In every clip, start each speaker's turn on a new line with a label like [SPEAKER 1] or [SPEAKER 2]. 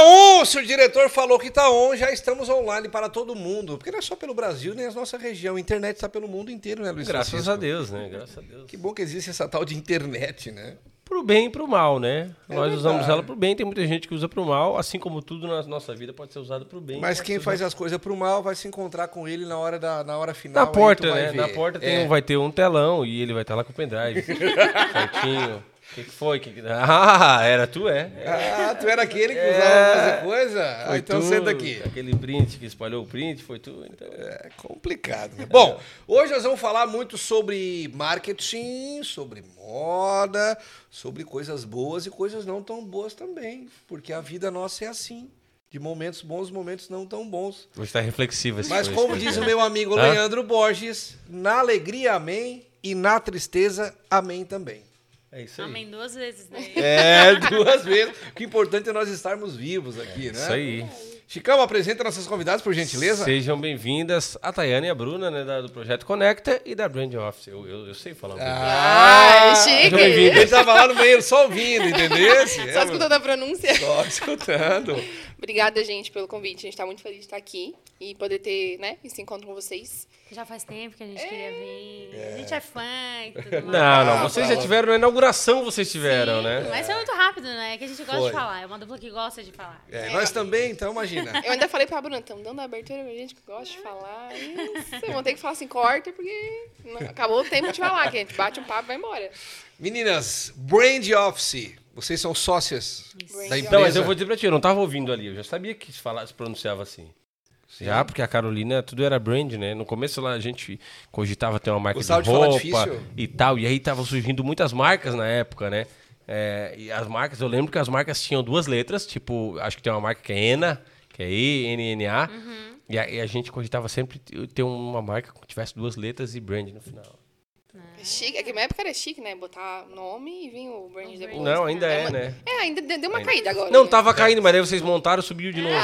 [SPEAKER 1] Lúcio, o Tá diretor falou que tá on, já estamos online para todo mundo. Porque não é só pelo Brasil, nem a nossa região. A internet está pelo mundo inteiro, né, Luiz
[SPEAKER 2] Graças
[SPEAKER 1] Francisco?
[SPEAKER 2] a Deus, né? Graças a Deus.
[SPEAKER 1] Que bom que existe essa tal de internet, né?
[SPEAKER 2] Pro bem e pro mal, né? Nós
[SPEAKER 1] É verdade.
[SPEAKER 2] usamos ela pro bem, tem muita gente que usa pro mal, assim como tudo na nossa vida pode ser usado pro bem.
[SPEAKER 1] Mas
[SPEAKER 2] pode
[SPEAKER 1] quem
[SPEAKER 2] ser usado-
[SPEAKER 1] faz as coisas pro mal vai se encontrar com ele na hora, da, na hora final.
[SPEAKER 2] Na
[SPEAKER 1] aí
[SPEAKER 2] porta,
[SPEAKER 1] tu vai
[SPEAKER 2] né?
[SPEAKER 1] ver.
[SPEAKER 2] Na porta tem
[SPEAKER 1] É.
[SPEAKER 2] um- vai ter um telão e ele vai estar lá com o pendrive. Certinho. O que, que foi? Que que- Ah, era tu, é?
[SPEAKER 1] Ah, tu era aquele que
[SPEAKER 2] É.
[SPEAKER 1] usava fazer coisa? Ah,
[SPEAKER 2] Foi
[SPEAKER 1] então
[SPEAKER 2] tu,
[SPEAKER 1] senta aqui.
[SPEAKER 2] Aquele print que espalhou o print, foi tu. Então...
[SPEAKER 1] É complicado, né? Bom, hoje nós vamos falar muito sobre marketing, sobre moda, sobre coisas boas e coisas não tão boas também. Porque a vida nossa é assim. De momentos bons, momentos não tão bons.
[SPEAKER 2] Vou estar reflexiva. esse
[SPEAKER 1] Mas
[SPEAKER 2] foi
[SPEAKER 1] como
[SPEAKER 2] esse
[SPEAKER 1] diz o
[SPEAKER 2] podcast.
[SPEAKER 1] meu amigo
[SPEAKER 2] é. Hã?
[SPEAKER 1] Leandro Borges, na alegria amém e na tristeza amém também.
[SPEAKER 2] É isso aí.
[SPEAKER 3] Amém duas vezes, né?
[SPEAKER 1] É, duas vezes. O que é importante é nós estarmos vivos aqui, né?
[SPEAKER 2] Isso aí.
[SPEAKER 1] Chicão, apresenta nossas convidadas, por gentileza.
[SPEAKER 2] Sejam bem-vindas a Tayana e a Bruna, né, da- do Projeto Conecta e da Brand Office. Eu, eu, eu sei falar um pouco.
[SPEAKER 1] Ah,
[SPEAKER 4] Ai,
[SPEAKER 2] Sejam
[SPEAKER 4] chique.
[SPEAKER 1] Ele
[SPEAKER 2] bem-vindas.
[SPEAKER 1] tava lá no banheiro só ouvindo, entendeu? é
[SPEAKER 4] Só escutando a pronúncia.
[SPEAKER 1] Só escutando.
[SPEAKER 4] Obrigada, gente, pelo convite. A gente tá muito feliz de estar aqui e poder ter, né, esse encontro com vocês.
[SPEAKER 3] Já faz tempo que a gente queria vir. A gente é fã e tudo mais.
[SPEAKER 2] Não,
[SPEAKER 1] Ah,
[SPEAKER 2] não, vocês já
[SPEAKER 1] fala.
[SPEAKER 2] tiveram na inauguração, vocês tiveram,
[SPEAKER 3] Sim,
[SPEAKER 2] né?
[SPEAKER 3] Mas foi muito rápido, né? É que a gente gosta
[SPEAKER 1] Foi.
[SPEAKER 3] de falar. É uma dupla que gosta de falar.
[SPEAKER 1] É, nós também, então imagina.
[SPEAKER 4] Eu ainda falei pra Bruna, estamos dando a abertura pra gente que gosta de falar. Isso, vão ter que falar assim, corta, porque não- acabou o tempo de falar, que a gente bate um papo e vai embora.
[SPEAKER 1] Meninas, Brand Office, vocês são sócias da empresa.
[SPEAKER 4] Office.
[SPEAKER 2] Então, mas eu vou dizer pra ti, eu não tava ouvindo ali, eu já sabia que se, fala- se pronunciava assim. Já, porque a Carolina, tudo era brand, né? No começo lá a gente cogitava ter uma marca
[SPEAKER 1] Gostava
[SPEAKER 2] de
[SPEAKER 1] de falar
[SPEAKER 2] roupa
[SPEAKER 1] difícil?
[SPEAKER 2] e tal, e aí tava surgindo muitas marcas na época, né? É, e as marcas, eu lembro que as marcas tinham duas letras, tipo, acho que tem uma marca que é ENA, que é E-N-N-A, e, a, e a gente cogitava sempre t- ter uma marca que tivesse duas letras e brand no final.
[SPEAKER 4] É chique. É que na época era chique, né? Botar nome e vir o brand depois.
[SPEAKER 2] Não, ainda é,
[SPEAKER 4] uma-
[SPEAKER 2] né?
[SPEAKER 4] É, ainda deu deu uma caída agora.
[SPEAKER 2] Não,
[SPEAKER 4] né?
[SPEAKER 2] tava caindo, mas aí vocês montaram, subiu de novo.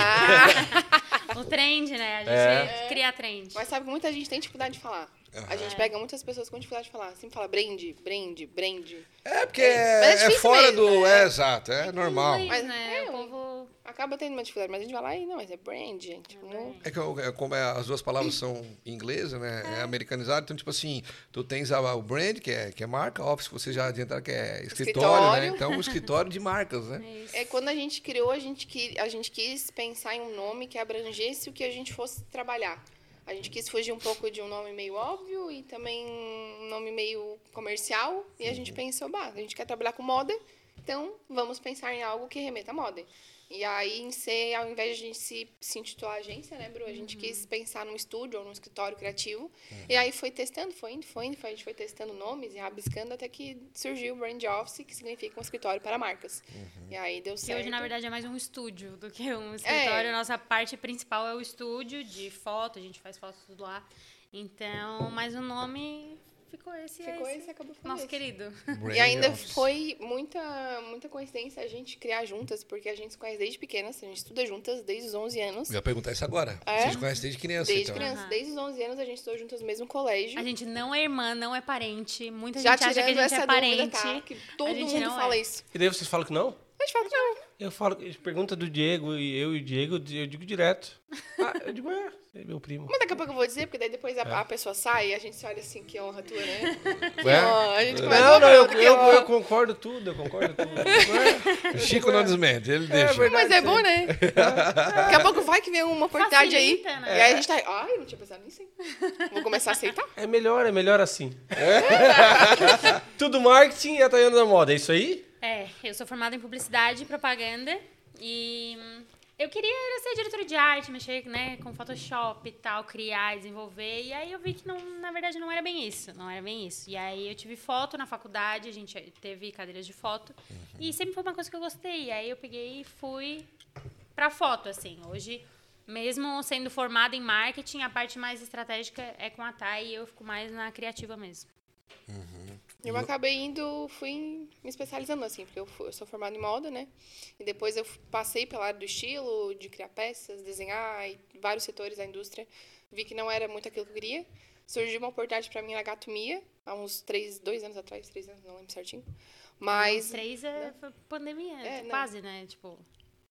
[SPEAKER 3] O trend, né? A gente cria trend.
[SPEAKER 4] Mas sabe que muita gente tem dificuldade de falar. A gente pega muitas pessoas com dificuldade de falar. Sempre fala brand, brand, brand.
[SPEAKER 1] É porque
[SPEAKER 4] Mas é
[SPEAKER 1] é,
[SPEAKER 4] difícil
[SPEAKER 1] fora
[SPEAKER 4] mesmo,
[SPEAKER 1] do.
[SPEAKER 4] né?
[SPEAKER 1] É, exato, é normal.
[SPEAKER 3] Mas,
[SPEAKER 4] Mas-
[SPEAKER 3] né?
[SPEAKER 4] é,
[SPEAKER 3] o
[SPEAKER 4] um-
[SPEAKER 3] povo...
[SPEAKER 4] Acaba tendo uma dificuldade, mas a gente vai lá e não, mas é brand, gente. Não,
[SPEAKER 1] É que eu- é como é- as duas palavras são em inglês, né? É americanizado. Então, tipo assim, tu tens a, o brand, que é, que é marca, office, vocês já adiantaram que é escritório, né?
[SPEAKER 4] Escritório.
[SPEAKER 1] Então, o escritório de marcas, né?
[SPEAKER 4] É quando a gente criou, a gente, qui- a gente quis pensar em um nome que abrangesse o que a gente fosse trabalhar. A gente quis fugir um pouco de um nome meio óbvio e também um nome meio comercial. E a gente pensou, bah, a gente quer trabalhar com moda, então vamos pensar em algo que remeta à moda. E aí, em ser, ao invés de a gente se, se intitular agência, né, Bru? A gente
[SPEAKER 1] Uhum.
[SPEAKER 4] quis pensar num estúdio ou num escritório criativo. E aí foi testando, foi indo, foi indo, foi- a gente foi testando nomes e rabiscando até que surgiu o Brand Office, que significa um escritório para marcas.
[SPEAKER 1] Uhum.
[SPEAKER 4] E aí deu
[SPEAKER 3] Que
[SPEAKER 4] certo. É.
[SPEAKER 3] hoje, na verdade, é mais um estúdio do que um escritório. Nossa parte principal é o estúdio de foto, a gente faz fotos tudo lá. Então, mas o nome ficou esse. é
[SPEAKER 4] Ficou
[SPEAKER 3] esse.
[SPEAKER 4] esse, acabou ficando
[SPEAKER 3] Nosso
[SPEAKER 4] esse.
[SPEAKER 3] querido.
[SPEAKER 4] E ainda
[SPEAKER 1] Brand office.
[SPEAKER 4] foi muita, muita coincidência a gente criar juntas, porque a gente se conhece desde pequenas, a gente estuda juntas desde os 11 anos.
[SPEAKER 1] Eu ia perguntar isso agora.
[SPEAKER 4] É?
[SPEAKER 1] Vocês conhecem desde criança,
[SPEAKER 4] Desde
[SPEAKER 1] então.
[SPEAKER 4] criança,
[SPEAKER 3] Aham.
[SPEAKER 4] desde os 11 anos a gente estudou juntas no mesmo colégio.
[SPEAKER 3] A gente não é irmã, não é parente. Muita
[SPEAKER 4] já
[SPEAKER 3] gente acha que
[SPEAKER 4] tirando
[SPEAKER 3] a gente
[SPEAKER 4] essa
[SPEAKER 3] é
[SPEAKER 4] dúvida,
[SPEAKER 3] parente.
[SPEAKER 4] tá? Que todo
[SPEAKER 3] a gente
[SPEAKER 4] mundo
[SPEAKER 3] não
[SPEAKER 4] fala
[SPEAKER 3] é.
[SPEAKER 4] isso.
[SPEAKER 2] E daí vocês falam que não?
[SPEAKER 4] A gente fala que não.
[SPEAKER 2] Eu falo, pergunta do Diego e eu e o Diego, eu digo direto. Ah, eu digo, é, é meu primo.
[SPEAKER 4] Mas daqui a pouco eu vou dizer, porque daí depois a, a pessoa sai e a gente se olha assim, que honra tua, né?
[SPEAKER 2] É?
[SPEAKER 4] Ó, a gente começa
[SPEAKER 2] Não,
[SPEAKER 4] uma
[SPEAKER 2] não, eu,
[SPEAKER 4] pergunta que
[SPEAKER 2] eu-
[SPEAKER 4] honra.
[SPEAKER 2] eu concordo tudo, eu concordo tudo.
[SPEAKER 1] O Chico não desmente, ele deixa.
[SPEAKER 4] Mas é bom, né? Daqui a pouco vai que vem uma oportunidade aí.
[SPEAKER 3] Facilita, né?
[SPEAKER 4] E aí a gente tá. Ai, não tinha pensado nisso, hein? Vou começar a aceitar.
[SPEAKER 2] É melhor, é melhor assim. tudo marketing e a Tayana da moda, é isso aí?
[SPEAKER 3] É, eu sou formada em publicidade e propaganda e hum, eu queria era ser diretora de arte, mexer né, com Photoshop e tal, criar, desenvolver. E aí eu vi que não, na verdade não era bem isso, não era bem isso. E aí eu tive foto na faculdade, a gente eh, teve cadeiras de foto e sempre foi uma coisa que eu gostei. E aí eu peguei e fui pra foto assim. Hoje mesmo sendo formada em marketing, a parte mais estratégica é com a Thay e eu fico mais na criativa mesmo.
[SPEAKER 4] Eu acabei indo, fui me especializando, assim, porque eu, fui- eu sou formada em moda, né? E depois eu f- passei pela área do estilo, de criar peças, desenhar, e vários setores da indústria. Vi que não era muito aquilo que eu queria. Surgiu uma oportunidade pra mim na Gato Mia, há uns três, dois anos atrás, três anos, não lembro certinho. Mas né?
[SPEAKER 3] Três é foi pandemia,
[SPEAKER 4] É, não.
[SPEAKER 3] quase, né? Tipo,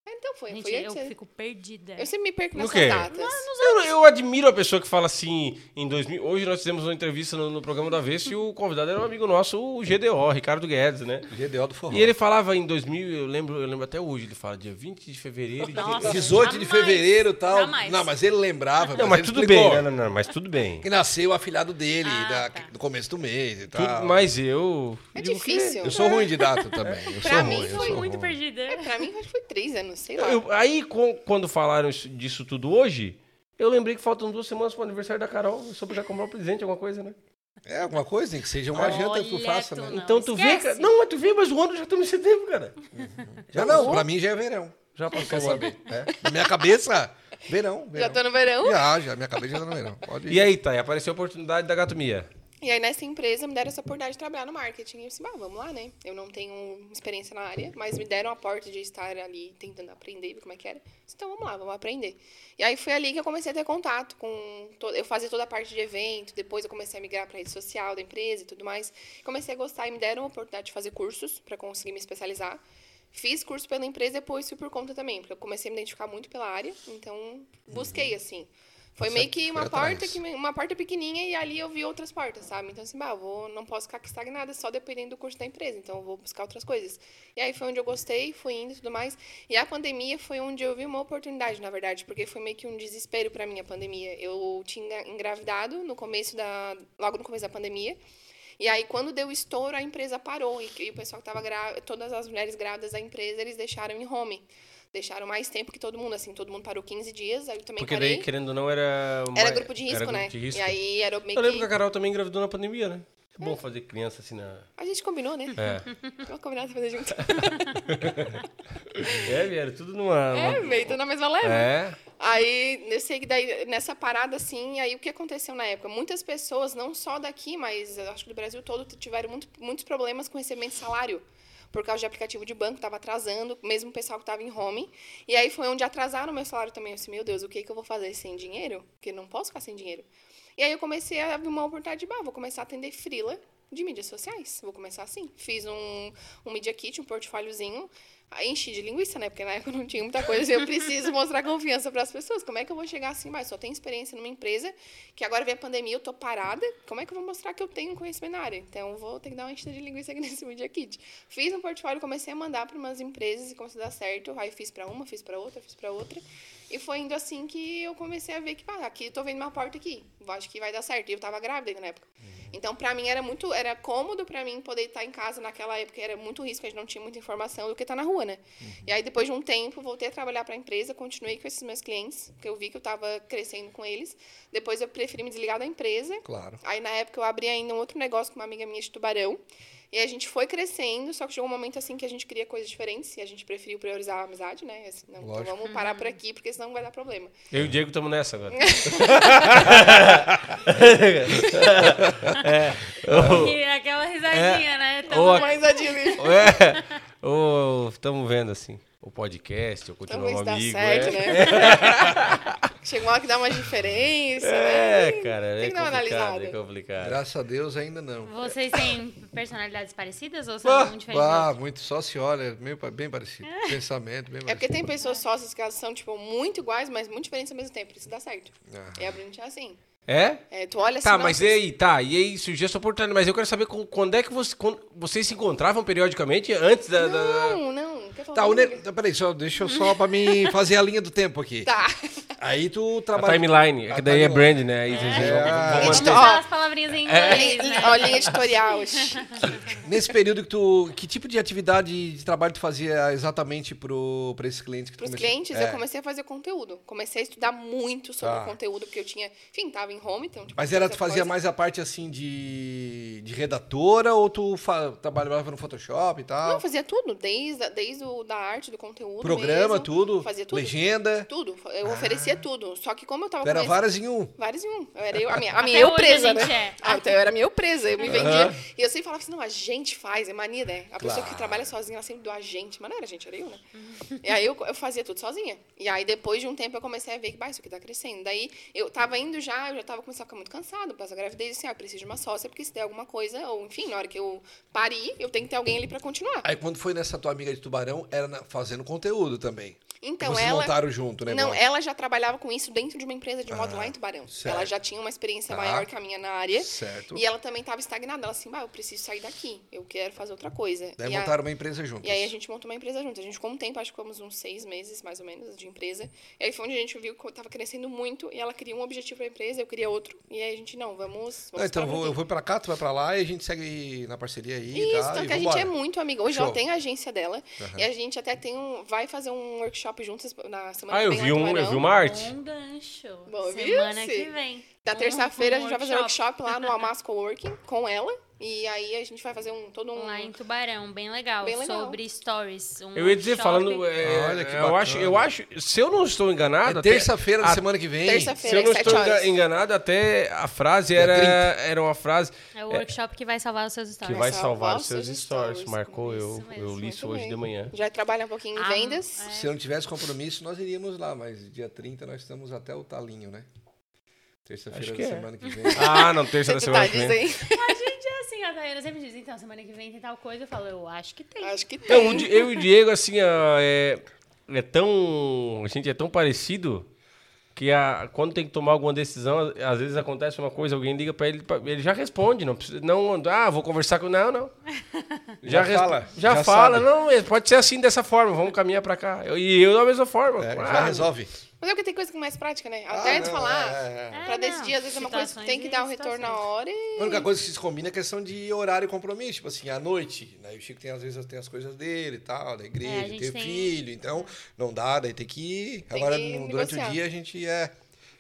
[SPEAKER 4] Ah, Então foi,
[SPEAKER 3] Gente,
[SPEAKER 4] foi antes.
[SPEAKER 3] eu
[SPEAKER 4] Eu,
[SPEAKER 3] fico perdida.
[SPEAKER 4] sempre me perco
[SPEAKER 2] No
[SPEAKER 4] nessas
[SPEAKER 2] quê?
[SPEAKER 4] datas.
[SPEAKER 2] Eu, eu admiro a pessoa que fala assim, em 2000... Hoje nós fizemos uma entrevista no, no programa da Vez e o convidado era um amigo nosso, o GDO, Ricardo Guedes, né?
[SPEAKER 1] GDO do Forró.
[SPEAKER 2] E ele falava em 2000, eu lembro, eu lembro até hoje, ele fala dia 20 de fevereiro.
[SPEAKER 3] Nossa.
[SPEAKER 2] de...
[SPEAKER 1] 18 de
[SPEAKER 3] Jamais,
[SPEAKER 1] fevereiro e tal.
[SPEAKER 3] jamais.
[SPEAKER 1] Não, mas ele lembrava.
[SPEAKER 2] Não, mas
[SPEAKER 1] ele
[SPEAKER 2] tudo
[SPEAKER 1] explicou
[SPEAKER 2] bem. né? Não, não, não, mas tudo bem.
[SPEAKER 1] Que nasceu o afilhado dele
[SPEAKER 3] Ah,
[SPEAKER 1] da-
[SPEAKER 3] tá.
[SPEAKER 1] no começo do mês e tal.
[SPEAKER 2] Tudo- mas eu...
[SPEAKER 4] É
[SPEAKER 2] digo que-
[SPEAKER 4] difícil.
[SPEAKER 1] Eu sou ruim de data também. Eu
[SPEAKER 4] Pra
[SPEAKER 1] sou
[SPEAKER 4] mim,
[SPEAKER 1] ruim. eu
[SPEAKER 4] foi
[SPEAKER 1] sou
[SPEAKER 3] Fui muito
[SPEAKER 1] ruim.
[SPEAKER 3] perdida.
[SPEAKER 2] É.
[SPEAKER 4] Pra mim, acho que foi três anos, sei lá.
[SPEAKER 2] Eu- aí, com- quando falaram isso- disso tudo hoje, eu lembrei que faltam duas semanas pro aniversário da Carol. Eu soube já comprar um presente, alguma coisa, né?
[SPEAKER 1] É alguma coisa, nem que seja uma janta que eu
[SPEAKER 3] Olha,
[SPEAKER 1] faça,
[SPEAKER 3] tu
[SPEAKER 1] né?
[SPEAKER 3] não.
[SPEAKER 2] então tu vê,
[SPEAKER 3] esquece.
[SPEAKER 2] cara. Não, mas tu vê, mas o ano já estamos em setembro, cara.
[SPEAKER 1] Já não, pra mim já é verão.
[SPEAKER 2] Já passou o
[SPEAKER 1] Quer
[SPEAKER 2] ano.
[SPEAKER 1] saber? né? Na minha cabeça, verão. verão.
[SPEAKER 4] Já tá tô no verão.
[SPEAKER 1] Já, já. Minha cabeça já tá no verão. Pode ir.
[SPEAKER 2] E aí, Thay, apareceu a oportunidade da Gatomia.
[SPEAKER 4] E aí, nessa empresa, me deram essa oportunidade de trabalhar no marketing. E eu disse, bah, vamos lá, né? Eu não tenho experiência na área, mas me deram a porta de estar ali tentando aprender, ver como é que era. Eu disse, então, vamos lá, vamos aprender. E aí, foi ali que eu comecei a ter contato com... to- Eu fazia toda a parte de evento, depois eu comecei a migrar para rede social da empresa e tudo mais. Comecei a gostar e me deram a oportunidade de fazer cursos para conseguir me especializar. Fiz curso pela empresa depois fui por conta também, porque eu comecei a me identificar muito pela área, então busquei, assim. Foi
[SPEAKER 1] Você
[SPEAKER 4] meio que uma
[SPEAKER 1] foi atrás.
[SPEAKER 4] porta que que me- uma porta pequenininha e ali eu vi outras portas, sabe? Então, assim, bah, vou, não posso ficar aqui estagnada só dependendo do curso da empresa, então eu vou buscar outras coisas. E aí foi onde eu gostei, fui indo e tudo mais. E a pandemia foi onde eu vi uma oportunidade, na verdade, porque foi meio que um desespero para mim a pandemia. Eu tinha engravidado no começo da, logo no começo da pandemia. E aí, quando deu estouro, a empresa parou. E, e o pessoal que estava grávida, todas as mulheres grávidas da empresa, eles deixaram em home. Deixaram mais tempo que todo mundo, assim, todo mundo parou 15 dias, aí eu também
[SPEAKER 2] Porque
[SPEAKER 4] parei.
[SPEAKER 2] daí, querendo ou não, era...
[SPEAKER 4] Era
[SPEAKER 2] mais-
[SPEAKER 4] grupo de risco,
[SPEAKER 2] era grupo
[SPEAKER 4] né?
[SPEAKER 2] de risco.
[SPEAKER 4] E aí era meio
[SPEAKER 2] Eu lembro que a
[SPEAKER 4] que...
[SPEAKER 2] Carol também engravidou na pandemia, né? É bom fazer criança assim na...
[SPEAKER 4] A gente combinou, né?
[SPEAKER 2] É,
[SPEAKER 4] Vamos combinar pra fazer junto.
[SPEAKER 2] é era tudo numa...
[SPEAKER 4] É,
[SPEAKER 2] uma-
[SPEAKER 4] meio que tá na mesma leva.
[SPEAKER 2] É.
[SPEAKER 4] Aí, eu sei que daí, nessa parada, assim, aí o que aconteceu na época? Muitas pessoas, não só daqui, mas eu acho que do Brasil todo, t- tiveram muito- muitos problemas com recebimento de salário. Por causa de aplicativo de banco, tava atrasando, mesmo o pessoal que tava em home. E aí foi onde atrasaram o meu salário também. Eu disse, meu Deus, o que, que eu vou fazer sem dinheiro? Porque não posso ficar sem dinheiro. E aí eu comecei a ver uma oportunidade de, bah, vou começar a atender frila de mídias sociais. Vou começar assim. Fiz um, um media kit, um portfóliozinho. Aí Enchi de linguiça, né? Porque na época eu não tinha muita coisa. Eu preciso mostrar confiança para as pessoas. Como é que eu vou chegar assim? Mas só tenho experiência numa empresa que agora vem a pandemia, eu tô parada. Como é que eu vou mostrar que eu tenho conhecimento na área? Então eu vou ter que dar uma enchida de linguiça aqui nesse media kit. Fiz um portfólio, comecei a mandar para umas empresas e começou a dar certo. Aí fiz para uma, fiz para outra, fiz para outra. E foi indo assim que eu comecei a ver que, ah, aqui eu tô vendo uma porta aqui. Eu Acho que vai dar certo. E eu tava grávida na época. Então, pra mim era muito, era cômodo pra mim poder estar em casa naquela época, era muito risco, a gente não tinha muita informação do que tá na rua, né? E aí depois de um tempo, voltei a trabalhar pra empresa, continuei com esses meus clientes, porque eu vi que eu tava crescendo com eles. Depois eu preferi me desligar da empresa.
[SPEAKER 1] Claro.
[SPEAKER 4] Aí na época eu abri ainda um outro negócio com uma amiga minha de Tubarão. E a gente foi crescendo, só que chegou um momento assim que a gente queria coisas diferentes e a gente preferiu priorizar a amizade, né? Assim, não, então
[SPEAKER 1] Lógico.
[SPEAKER 4] vamos parar por aqui, porque senão vai dar problema.
[SPEAKER 2] Eu e o Diego estamos nessa agora. É.
[SPEAKER 3] E aquela risadinha, né? Tamo
[SPEAKER 2] Ou a-
[SPEAKER 4] Mas a Dili-
[SPEAKER 2] um É, ou estamos vendo assim, o podcast, ou
[SPEAKER 4] Talvez
[SPEAKER 2] continuamos
[SPEAKER 4] dá
[SPEAKER 2] amigo.
[SPEAKER 4] certo,
[SPEAKER 2] é.
[SPEAKER 4] né? Chegou uma hora que dá uma diferença,
[SPEAKER 2] É,
[SPEAKER 4] né?
[SPEAKER 2] cara,
[SPEAKER 4] Tem
[SPEAKER 2] é
[SPEAKER 4] que dar uma
[SPEAKER 2] complicado, é
[SPEAKER 4] analisada.
[SPEAKER 2] complicado.
[SPEAKER 1] Graças a Deus ainda não.
[SPEAKER 3] Vocês têm personalidades parecidas ou são
[SPEAKER 1] Ah,
[SPEAKER 3] é muito diferentes?
[SPEAKER 1] ah, muito, só se olha, meio, pa- bem parecido. Pensamento, bem
[SPEAKER 4] É porque
[SPEAKER 1] parecido.
[SPEAKER 4] tem pessoas sócias que elas são, tipo, muito iguais, mas muito diferentes ao mesmo tempo. Isso dá certo.
[SPEAKER 1] Aham.
[SPEAKER 4] E a Bruna é assim.
[SPEAKER 2] É?
[SPEAKER 4] É, tu olha assim,
[SPEAKER 2] Tá,
[SPEAKER 4] nossa,
[SPEAKER 2] mas e aí, tá, e aí surgiu essa oportunidade, mas eu quero saber com- quando é que você- quando vocês se encontravam periodicamente antes da... da-
[SPEAKER 4] Não, não. Quer falar
[SPEAKER 1] Tá, o
[SPEAKER 4] comigo?
[SPEAKER 1] ne... tá, peraí, só, deixa eu só pra mim fazer a linha do tempo aqui.
[SPEAKER 4] Tá.
[SPEAKER 1] Aí tu
[SPEAKER 2] A
[SPEAKER 1] trabalha.
[SPEAKER 2] timeline, é que
[SPEAKER 1] A
[SPEAKER 2] daí é
[SPEAKER 1] timeline.
[SPEAKER 2] brand, né? Aí vocês
[SPEAKER 1] É.
[SPEAKER 2] vão- vão
[SPEAKER 3] Vamos
[SPEAKER 2] manter.
[SPEAKER 4] Editor.
[SPEAKER 3] usar as palavrinhas em
[SPEAKER 2] É.
[SPEAKER 3] inglês, né?
[SPEAKER 4] Ó, linha editorial.
[SPEAKER 1] Nesse período que tu. Que tipo de atividade de trabalho tu fazia exatamente pro, pra esse cliente que tu
[SPEAKER 4] Para os
[SPEAKER 1] começou?
[SPEAKER 4] clientes,
[SPEAKER 1] É.
[SPEAKER 4] eu comecei a fazer conteúdo. Comecei a estudar muito sobre
[SPEAKER 1] Tá.
[SPEAKER 4] o conteúdo, porque eu tinha... Enfim, tava em home, então... Tipo,
[SPEAKER 1] Mas era,
[SPEAKER 4] muita
[SPEAKER 1] tu fazia
[SPEAKER 4] coisa.
[SPEAKER 1] mais a parte assim de, de redatora ou tu fa- trabalhava no Photoshop e
[SPEAKER 4] Não, eu
[SPEAKER 1] tal?
[SPEAKER 4] fazia tudo. Desde, a- desde o da arte, do conteúdo
[SPEAKER 1] Programa,
[SPEAKER 4] mesmo.
[SPEAKER 1] tudo,
[SPEAKER 4] Fazia tudo.
[SPEAKER 1] legenda. Ah.
[SPEAKER 4] Tudo. Eu oferecia tudo. Só que como eu tava
[SPEAKER 1] Tu era
[SPEAKER 4] começando-
[SPEAKER 1] várias em um.
[SPEAKER 4] Vários em um. Eu era eu, a minha, a
[SPEAKER 3] Até
[SPEAKER 4] minha eu
[SPEAKER 3] hoje
[SPEAKER 4] presa,
[SPEAKER 3] a gente
[SPEAKER 4] né?
[SPEAKER 3] é.
[SPEAKER 4] Ah, então eu era minha eu presa, eu me vendia. E eu sempre falava assim, não, a gente faz, é mania, né? A pessoa
[SPEAKER 1] Claro.
[SPEAKER 4] que trabalha sozinha, ela sempre do a gente. Mas não era gente, era eu, né? e aí eu, eu fazia tudo sozinha. E aí depois de um tempo eu comecei a ver que, bah, isso aqui tá crescendo. Daí eu tava indo já, eu já tava começando a ficar muito cansado, por causa da gravidez, assim, ah, eu preciso de uma sócia, porque se der alguma coisa, ou enfim, na hora que eu parir, eu tenho que ter alguém ali pra continuar.
[SPEAKER 1] Aí quando foi nessa tua amiga de tubarão, era na- fazendo conteúdo também.
[SPEAKER 4] Então,
[SPEAKER 1] Vocês
[SPEAKER 4] ela.
[SPEAKER 1] montaram junto, né?
[SPEAKER 4] Não,
[SPEAKER 1] Bob?
[SPEAKER 4] ela já trabalhava com isso dentro de uma empresa de moda
[SPEAKER 1] Ah,
[SPEAKER 4] lá em Tubarão.
[SPEAKER 1] certo.
[SPEAKER 4] Ela já tinha uma experiência
[SPEAKER 1] Tá.
[SPEAKER 4] maior que a minha na área.
[SPEAKER 1] Certo.
[SPEAKER 4] E ela também estava estagnada. Ela assim, bah, eu preciso sair daqui. Eu quero fazer outra coisa.
[SPEAKER 1] Daí
[SPEAKER 4] e, a-
[SPEAKER 1] montaram uma empresa juntos.
[SPEAKER 4] e aí a gente montou uma empresa junto. A gente ficou um tempo, acho que fomos uns seis meses, mais ou menos, de empresa. E aí foi onde a gente viu que eu tava crescendo muito. E ela queria um objetivo pra empresa, eu queria outro. E aí a gente, não, vamos...
[SPEAKER 1] Ah, então
[SPEAKER 4] vamos pra
[SPEAKER 1] eu vou, eu
[SPEAKER 4] Brooklyn.
[SPEAKER 1] vou pra cá, tu vai pra lá e a gente segue na parceria aí.
[SPEAKER 4] Isso,
[SPEAKER 1] tá,
[SPEAKER 4] tanto
[SPEAKER 1] e
[SPEAKER 4] que a gente
[SPEAKER 1] vambora.
[SPEAKER 4] é muito amiga. Hoje
[SPEAKER 1] Show.
[SPEAKER 4] ela tem a agência dela.
[SPEAKER 1] Aham.
[SPEAKER 4] E a gente até tem um... Vai fazer um workshop juntos na semana
[SPEAKER 2] Ah,
[SPEAKER 4] que
[SPEAKER 2] eu
[SPEAKER 4] vem. lá
[SPEAKER 2] vi,
[SPEAKER 4] em
[SPEAKER 2] um, eu
[SPEAKER 4] Tubarão.
[SPEAKER 2] vi uma
[SPEAKER 4] né?
[SPEAKER 2] arte.
[SPEAKER 3] Bom gancho.
[SPEAKER 4] Bom, viu?
[SPEAKER 3] Semana
[SPEAKER 4] Sim.
[SPEAKER 3] que vem.
[SPEAKER 4] Da
[SPEAKER 3] Um-
[SPEAKER 4] terça-feira
[SPEAKER 3] um
[SPEAKER 4] a gente vai fazer um workshop lá no Amas Coworking com ela. E aí a gente vai fazer um todo um.
[SPEAKER 3] Lá em Tubarão, bem legal.
[SPEAKER 4] Bem legal.
[SPEAKER 3] sobre stories. um
[SPEAKER 2] Eu ia dizer,
[SPEAKER 3] workshop.
[SPEAKER 2] falando. é,
[SPEAKER 1] Ah, Olha que
[SPEAKER 2] eu, acho, eu
[SPEAKER 1] bacana.
[SPEAKER 2] acho. Se eu não estou enganado.
[SPEAKER 1] É
[SPEAKER 2] até-
[SPEAKER 1] terça-feira da
[SPEAKER 2] a-
[SPEAKER 1] semana que vem.
[SPEAKER 4] Terça-feira.
[SPEAKER 2] Se eu não
[SPEAKER 4] às sete
[SPEAKER 2] estou enga-
[SPEAKER 4] horas.
[SPEAKER 2] enganado, até a frase
[SPEAKER 1] Dia
[SPEAKER 2] era,
[SPEAKER 1] 30.
[SPEAKER 2] era uma frase
[SPEAKER 3] É o workshop que vai salvar os seus
[SPEAKER 2] que
[SPEAKER 3] stories.
[SPEAKER 2] vai
[SPEAKER 4] salvar
[SPEAKER 2] salvar
[SPEAKER 4] os
[SPEAKER 2] os seus
[SPEAKER 4] seus
[SPEAKER 2] stories.
[SPEAKER 4] stories.
[SPEAKER 2] Marcou, eu,
[SPEAKER 3] Isso mesmo,
[SPEAKER 2] eu li isso
[SPEAKER 4] muito
[SPEAKER 2] hoje
[SPEAKER 4] bem.
[SPEAKER 2] de manhã.
[SPEAKER 4] Já trabalha um pouquinho em
[SPEAKER 3] Ah,
[SPEAKER 4] vendas.
[SPEAKER 1] Se eu não tivesse compromisso, nós iríamos lá, mas dia 30 nós estamos até o talinho, né?
[SPEAKER 2] Acho
[SPEAKER 1] Terça-feira
[SPEAKER 2] que
[SPEAKER 1] da
[SPEAKER 2] é.
[SPEAKER 1] semana que vem.
[SPEAKER 2] Ah, não,
[SPEAKER 1] é
[SPEAKER 2] terça da
[SPEAKER 4] Você
[SPEAKER 2] semana
[SPEAKER 4] tá
[SPEAKER 2] que vem.
[SPEAKER 4] dizendo?
[SPEAKER 3] A gente é assim, a Tayana sempre diz, então, semana que vem tem tal coisa. Eu falo, eu acho que tem.
[SPEAKER 2] Ah,
[SPEAKER 4] Acho que
[SPEAKER 2] Não, É, o
[SPEAKER 4] tem.
[SPEAKER 2] Di- eu e o Diego, assim, ó, é, é tão. A gente é tão parecido que a, quando tem que tomar alguma decisão, às vezes acontece uma coisa, alguém liga pra ele, pra- ele já responde, não precisa. Não, ah, vou conversar com. Não, não.
[SPEAKER 1] Já
[SPEAKER 2] resp-
[SPEAKER 1] fala,
[SPEAKER 2] Já,
[SPEAKER 1] já
[SPEAKER 2] fala,
[SPEAKER 1] sabe.
[SPEAKER 2] não, é, pode ser assim dessa forma, vamos caminhar pra cá. Eu- e eu da mesma forma.
[SPEAKER 1] É,
[SPEAKER 2] claro.
[SPEAKER 1] já resolve.
[SPEAKER 4] Mas é porque tem coisa que é mais prática, né?
[SPEAKER 1] Ah,
[SPEAKER 4] Até de
[SPEAKER 1] não,
[SPEAKER 4] falar.
[SPEAKER 1] é, é, é.
[SPEAKER 3] É,
[SPEAKER 4] Pra
[SPEAKER 3] não.
[SPEAKER 4] decidir, às vezes é uma coisa que
[SPEAKER 3] Situações
[SPEAKER 4] tem que dar o
[SPEAKER 3] e
[SPEAKER 4] retorno na
[SPEAKER 3] situações.
[SPEAKER 4] hora e.
[SPEAKER 1] A única coisa que se combina é questão de horário e compromisso, tipo assim, à noite. Né? E o Chico tem, às vezes, tem as coisas dele e tal, da
[SPEAKER 3] É, a
[SPEAKER 1] igreja,
[SPEAKER 3] gente
[SPEAKER 1] ter
[SPEAKER 3] tem-
[SPEAKER 1] filho, então não dá, daí tem que ir.
[SPEAKER 4] Tem
[SPEAKER 1] Agora,
[SPEAKER 4] que
[SPEAKER 1] no- durante o
[SPEAKER 4] negociar.
[SPEAKER 1] dia, a gente é.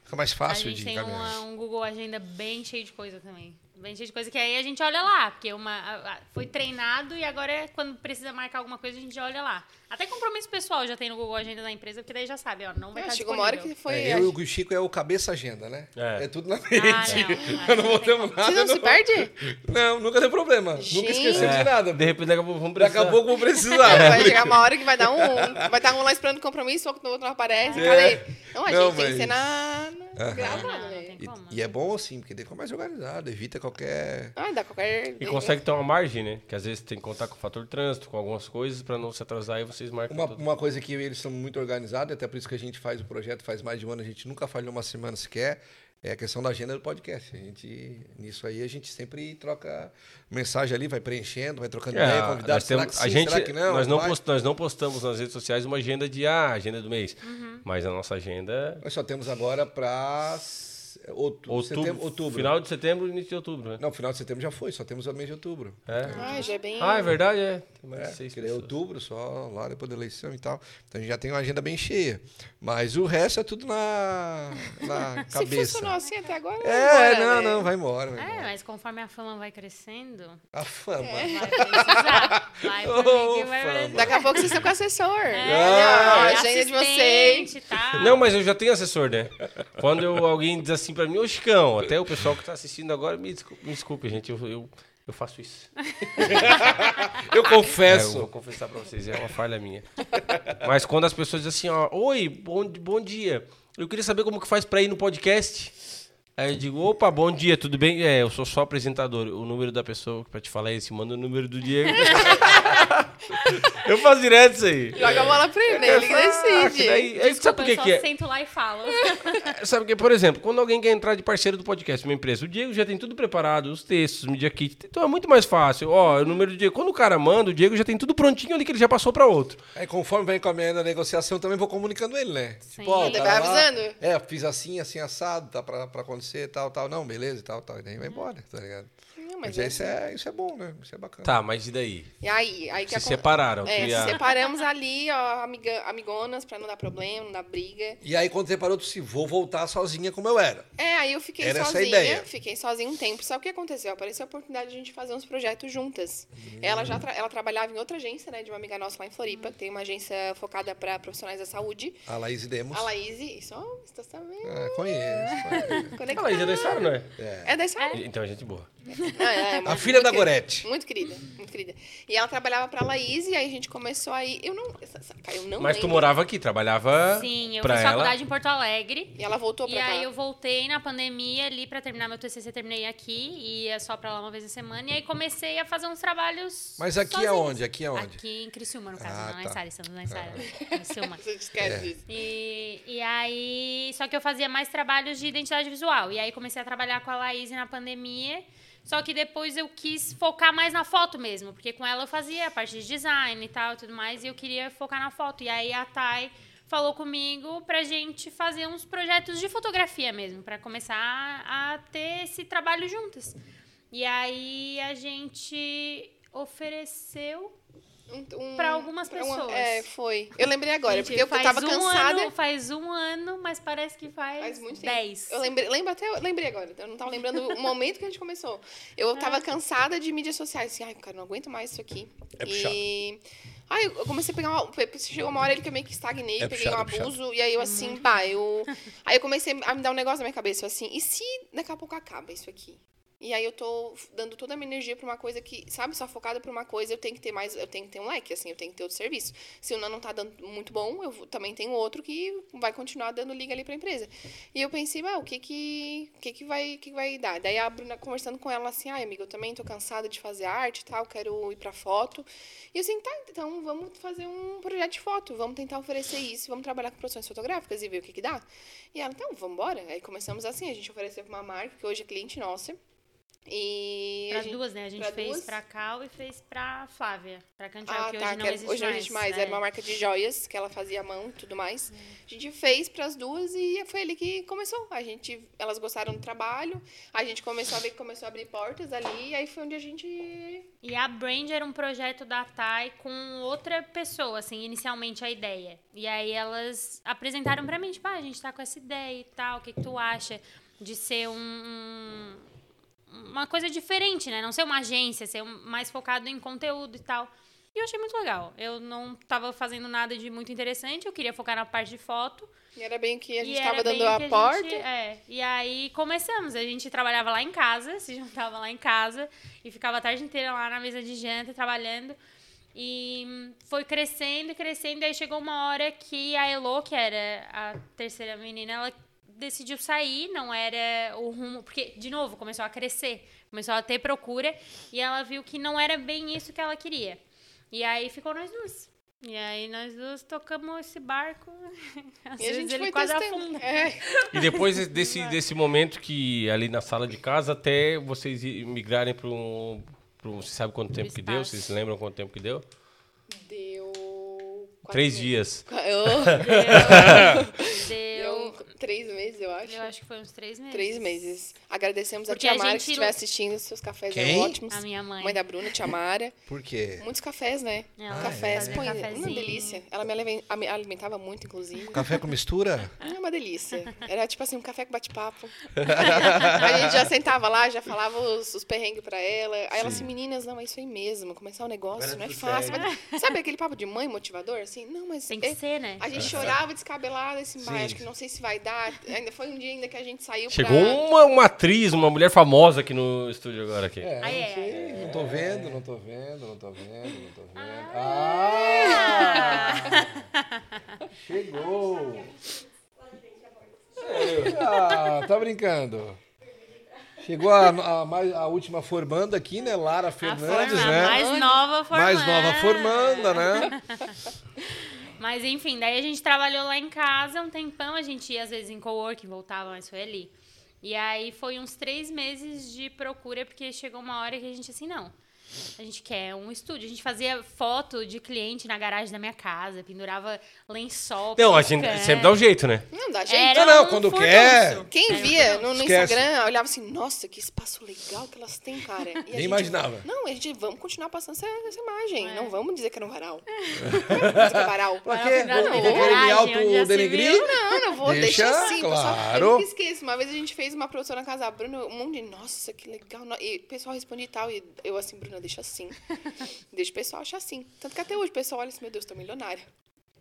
[SPEAKER 1] Fica mais
[SPEAKER 3] A
[SPEAKER 1] fácil
[SPEAKER 3] gente
[SPEAKER 1] de
[SPEAKER 3] tem
[SPEAKER 1] encaminhar.
[SPEAKER 3] uma- um Google Agenda bem cheio de coisa também. Bem cheio de coisa que aí a gente olha lá, porque uma, a- a- foi treinado e agora é quando precisa marcar alguma coisa a gente olha lá. Até compromisso pessoal já tem no Google Agenda da empresa, porque daí já sabe, ó, não vai
[SPEAKER 4] Ah,
[SPEAKER 3] estar
[SPEAKER 4] chegou
[SPEAKER 3] disponível.
[SPEAKER 4] uma hora que foi.
[SPEAKER 1] É, eu e o Chico é o cabeça agenda, né?
[SPEAKER 2] É.
[SPEAKER 1] É, tudo na
[SPEAKER 3] Ah,
[SPEAKER 1] frente.
[SPEAKER 3] não,
[SPEAKER 1] não,
[SPEAKER 3] não tem
[SPEAKER 1] botamos nada.
[SPEAKER 4] Você não se perde?
[SPEAKER 1] Não, nunca deu problema.
[SPEAKER 4] Gente.
[SPEAKER 1] Nunca esquecemos
[SPEAKER 2] É,
[SPEAKER 1] de nada.
[SPEAKER 2] De repente, daqui a pouco vamos
[SPEAKER 1] Daqui
[SPEAKER 2] precisar.
[SPEAKER 1] a pouco vou precisar. né?
[SPEAKER 4] Vai chegar uma hora que vai dar um. Vai estar um lá esperando compromisso, outro outro não aparece.
[SPEAKER 1] É.
[SPEAKER 4] Cadê? Não, a gente
[SPEAKER 1] Não,
[SPEAKER 4] tem que
[SPEAKER 1] mas-
[SPEAKER 4] ser na. na-
[SPEAKER 1] Aham.
[SPEAKER 3] Ah, não,
[SPEAKER 4] gravado,
[SPEAKER 3] não
[SPEAKER 4] né?
[SPEAKER 3] tem como.
[SPEAKER 1] E, e é bom assim, porque daí fica mais organizado, evita qualquer.
[SPEAKER 4] Ah, dá qualquer.
[SPEAKER 2] E consegue ter uma margem, né? Que às vezes tem que contar com o fator de trânsito, com algumas coisas, pra não se atrasar e vocês marcam
[SPEAKER 1] Uma,
[SPEAKER 2] tudo.
[SPEAKER 1] uma coisa que eles são muito organizados, até por isso que a gente faz o projeto faz mais de um ano, a gente nunca falhou uma semana sequer, é a questão da agenda do podcast. A gente, nisso aí a gente sempre troca mensagem ali, vai preenchendo, vai trocando
[SPEAKER 2] É,
[SPEAKER 1] ideia,
[SPEAKER 2] nós
[SPEAKER 1] convidado, será
[SPEAKER 2] temos-
[SPEAKER 1] que
[SPEAKER 2] a
[SPEAKER 1] sim,
[SPEAKER 2] gente,
[SPEAKER 1] será que não?
[SPEAKER 2] Nós não,
[SPEAKER 1] Vai.
[SPEAKER 2] post- nós não postamos nas redes sociais uma agenda de ah, agenda do mês. Mas a nossa agenda é
[SPEAKER 1] Nós só temos agora para outubro,
[SPEAKER 2] outubro,
[SPEAKER 1] setembro, outubro.
[SPEAKER 2] final de setembro, início de outubro, né?
[SPEAKER 1] Não, final de setembro já foi, só temos o mês de outubro.
[SPEAKER 2] É.
[SPEAKER 4] Ah, já é bem.
[SPEAKER 2] Ah, é verdade, é. Tem mais
[SPEAKER 1] É,
[SPEAKER 2] de seis
[SPEAKER 1] porque daí é
[SPEAKER 2] pessoas.
[SPEAKER 1] outubro só, lá depois da eleição e tal. Então a gente já tem uma agenda bem cheia. Mas o resto é tudo na, na
[SPEAKER 4] Se
[SPEAKER 1] cabeça.
[SPEAKER 4] funcionou assim até agora.
[SPEAKER 1] É,
[SPEAKER 4] bora,
[SPEAKER 1] não,
[SPEAKER 4] né?
[SPEAKER 1] não, vai embora. vai
[SPEAKER 3] É,
[SPEAKER 1] embora.
[SPEAKER 3] mas conforme a fama vai crescendo,
[SPEAKER 1] A fama.
[SPEAKER 3] vai precisar. Vai
[SPEAKER 1] Ô,
[SPEAKER 3] porque vai
[SPEAKER 1] fama.
[SPEAKER 3] precisar.
[SPEAKER 4] Daqui a pouco vocês são com o assessor.
[SPEAKER 3] É,
[SPEAKER 1] Ah,
[SPEAKER 4] Olha, a agenda
[SPEAKER 3] assistente tá?
[SPEAKER 4] de vocês.
[SPEAKER 3] e tal.
[SPEAKER 2] Não, mas eu já tenho assessor, né? Quando eu- alguém diz assim pra mim, ô Chicão, até o pessoal que tá assistindo agora, me desculpe, me desculpe gente, eu, eu, eu faço isso.
[SPEAKER 1] Eu
[SPEAKER 2] É,
[SPEAKER 1] confesso.
[SPEAKER 2] eu vou confessar pra vocês, é uma falha minha. Mas quando as pessoas dizem assim, ó, oi, bom, di- bom dia. Eu queria saber como que faz pra ir no podcast. Aí eu digo, opa, bom dia, tudo bem? É, eu sou só apresentador. O número da pessoa pra te falar é esse, manda o número do Diego. eu faço direto isso aí.
[SPEAKER 4] Joga a bola pra ele, ele que
[SPEAKER 2] Ah, que
[SPEAKER 4] decide.
[SPEAKER 2] daí- aí sabe
[SPEAKER 3] Desculpa,
[SPEAKER 2] por que
[SPEAKER 3] eu só
[SPEAKER 2] que é?
[SPEAKER 3] sento lá e falo.
[SPEAKER 2] É, Sabe que, por exemplo, quando alguém quer entrar de parceiro do podcast, uma empresa, o Diego já tem tudo preparado, os textos, media kit, então é muito mais fácil. Ó, o número do Diego, quando o cara manda, o Diego já tem tudo prontinho ali que ele já passou pra outro.
[SPEAKER 1] Aí conforme vai encaminhando a negociação, também vou comunicando ele, né?
[SPEAKER 3] Sim.
[SPEAKER 1] ó,
[SPEAKER 3] Ele
[SPEAKER 1] o cara
[SPEAKER 4] vai
[SPEAKER 1] lá,
[SPEAKER 4] avisando.
[SPEAKER 1] É, fiz assim, assim, assado, tá pra, pra acontecer, tal, tal. Não, beleza, e tal, tal. E daí vai embora, tá ligado?
[SPEAKER 4] Não,
[SPEAKER 1] Mas,
[SPEAKER 4] mas
[SPEAKER 1] isso, é, isso é bom, né? Isso é bacana.
[SPEAKER 2] Tá, mas e daí?
[SPEAKER 4] E aí, aí que
[SPEAKER 2] Se
[SPEAKER 4] acon-
[SPEAKER 2] separaram. tu
[SPEAKER 4] É,
[SPEAKER 2] e a-
[SPEAKER 4] se separamos ali, ó, amiga- amigonas, pra não dar problema, não dar briga.
[SPEAKER 1] E aí quando você parou, tu disse, vou voltar sozinha como eu era.
[SPEAKER 4] É, aí eu fiquei
[SPEAKER 1] Era essa a
[SPEAKER 4] sozinha.
[SPEAKER 1] ideia.
[SPEAKER 4] Fiquei sozinha um tempo. Sabe o que aconteceu? Apareceu a oportunidade de a gente fazer uns projetos juntas.
[SPEAKER 1] Hum.
[SPEAKER 4] Ela já tra- ela trabalhava em outra agência, né? De uma amiga nossa lá em Floripa, que tem uma agência focada pra profissionais da saúde.
[SPEAKER 1] A Laís Demos.
[SPEAKER 4] A Laís, isso, ó, você tá sabendo?
[SPEAKER 1] Ah, conheço, conheço.
[SPEAKER 4] Conectada.
[SPEAKER 2] Fala aí, já deixaram, não é?
[SPEAKER 4] É da saúde.
[SPEAKER 2] Então, gente boa.
[SPEAKER 4] Não, é, é,
[SPEAKER 1] A
[SPEAKER 4] muito-
[SPEAKER 1] filha
[SPEAKER 4] muito
[SPEAKER 1] da
[SPEAKER 4] querida.
[SPEAKER 1] Gorete.
[SPEAKER 4] Muito querida, muito querida. E ela trabalhava pra Laís, e aí a gente começou aí. Eu não. essa- essa- cara, Eu não
[SPEAKER 2] Mas tu
[SPEAKER 4] lembro.
[SPEAKER 2] morava aqui, trabalhava
[SPEAKER 3] Sim, eu
[SPEAKER 2] pra
[SPEAKER 3] fiz
[SPEAKER 2] ela.
[SPEAKER 3] faculdade em Porto Alegre.
[SPEAKER 4] E ela voltou
[SPEAKER 3] E
[SPEAKER 4] pra cá.
[SPEAKER 3] aí eu voltei na pandemia ali pra terminar meu TCC, terminei aqui, e ia só pra lá uma vez na semana, e aí comecei a fazer uns trabalhos
[SPEAKER 1] Mas aqui
[SPEAKER 3] sozinha.
[SPEAKER 1] é onde? Aqui é onde?
[SPEAKER 3] Aqui em Criciúma, no caso,
[SPEAKER 1] Ah,
[SPEAKER 3] não
[SPEAKER 1] tá.
[SPEAKER 3] é Sara, estamos na Sara, Criciúma.
[SPEAKER 4] Você esquece
[SPEAKER 1] É.
[SPEAKER 4] disso.
[SPEAKER 3] E, e aí, só que eu fazia mais trabalhos de identidade visual. E aí comecei a trabalhar com a Laís na pandemia. Só que depois eu quis focar mais na foto mesmo, porque com ela eu fazia a parte de design e tal e tudo mais, e eu queria focar na foto. E aí a Thay falou comigo pra gente fazer uns projetos de fotografia mesmo, pra começar a ter esse trabalho juntas. E aí a gente ofereceu
[SPEAKER 4] Um- um-
[SPEAKER 3] Pra algumas
[SPEAKER 4] pra uma-
[SPEAKER 3] pessoas.
[SPEAKER 4] é, foi. Eu lembrei agora,
[SPEAKER 3] Gente,
[SPEAKER 4] porque eu
[SPEAKER 3] faz
[SPEAKER 4] tava
[SPEAKER 3] um
[SPEAKER 4] cansada.
[SPEAKER 3] Ano, faz um ano, mas parece que faz,
[SPEAKER 4] Faz muito tempo.
[SPEAKER 3] dez.
[SPEAKER 4] Eu lembrei, lembro até, eu lembrei agora, então eu não tava lembrando o momento que a gente começou. Eu tava cansada de mídias sociais, assim, ai, cara, não aguento mais isso aqui.
[SPEAKER 1] É
[SPEAKER 4] e... Ai, eu eu comecei a pegar uma, chegou uma hora ali que eu meio que estagnei,
[SPEAKER 1] É
[SPEAKER 4] peguei
[SPEAKER 1] puxado,
[SPEAKER 4] um
[SPEAKER 1] é puxado.
[SPEAKER 4] abuso, e aí eu assim, pá, eu... Aí eu comecei a me dar um negócio na minha cabeça, eu assim, e se daqui a pouco acaba isso aqui? E aí eu tô dando toda a minha energia pra uma coisa que, sabe, só focada pra uma coisa, eu tenho que ter mais, eu tenho que ter um leque, assim, eu tenho que ter outro serviço. Se o não não tá dando muito bom, eu vou- também tenho outro que vai continuar dando liga ali pra empresa. E eu pensei, ah, o que que, o que, que, vai, o que que vai dar? Daí a Bruna conversando com ela assim, ai, amiga, eu também tô cansada de fazer arte e tal, quero ir pra foto. E eu assim, tá, então vamos fazer um projeto de foto, vamos tentar oferecer isso, vamos trabalhar com produções fotográficas e ver o que que dá. E ela, então, vamos embora. Aí começamos assim, a gente ofereceu pra uma marca que hoje é cliente nossa. E
[SPEAKER 3] Pra
[SPEAKER 4] a gente-
[SPEAKER 3] duas, né? A gente
[SPEAKER 4] pra
[SPEAKER 3] fez
[SPEAKER 4] duas? Ah,
[SPEAKER 3] pra Cal e fez pra Flávia. Pra Cantiel, É que hoje
[SPEAKER 4] tá, que
[SPEAKER 3] não
[SPEAKER 4] era-
[SPEAKER 3] existe mais.
[SPEAKER 4] hoje
[SPEAKER 3] Uhum.
[SPEAKER 4] não existe mais. é
[SPEAKER 3] né?
[SPEAKER 4] Era uma marca de joias que ela fazia à mão e tudo mais. A gente fez para as duas e foi ali que começou. A gente, elas gostaram do trabalho. A gente começou a ver que começou a abrir portas ali. E aí foi onde a gente
[SPEAKER 3] E a Brand era um projeto da Thay com outra pessoa, assim, inicialmente a ideia. E aí elas apresentaram pra mim, tipo, ah, a gente tá com essa ideia e tal, o que, que tu acha de ser um- um. Uma coisa diferente, né? Não ser uma agência, ser um- mais focado em conteúdo e tal. E eu achei muito legal. Eu não tava fazendo nada de muito interessante, eu queria focar na parte de foto.
[SPEAKER 4] e era bem que a
[SPEAKER 3] E
[SPEAKER 4] gente
[SPEAKER 3] era
[SPEAKER 4] estava
[SPEAKER 3] bem
[SPEAKER 4] dando
[SPEAKER 3] que
[SPEAKER 4] a porta.
[SPEAKER 3] gente- é, e aí começamos. A gente trabalhava lá em casa, se juntava lá em casa e ficava a tarde inteira lá na mesa de janta trabalhando. E hum, foi crescendo e crescendo. Aí chegou uma hora que a Elo, que era a terceira menina, ela decidiu sair, não era o rumo. Porque, de novo, começou a crescer, começou a ter procura e ela viu que não era bem isso que ela queria. E aí ficou nós duas. E aí nós duas tocamos esse barco. Às
[SPEAKER 4] E a
[SPEAKER 3] vezes
[SPEAKER 4] gente
[SPEAKER 3] ele
[SPEAKER 4] foi
[SPEAKER 3] quase
[SPEAKER 4] testando.
[SPEAKER 3] afunda.
[SPEAKER 4] É.
[SPEAKER 2] E depois desse, desse momento que ali na sala de casa, até vocês i- migrarem para um. Pra um você sabe quanto tempo que deu?
[SPEAKER 3] espaço.
[SPEAKER 2] Vocês lembram quanto tempo que deu?
[SPEAKER 4] Deu. quatro
[SPEAKER 2] Três
[SPEAKER 4] meses.
[SPEAKER 2] dias.
[SPEAKER 4] Eu-
[SPEAKER 3] Deu,
[SPEAKER 4] Deu três meses, eu acho.
[SPEAKER 3] eu acho que foi uns três meses.
[SPEAKER 4] Três meses. Agradecemos
[SPEAKER 3] Porque
[SPEAKER 4] a
[SPEAKER 3] a
[SPEAKER 4] Tia Mara
[SPEAKER 3] gente
[SPEAKER 4] que estiver
[SPEAKER 3] não-
[SPEAKER 4] assistindo. Seus cafés
[SPEAKER 1] Quem?
[SPEAKER 4] eram ótimos.
[SPEAKER 3] A minha mãe.
[SPEAKER 4] Mãe da Bruna, Tia Mara.
[SPEAKER 1] Por quê?
[SPEAKER 4] Muitos cafés, né?
[SPEAKER 3] Ela
[SPEAKER 4] cafés,
[SPEAKER 3] fazia
[SPEAKER 4] põe, uma
[SPEAKER 3] cafezinho.
[SPEAKER 4] delícia. Ela me alimen- a- me alimentava muito, inclusive.
[SPEAKER 1] Café com mistura?
[SPEAKER 4] É uma delícia. Era tipo assim, um café com bate-papo. a gente já sentava lá, já falava os, os perrengues pra ela. Aí ela assim, meninas, não, é isso aí mesmo. Começar um negócio
[SPEAKER 1] Agora
[SPEAKER 4] não é
[SPEAKER 1] tudo
[SPEAKER 4] fácil. Mas- sabe aquele papo de mãe motivador? Assim, não, mas...
[SPEAKER 3] Tem que
[SPEAKER 4] é-
[SPEAKER 3] ser, né?
[SPEAKER 4] A gente chorava descabelada, assim,
[SPEAKER 1] Sim.
[SPEAKER 4] "Bah, acho que não sei se vai dar. Ainda foi um dia ainda que a gente saiu
[SPEAKER 2] Chegou
[SPEAKER 4] pra...
[SPEAKER 2] uma, uma atriz, uma mulher famosa aqui no estúdio agora aqui.
[SPEAKER 1] É,
[SPEAKER 3] Ai, ai,
[SPEAKER 1] não sei. Não tô vendo, não tô vendo, não tô vendo, não tô vendo. Ah! Chegou! Sério? Ah, tá brincando. Chegou a, a mais- a última formanda aqui, né? Lara Fernandes,
[SPEAKER 4] tá
[SPEAKER 3] a forma-
[SPEAKER 1] né?
[SPEAKER 3] mais nova formanda.
[SPEAKER 1] Mais nova formanda, né?
[SPEAKER 3] Mas enfim, daí a gente trabalhou lá em casa um tempão, a gente ia às vezes em coworking, voltava, mas foi ali. E aí foi uns três meses de procura, porque chegou uma hora que a gente assim, não, a gente quer um estúdio. A gente fazia foto de cliente na garagem da minha casa, pendurava lençol.
[SPEAKER 2] Não, a gente
[SPEAKER 3] picante.
[SPEAKER 2] sempre dá um jeito, né?
[SPEAKER 4] Não, dá jeito.
[SPEAKER 3] Era
[SPEAKER 1] Não, não,
[SPEAKER 3] um
[SPEAKER 1] quando
[SPEAKER 3] furdunço.
[SPEAKER 1] quer.
[SPEAKER 4] Quem
[SPEAKER 3] Era um
[SPEAKER 4] via no, no
[SPEAKER 1] Esquece.
[SPEAKER 4] Instagram olhava assim, nossa, que espaço legal que elas têm, cara. E a gente-
[SPEAKER 1] imaginava.
[SPEAKER 4] Não, a gente, vamos continuar passando essa, essa
[SPEAKER 3] É.
[SPEAKER 4] imagem. Não vamos dizer que era um varal. Não vamos dizer que é varal.
[SPEAKER 1] Pra quê?
[SPEAKER 3] Não,
[SPEAKER 1] Vamos
[SPEAKER 3] não,
[SPEAKER 1] querer me
[SPEAKER 3] garagem, onde já se
[SPEAKER 1] autodenegrir?
[SPEAKER 3] viu.
[SPEAKER 4] Não, não vou,
[SPEAKER 1] Deixa,
[SPEAKER 4] deixa, assim.
[SPEAKER 1] claro.
[SPEAKER 4] Pessoal, eu nunca esqueço. Uma vez a gente fez uma produção na casa da Bruna, um monte de, nossa, que legal. no- E o pessoal responde e tal. E eu assim, Bruna, deixa assim. deixa o pessoal achar assim. Tanto que até hoje o pessoal olha assim, meu Deus, tô milionária.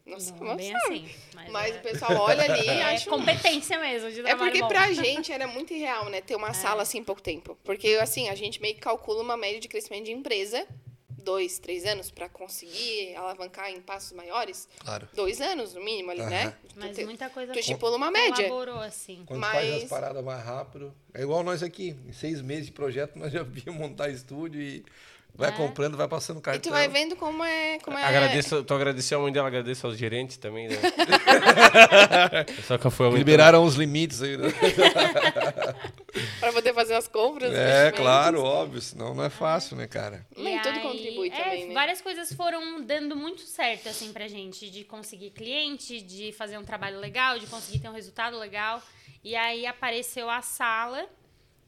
[SPEAKER 4] Não, sei,
[SPEAKER 3] Não, é
[SPEAKER 4] não
[SPEAKER 3] bem
[SPEAKER 4] sei.
[SPEAKER 3] assim. Mas,
[SPEAKER 4] Mas o
[SPEAKER 3] é,
[SPEAKER 4] pessoal olha ali e
[SPEAKER 3] é
[SPEAKER 4] acha um
[SPEAKER 3] competência mesmo de
[SPEAKER 4] É
[SPEAKER 3] trabalho
[SPEAKER 4] porque
[SPEAKER 3] bom.
[SPEAKER 4] pra gente era muito irreal, né? Ter
[SPEAKER 3] É.
[SPEAKER 4] uma sala assim em pouco tempo. Porque, assim, a gente meio que calcula uma média de crescimento de empresa, dois, três anos, pra conseguir alavancar em passos maiores.
[SPEAKER 1] Claro.
[SPEAKER 4] Dois anos, no mínimo, ali, né?
[SPEAKER 3] Mas Tá
[SPEAKER 4] tu, te-
[SPEAKER 3] muita coisa
[SPEAKER 4] tu estipula tipo, é uma média.
[SPEAKER 3] colaborou, assim.
[SPEAKER 1] Quando
[SPEAKER 4] Mas-
[SPEAKER 1] faz as paradas mais rápido. É igual nós aqui. Em seis meses de projeto, nós já vimos montar estúdio e vai comprando, vai passando
[SPEAKER 4] É. E
[SPEAKER 1] cartão.
[SPEAKER 4] tu vai vendo como é. Como é...
[SPEAKER 2] Agradeço, tu agradeceu a mãe dela, agradeço aos gerentes também. Né? Só que foi muito...
[SPEAKER 1] Então, Liberaram os limites aí. Né?
[SPEAKER 4] Pra poder fazer as compras. os
[SPEAKER 1] é,
[SPEAKER 4] investimentos.
[SPEAKER 1] claro, óbvio. Senão não é fácil, né, cara?
[SPEAKER 3] E
[SPEAKER 4] Nem tudo
[SPEAKER 3] aí-
[SPEAKER 4] contribui
[SPEAKER 3] é,
[SPEAKER 4] também, né?
[SPEAKER 3] Várias coisas foram dando muito certo, assim, pra gente. De conseguir cliente, de fazer um trabalho legal, de conseguir ter um resultado legal. E aí apareceu a sala,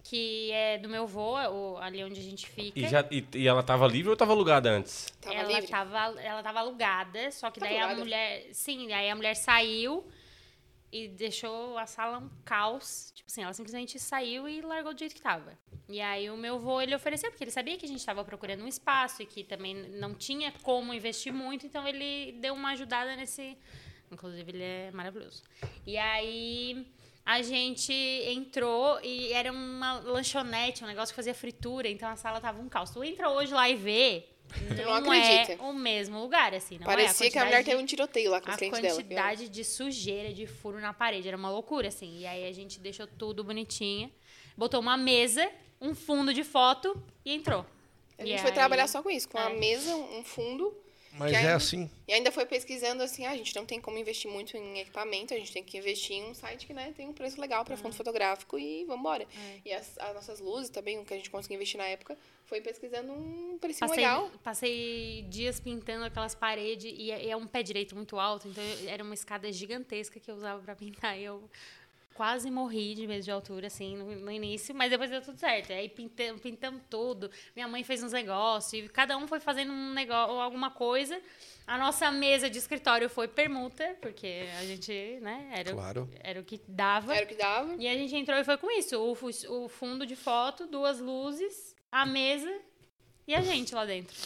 [SPEAKER 3] que é do meu vô, o- ali onde a gente fica.
[SPEAKER 2] E, já, e, e ela tava livre ou tava alugada antes?
[SPEAKER 4] Tava
[SPEAKER 3] ela,
[SPEAKER 4] livre.
[SPEAKER 3] Tava, ela tava alugada, só que
[SPEAKER 4] Tá
[SPEAKER 3] daí a
[SPEAKER 4] alugada?
[SPEAKER 3] mulher. Sim, aí a mulher saiu e deixou a sala um caos. Tipo assim, ela simplesmente saiu e largou do jeito que tava. E aí o meu vô, ele ofereceu, porque ele sabia que a gente tava procurando um espaço e que também não tinha como investir muito, então ele deu uma ajudada nesse. Inclusive, ele é maravilhoso. E aí. A gente entrou e era uma lanchonete, um negócio que fazia fritura, então a sala tava um caos. Tu entra hoje lá e vê,
[SPEAKER 4] não
[SPEAKER 3] não é
[SPEAKER 4] acredita.
[SPEAKER 3] o mesmo lugar, assim. Não
[SPEAKER 4] Parecia
[SPEAKER 3] é.
[SPEAKER 4] que a mulher teve
[SPEAKER 3] quantidade
[SPEAKER 4] um tiroteio lá com os
[SPEAKER 3] a
[SPEAKER 4] clientes dela. viu?
[SPEAKER 3] quantidade de sujeira, de furo na parede. Era uma loucura, assim. E aí a gente deixou tudo bonitinho. Botou uma mesa, um fundo de foto e entrou.
[SPEAKER 4] A
[SPEAKER 3] E
[SPEAKER 4] gente foi
[SPEAKER 3] aí-
[SPEAKER 4] trabalhar só com isso, com a
[SPEAKER 3] É.
[SPEAKER 4] mesa, um fundo.
[SPEAKER 1] Mas
[SPEAKER 4] Que
[SPEAKER 1] é
[SPEAKER 4] ainda-
[SPEAKER 1] assim.
[SPEAKER 4] E ainda foi pesquisando assim, ah, a gente não tem como investir muito em equipamento, a gente tem que investir em um site que né, tem um preço legal para
[SPEAKER 3] É.
[SPEAKER 4] fundo fotográfico e vambora. E as, as nossas luzes também, o que a gente conseguiu investir na época, foi pesquisando um preço
[SPEAKER 3] Passei,
[SPEAKER 4] legal.
[SPEAKER 3] passei dias pintando aquelas paredes e é, é um pé direito muito alto, então eu- era uma escada gigantesca que eu usava pra pintar. E eu quase morri de medo de altura, assim, no, no início, mas depois deu tudo certo. Aí pintamos, pintamos tudo, minha mãe fez uns negócios, e cada um foi fazendo um negócio ou alguma coisa. A nossa mesa de escritório foi permuta, porque a gente, né, era, o-
[SPEAKER 1] Claro.
[SPEAKER 3] era o que dava.
[SPEAKER 4] Era o que dava.
[SPEAKER 3] E a gente entrou e foi com isso. O, fu- o fundo de foto, duas luzes, a mesa e a gente lá dentro.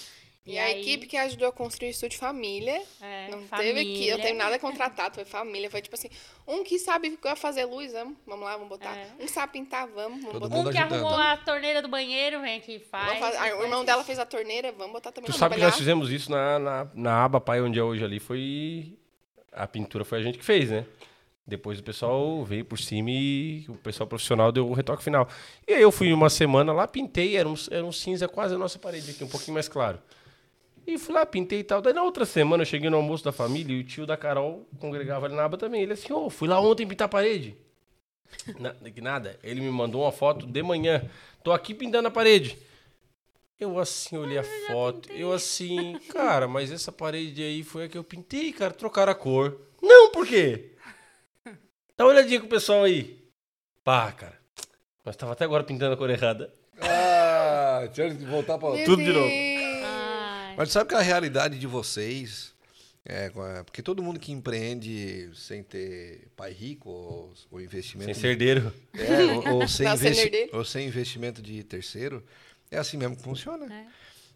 [SPEAKER 4] E, a
[SPEAKER 3] aí,
[SPEAKER 4] equipe que ajudou a construir o estúdio família.
[SPEAKER 3] é,
[SPEAKER 4] não teve que,
[SPEAKER 3] família.
[SPEAKER 4] não teve nada contratado, foi família. Foi tipo assim, um que sabe fazer luz, vamos, vamos lá, vamos botar.
[SPEAKER 3] É.
[SPEAKER 4] Um que sabe pintar, vamos, vamos
[SPEAKER 1] Todo
[SPEAKER 4] botar.
[SPEAKER 1] mundo
[SPEAKER 3] Um que
[SPEAKER 1] ajudando.
[SPEAKER 3] arrumou a torneira do banheiro, vem aqui e faz.
[SPEAKER 4] Vamos fazer- ah, o
[SPEAKER 3] Depois-
[SPEAKER 4] irmão dela fez a torneira, vamos botar também
[SPEAKER 2] Tu
[SPEAKER 4] pra
[SPEAKER 2] sabe que
[SPEAKER 4] trabalhar.
[SPEAKER 2] nós fizemos isso na, na, na aba pai, onde é hoje ali, foi... A pintura foi a gente que fez, né? Depois o pessoal veio por cima e o pessoal profissional deu o retoque final. E aí eu fui uma semana lá, pintei, era um, era um cinza quase a nossa parede aqui, um pouquinho mais claro. E fui lá, pintei e tal. Daí na outra semana eu cheguei no almoço da família e o tio da Carol congregava ali na aba também. Ele assim, ô, fui lá ontem pintar a parede. Na- que nada. Ele me mandou uma foto de manhã. Tô aqui pintando a parede. Eu assim olhei a foto. Eu assim, cara, mas essa parede aí foi a que eu pintei, cara. Trocaram a cor. Não, por quê? Dá uma olhadinha com o pessoal aí. Pá, cara. Nós tava até agora pintando a cor errada.
[SPEAKER 1] Ah, tinha que voltar pra.
[SPEAKER 4] Meu
[SPEAKER 2] Tudo de novo.
[SPEAKER 4] Deus.
[SPEAKER 3] Ah. Ai,
[SPEAKER 1] Mas sabe que a realidade de vocês é, com a- porque todo mundo que empreende sem ter pai rico ou, ou investimento
[SPEAKER 2] Sem ser herdeiro.
[SPEAKER 1] É, ou, ou sem
[SPEAKER 4] Não, sem
[SPEAKER 1] investi-
[SPEAKER 4] herdeiro.
[SPEAKER 1] ou sem investimento de terceiro é assim mesmo que funciona.
[SPEAKER 3] É.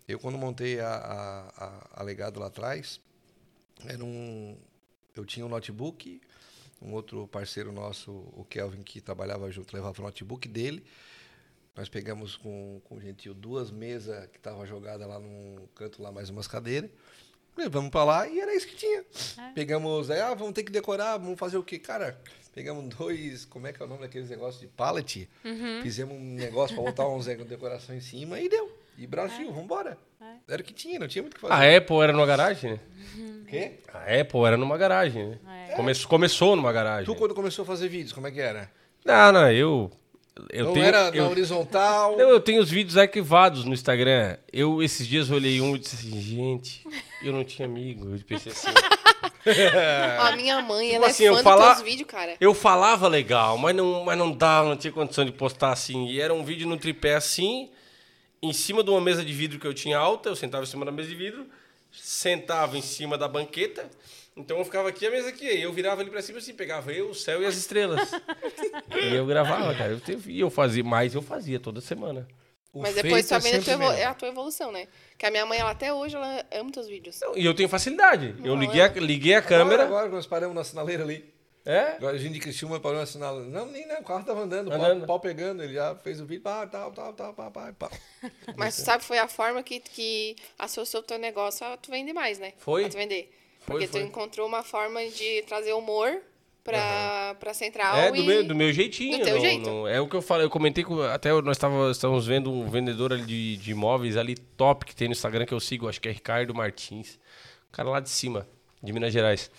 [SPEAKER 1] Eu quando montei a, a, a- a legado lá atrás era um eu tinha um notebook um outro parceiro nosso, o Kelvin, que trabalhava junto, levava o notebook dele. Nós pegamos com, com o Gentil duas mesas que estavam jogadas lá num canto, lá mais umas cadeiras. Levamos pra lá e era isso que tinha. Pegamos, aí, ah, vamos ter que decorar, vamos fazer o quê? Cara, pegamos dois, como é que é o nome daqueles negócios de pallet? Fizemos um negócio pra botar uns uma decoração em cima e deu. E Brasil, vambora. Era o que tinha, não tinha muito o que
[SPEAKER 2] A
[SPEAKER 1] fazer.
[SPEAKER 2] Apple era numa garagem, né?
[SPEAKER 1] O quê?
[SPEAKER 2] A Apple era numa garagem, né? Come- começou numa garagem.
[SPEAKER 1] Tu, quando começou a fazer vídeos, como é que era?
[SPEAKER 2] Não, não, eu. Eu
[SPEAKER 1] não
[SPEAKER 2] tenho,
[SPEAKER 1] era na
[SPEAKER 2] eu,
[SPEAKER 1] horizontal?
[SPEAKER 2] não, eu tenho os vídeos arquivados no Instagram. Eu, esses dias, olhei um e disse assim, gente, eu não tinha amigo. Eu pensei assim.
[SPEAKER 4] A minha mãe,
[SPEAKER 2] Tipo
[SPEAKER 4] ela
[SPEAKER 2] assim,
[SPEAKER 4] é
[SPEAKER 2] eu
[SPEAKER 4] fã
[SPEAKER 2] falar-
[SPEAKER 4] dos teus vídeos, cara.
[SPEAKER 2] Eu falava legal, mas não, mas não dava, não tinha condição de postar assim. E era um vídeo no tripé assim, em cima de uma mesa de vidro que eu tinha alta, eu sentava em cima da mesa de vidro, sentava em cima da banqueta. Então eu ficava aqui, a mesa aqui, e eu virava ali pra cima assim, pegava eu, o céu e as estrelas. e eu gravava, cara. Eu, teve- e eu fazia, mas eu fazia toda semana.
[SPEAKER 1] O
[SPEAKER 4] Mas depois
[SPEAKER 1] feito
[SPEAKER 4] tu vai vendo a
[SPEAKER 1] sempre
[SPEAKER 4] tua, evolu-
[SPEAKER 1] melhor.
[SPEAKER 4] é a tua evolução, né? Que a minha mãe, ela até hoje, ela ama teus vídeos.
[SPEAKER 2] Não, Então, E eu tenho facilidade. Eu
[SPEAKER 4] Não,
[SPEAKER 2] liguei a, liguei a
[SPEAKER 1] Agora,
[SPEAKER 2] câmera.
[SPEAKER 1] agora que nós paramos na sinaleira ali.
[SPEAKER 2] É?
[SPEAKER 1] Agora a gente de Criciúma parou na sinaleira. Não, nem não, o carro tava andando, o
[SPEAKER 2] Andando.
[SPEAKER 1] pau, pau pegando, ele já fez o vídeo, pá, tal, tal, tal, pá, pá, pá.
[SPEAKER 4] Mas tu sabe, foi a forma que, que associou o teu negócio a tu vender mais, né?
[SPEAKER 2] Foi.
[SPEAKER 4] A tu vender.
[SPEAKER 2] Foi,
[SPEAKER 4] Porque
[SPEAKER 2] foi.
[SPEAKER 4] tu encontrou uma forma de trazer humor pra, pra central
[SPEAKER 2] É, do
[SPEAKER 4] e...
[SPEAKER 2] meu, do meu jeitinho.
[SPEAKER 4] do teu
[SPEAKER 2] não-
[SPEAKER 4] jeito.
[SPEAKER 2] não- é o que eu falei, eu comentei com. Até nós tava, estávamos vendo um vendedor ali de, de imóveis ali top que tem no Instagram que eu sigo, acho que é Ricardo Martins. O cara lá de cima, de Minas Gerais.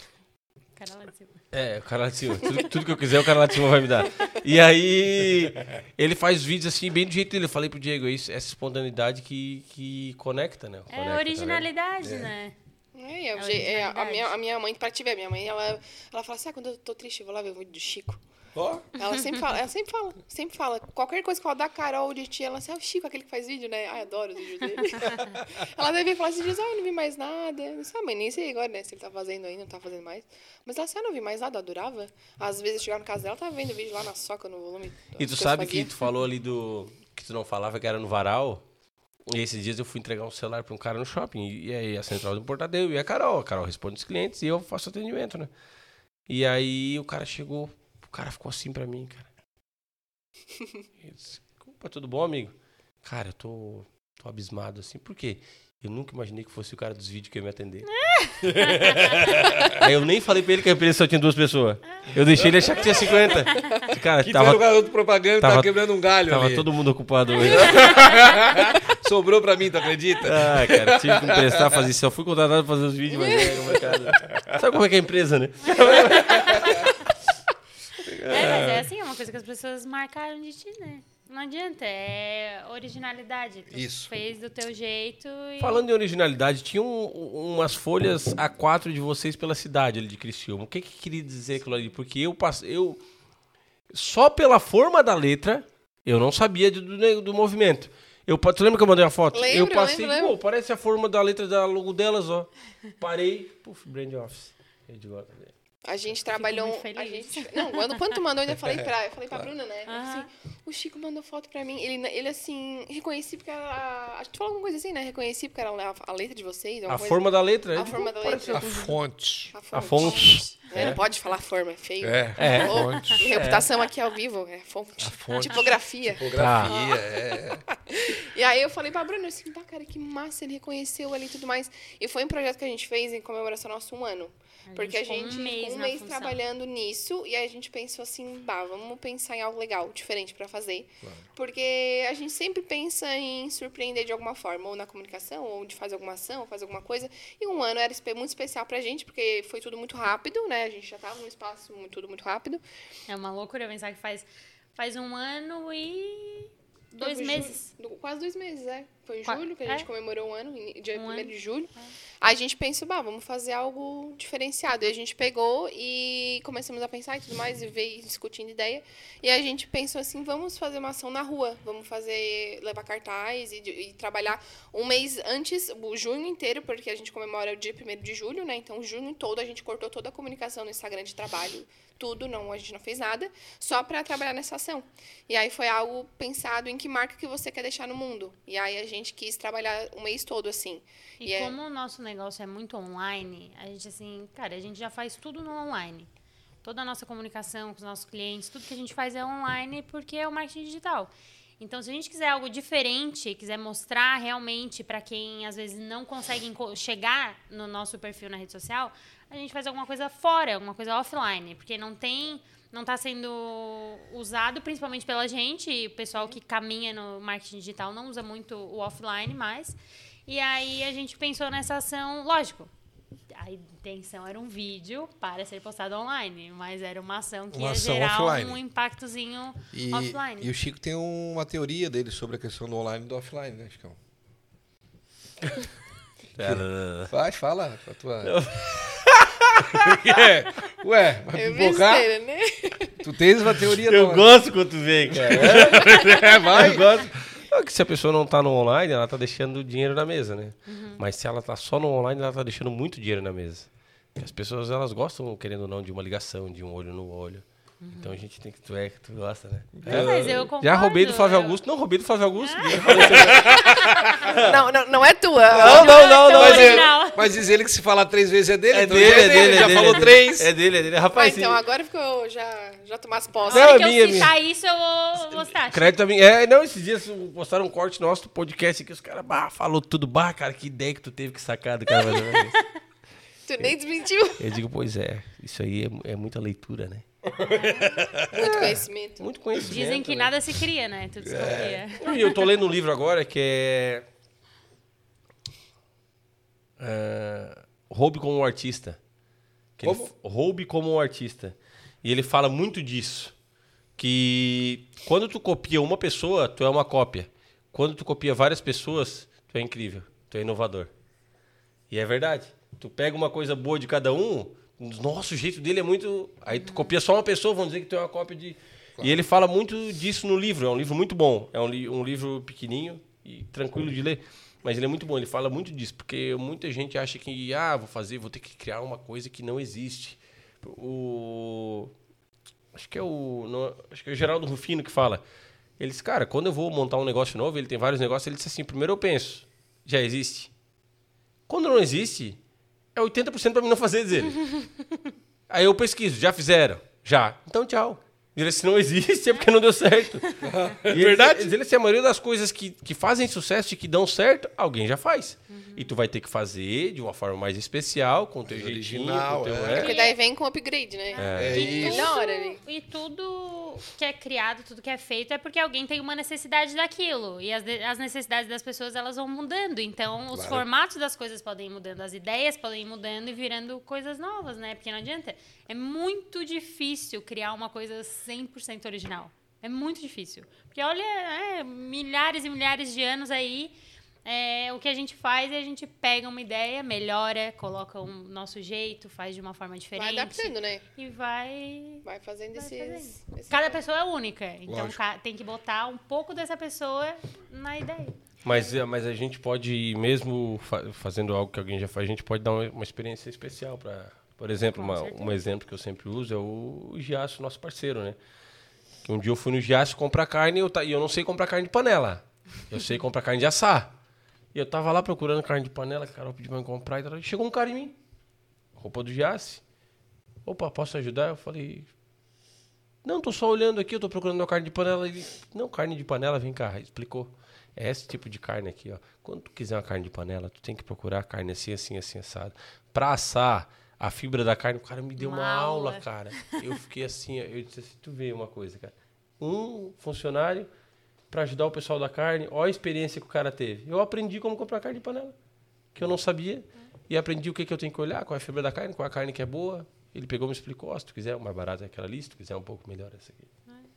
[SPEAKER 3] Cara, lá de cima.
[SPEAKER 2] É, o cara lá de cima. Tudo, tudo que eu quiser, o cara lá de cima vai me dar. E aí, ele faz vídeos assim, bem do jeito dele. Eu falei pro Diego, é isso, essa espontaneidade que, que conecta, né? Conecta,
[SPEAKER 3] É
[SPEAKER 2] tá vendo?
[SPEAKER 3] originalidade, né?
[SPEAKER 4] É, e a,
[SPEAKER 3] É
[SPEAKER 4] je- é, a,
[SPEAKER 3] originalidade.
[SPEAKER 4] minha, a minha mãe, pra te ver, a minha mãe, ela, ela fala assim, ah, quando eu tô triste, eu vou lá ver o vídeo do Chico.
[SPEAKER 1] Ó,
[SPEAKER 4] Ela sempre fala, ela sempre fala, sempre fala. Qualquer coisa que fala da Carol ou de ti, ela assim, ah, o Chico, aquele que faz vídeo, né? Ai, adoro os vídeos dele. ela deve falar esses dias, ah, eu não vi mais nada. Eu disse, ah, mãe, nem sei agora, né? Se ele tá fazendo ainda, não tá fazendo mais. Mas ela assim, ah, não vi mais nada, eu adorava. Às vezes eu chegava na casa dela, tava vendo vídeo lá na soca, no volume.
[SPEAKER 2] E
[SPEAKER 4] que
[SPEAKER 2] tu
[SPEAKER 4] eu
[SPEAKER 2] sabe
[SPEAKER 4] fazia.
[SPEAKER 2] que tu falou ali do. que tu não falava que era no varal. E esses dias eu fui entregar um celular pra um cara no shopping. E aí a central do portadeu e a Carol. A Carol responde os clientes e eu faço atendimento, né? E aí o cara chegou, o cara ficou assim pra mim, cara. Eu disse, Opa, tudo bom, amigo? Cara, eu tô, tô abismado assim. Por quê? Eu nunca imaginei que fosse o cara dos vídeos que ia me atender. aí eu nem falei pra ele que a empresa só tinha duas pessoas. Eu deixei ele achar que tinha 50. Cara,
[SPEAKER 1] que
[SPEAKER 2] tava
[SPEAKER 1] tava, o garoto propaganda tava,
[SPEAKER 2] tava-
[SPEAKER 1] quebrando um galho
[SPEAKER 2] Tava
[SPEAKER 1] ali.
[SPEAKER 2] todo mundo ocupado hoje.
[SPEAKER 1] Sobrou pra mim, tu acredita?
[SPEAKER 2] ah, cara, tive que emprestar, fazer isso. Só fui contratado pra fazer os vídeos, mas é complicado. Sabe como é que é a empresa, né?
[SPEAKER 3] É, mas é assim, é uma coisa que as pessoas marcaram de ti, né? Não adianta, é originalidade. Tu
[SPEAKER 1] Isso.
[SPEAKER 3] fez do teu jeito e.
[SPEAKER 2] Falando em originalidade, tinha um- umas folhas A4 de vocês pela cidade ali de Criciúma. O que que queria dizer aquilo ali? Porque eu passei... Eu, só pela forma da letra, eu não sabia do, do, ne- do movimento. Eu, pa- tu lembra que eu mandei a foto?
[SPEAKER 4] Lembro,
[SPEAKER 2] eu passei,
[SPEAKER 4] lembro,
[SPEAKER 2] pô,
[SPEAKER 4] lembro.
[SPEAKER 2] parece a forma da letra da logo delas, ó. Parei, puf, brand office. Eu digo, ó, tá vendo?
[SPEAKER 4] A gente trabalhou. um,
[SPEAKER 3] muito feliz. Ah.
[SPEAKER 4] A gente, não, quando, quando tu mandou, eu ainda falei pra, eu falei pra Bruna, né? Assim, o Chico mandou foto pra mim. Ele, ele assim, reconheci porque era. Acho que tu falou alguma coisa assim, né? Reconheci porque era a, a letra de vocês. alguma
[SPEAKER 2] A
[SPEAKER 4] coisa. assim."
[SPEAKER 2] forma da letra?
[SPEAKER 4] A
[SPEAKER 2] eu digo,
[SPEAKER 4] forma da
[SPEAKER 2] parece
[SPEAKER 4] letra.
[SPEAKER 1] A fonte.
[SPEAKER 2] A fonte.
[SPEAKER 4] É, Não pode falar forma, é feio.
[SPEAKER 1] É,
[SPEAKER 2] É.
[SPEAKER 1] a
[SPEAKER 4] Ô,
[SPEAKER 1] fonte.
[SPEAKER 4] minha reputação aqui ao vivo é fonte.
[SPEAKER 1] fonte. Tipo,
[SPEAKER 4] Tipografia.
[SPEAKER 2] Tá.
[SPEAKER 1] Fotografia, é.
[SPEAKER 4] E aí eu falei pra Bruna, eu assim, pá, cara, que massa, ele reconheceu ali e tudo mais. E foi um projeto que a gente fez em comemoração ao nosso um ano. Porque a
[SPEAKER 3] ficou um
[SPEAKER 4] gente
[SPEAKER 3] mês
[SPEAKER 4] ficou um
[SPEAKER 3] na
[SPEAKER 4] mês
[SPEAKER 3] função.
[SPEAKER 4] trabalhando nisso e aí a gente pensou assim, bah, vamos pensar em algo legal, diferente pra fazer. Porque a gente sempre pensa em surpreender de alguma forma, ou na comunicação, ou de fazer alguma ação, ou fazer alguma coisa. E um ano era espe- muito especial pra gente, porque foi tudo muito rápido, né? A gente já tava num espaço muito- tudo muito rápido.
[SPEAKER 3] É uma loucura pensar que faz, faz um ano e. dois
[SPEAKER 4] Foi ju-
[SPEAKER 3] meses.
[SPEAKER 4] do- quase dois meses, é. Foi em
[SPEAKER 3] Qua-
[SPEAKER 4] julho que a gente
[SPEAKER 3] é.
[SPEAKER 4] comemorou o ano, ini- dia
[SPEAKER 3] Um
[SPEAKER 4] 1
[SPEAKER 3] ano.
[SPEAKER 4] de julho. Aí a gente pensou, bah, vamos fazer algo diferenciado. E a gente pegou e começamos a pensar e tudo mais, e veio discutindo ideia. E a gente pensou assim, vamos fazer uma ação na rua. Vamos fazer, levar cartaz e, de- e trabalhar um mês antes, o junho inteiro, porque a gente comemora o dia 1 de julho, né? Então, junho todo, a gente cortou toda a comunicação no Instagram de trabalho, tudo, não, a gente não fez nada, só para trabalhar nessa ação. E aí foi algo pensado em que marca que você quer deixar no mundo. E aí a gente quis trabalhar o mês todo, assim.
[SPEAKER 3] E
[SPEAKER 4] E é-
[SPEAKER 3] como o nosso negócio é muito online, a gente assim, cara, a gente já faz tudo no online. Toda a nossa comunicação com os nossos clientes, tudo que a gente faz é online porque é o marketing digital. Então, se a gente quiser algo diferente, quiser mostrar realmente para quem às vezes não consegue enco- chegar no nosso perfil na rede social, a gente faz alguma coisa fora, alguma coisa offline, porque não tem, não está sendo usado principalmente pela gente, e o pessoal que caminha no marketing digital não usa muito o offline mais. E aí a gente pensou nessa ação, lógico. A intenção era um vídeo para ser postado online, mas era uma ação que
[SPEAKER 1] Uma
[SPEAKER 3] ia
[SPEAKER 1] ação
[SPEAKER 3] gerar
[SPEAKER 1] offline.
[SPEAKER 3] um impactozinho
[SPEAKER 1] E,
[SPEAKER 3] offline.
[SPEAKER 1] e o Chico tem uma teoria dele sobre a questão do online e do offline, né, Chicão?
[SPEAKER 2] É, não, não, não.
[SPEAKER 1] Vai, fala com a tua. é. Ué, vai
[SPEAKER 4] É
[SPEAKER 1] pipocar?
[SPEAKER 4] besteira, né?
[SPEAKER 1] Tu tens uma teoria
[SPEAKER 2] Eu
[SPEAKER 1] do-
[SPEAKER 2] gosto quando tu vem, cara.
[SPEAKER 1] É, vai.
[SPEAKER 2] Eu gosto. É que se a pessoa não tá no online, ela tá deixando dinheiro na mesa, né? Mas se ela tá só no online, ela tá deixando muito dinheiro na mesa. Porque as pessoas, elas gostam, querendo ou não, de uma ligação, de um olho no olho. Então a gente tem que. Tu é que tu gosta, né?
[SPEAKER 3] Não, mas eu
[SPEAKER 2] Já
[SPEAKER 3] concordo,
[SPEAKER 2] roubei do Flávio
[SPEAKER 3] eu-
[SPEAKER 2] Augusto. Não, roubei do Flávio Augusto.
[SPEAKER 4] Não, não, não é tua.
[SPEAKER 2] Não, não, não, não.
[SPEAKER 3] Então,
[SPEAKER 1] Mas,
[SPEAKER 2] Mas
[SPEAKER 1] é-
[SPEAKER 3] Original.
[SPEAKER 1] mas diz ele que se falar três vezes é dele,
[SPEAKER 2] É
[SPEAKER 1] então
[SPEAKER 2] dele,
[SPEAKER 1] já
[SPEAKER 2] é dele, é
[SPEAKER 1] já
[SPEAKER 2] dele,
[SPEAKER 1] falou
[SPEAKER 2] é dele.
[SPEAKER 1] três.
[SPEAKER 2] É dele, é dele.
[SPEAKER 4] Ah,
[SPEAKER 2] Rapaz,
[SPEAKER 4] então
[SPEAKER 2] sim.
[SPEAKER 4] agora que eu já, já tomasse
[SPEAKER 3] Na
[SPEAKER 4] posse.
[SPEAKER 2] Não,
[SPEAKER 3] hora
[SPEAKER 2] é
[SPEAKER 3] que eu
[SPEAKER 2] minha,
[SPEAKER 3] citar isso, eu vou vou citar.
[SPEAKER 2] Crédito também. É, não, esses dias postaram um corte nosso do podcast aqui. Os caras, bah, falou tudo. Bah, cara, que ideia que tu teve, que sacada, cara. Mas não é isso.
[SPEAKER 4] Tu nem desmentiu.
[SPEAKER 2] Eu digo, pois é, isso aí é, é muita leitura, né?
[SPEAKER 4] Muito conhecimento.
[SPEAKER 2] Muito conhecimento.
[SPEAKER 3] Dizem
[SPEAKER 2] né?
[SPEAKER 3] que
[SPEAKER 2] É.
[SPEAKER 3] nada se cria, né? Tudo se copia.
[SPEAKER 2] Não, E eu tô lendo um livro agora que é. ah, Roube como um artista. Que ele
[SPEAKER 1] Como?
[SPEAKER 2] f- Roube como um artista. E ele fala muito disso. Que quando tu copia uma pessoa, tu é uma cópia. Quando tu copia várias pessoas, tu é incrível. Tu é inovador. E é verdade. Tu pega uma coisa boa de cada um, nossa, o jeito dele é muito. Aí tu copia só uma pessoa, vão dizer que tu é uma cópia de. E ele fala muito disso no livro. É um livro muito bom. É um, li- um livro pequenininho e tranquilo de ler. Mas ele é muito bom. Ele fala muito disso. Porque muita gente acha que, ah, vou fazer, vou ter que criar uma coisa que não existe. O. Acho que é o. não- acho que é o Geraldo Rufino que fala. Ele disse, cara, quando eu vou montar um negócio novo, ele tem vários negócios, ele disse assim: primeiro eu penso, já existe. Quando não existe, é 80% pra mim não fazer, diz ele. Aí eu pesquiso, já fizeram? Já. Então tchau. Diz Ele, se não existe, é porque não deu certo. é verdade. Diz ele assim, a maioria das coisas que, que fazem sucesso e que dão certo, alguém já faz.
[SPEAKER 1] Uhum.
[SPEAKER 2] E tu vai ter que fazer de uma forma mais especial, com o teu
[SPEAKER 1] Mais
[SPEAKER 2] jeitinho,
[SPEAKER 1] original,
[SPEAKER 2] com o teu...
[SPEAKER 1] é.
[SPEAKER 4] Porque daí vem com upgrade, né?
[SPEAKER 1] É
[SPEAKER 3] E
[SPEAKER 1] isso.
[SPEAKER 4] Na hora, né?
[SPEAKER 3] tudo, e tudo que é criado, tudo que é feito, é porque alguém tem uma necessidade daquilo. E as, de- as necessidades das pessoas, elas vão mudando. Então, os
[SPEAKER 1] Claro.
[SPEAKER 3] formatos das coisas podem ir mudando, as ideias podem ir mudando e virando coisas novas, né? Porque não adianta. É muito difícil criar uma coisa 100% original. É muito difícil. Porque olha, é, milhares e milhares de anos aí, é, o que a gente faz é a gente pega uma ideia, melhora, coloca o nosso jeito, faz de uma forma
[SPEAKER 4] Vai
[SPEAKER 3] diferente.
[SPEAKER 4] adaptando, né?
[SPEAKER 3] E vai.
[SPEAKER 4] Vai fazendo
[SPEAKER 3] Vai
[SPEAKER 4] esses. esses-
[SPEAKER 3] Cada pessoa é única. Então
[SPEAKER 1] Lógico.
[SPEAKER 3] ca- tem que botar um pouco dessa pessoa na ideia.
[SPEAKER 2] Mas, é, mas a gente pode, mesmo fa- fazendo algo que alguém já faz, a gente pode dar uma, uma experiência especial para. Por exemplo,
[SPEAKER 3] Com
[SPEAKER 2] uma-
[SPEAKER 3] certeza.
[SPEAKER 2] um exemplo que eu sempre uso é o Giaço, nosso parceiro, né? Que um dia eu fui no Giaço comprar carne e eu, ta- e eu não sei comprar carne de panela. Eu sei comprar carne de assar. E eu tava lá procurando carne de panela, que a Carol pediu pra eu comprar e tal. Chegou um cara em mim, roupa do Giaço. Opa, posso ajudar? Eu falei, não, tô só olhando aqui, eu tô procurando minha carne de panela. Ele, não, carne de panela, vem cá, explicou. É esse tipo de carne aqui, ó. Quando tu quiser uma carne de panela, tu tem que procurar carne assim, assim, assim, assada. Pra assar a fibra da carne, o cara me deu uma,
[SPEAKER 3] Uma
[SPEAKER 2] aula.
[SPEAKER 3] aula.
[SPEAKER 2] cara. Eu fiquei assim, ó, eu disse assim, tu vê uma coisa, cara. Um funcionário pra ajudar o pessoal da carne, ó a experiência que o cara teve. Eu aprendi como comprar carne de panela, que eu não sabia. E aprendi o que, que eu tenho que olhar, qual é a fibra da carne, qual é a carne que é boa. Ele pegou e me explicou, ó, se tu quiser uma barata é aquela ali, se tu quiser um pouco melhor essa aqui.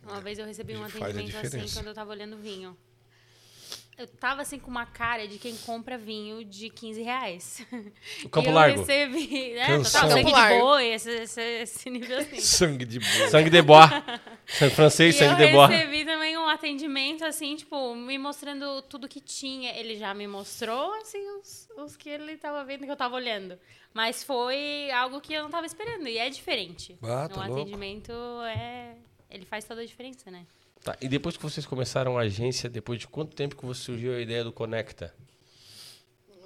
[SPEAKER 3] Uma vez eu recebi um
[SPEAKER 1] Ele faz a
[SPEAKER 3] atendimento assim
[SPEAKER 1] diferença.
[SPEAKER 3] quando eu tava olhando vinho. Eu tava assim com uma cara de quem compra vinho de 15 reais.
[SPEAKER 2] O Campo
[SPEAKER 3] e eu
[SPEAKER 2] Largo.
[SPEAKER 3] recebi, né?
[SPEAKER 2] Canção.
[SPEAKER 3] Total, sangue
[SPEAKER 4] Campo
[SPEAKER 3] de
[SPEAKER 4] Largo.
[SPEAKER 3] boi, esse, esse, esse nível assim.
[SPEAKER 1] Sangue de boa.
[SPEAKER 2] Sangue de bois. Sangue francês,
[SPEAKER 3] E eu
[SPEAKER 2] sangue de bois.
[SPEAKER 3] recebi também um atendimento, assim, tipo, me mostrando tudo que tinha. Ele já me mostrou, assim, os, os que ele tava vendo, que eu tava olhando. Mas foi algo que eu não tava esperando. E é diferente.
[SPEAKER 1] Ah, tá
[SPEAKER 3] um
[SPEAKER 1] louco.
[SPEAKER 3] atendimento é... Ele faz toda a diferença, né?
[SPEAKER 2] Tá, e depois que vocês começaram a agência, depois de quanto tempo que você surgiu a ideia do Conecta?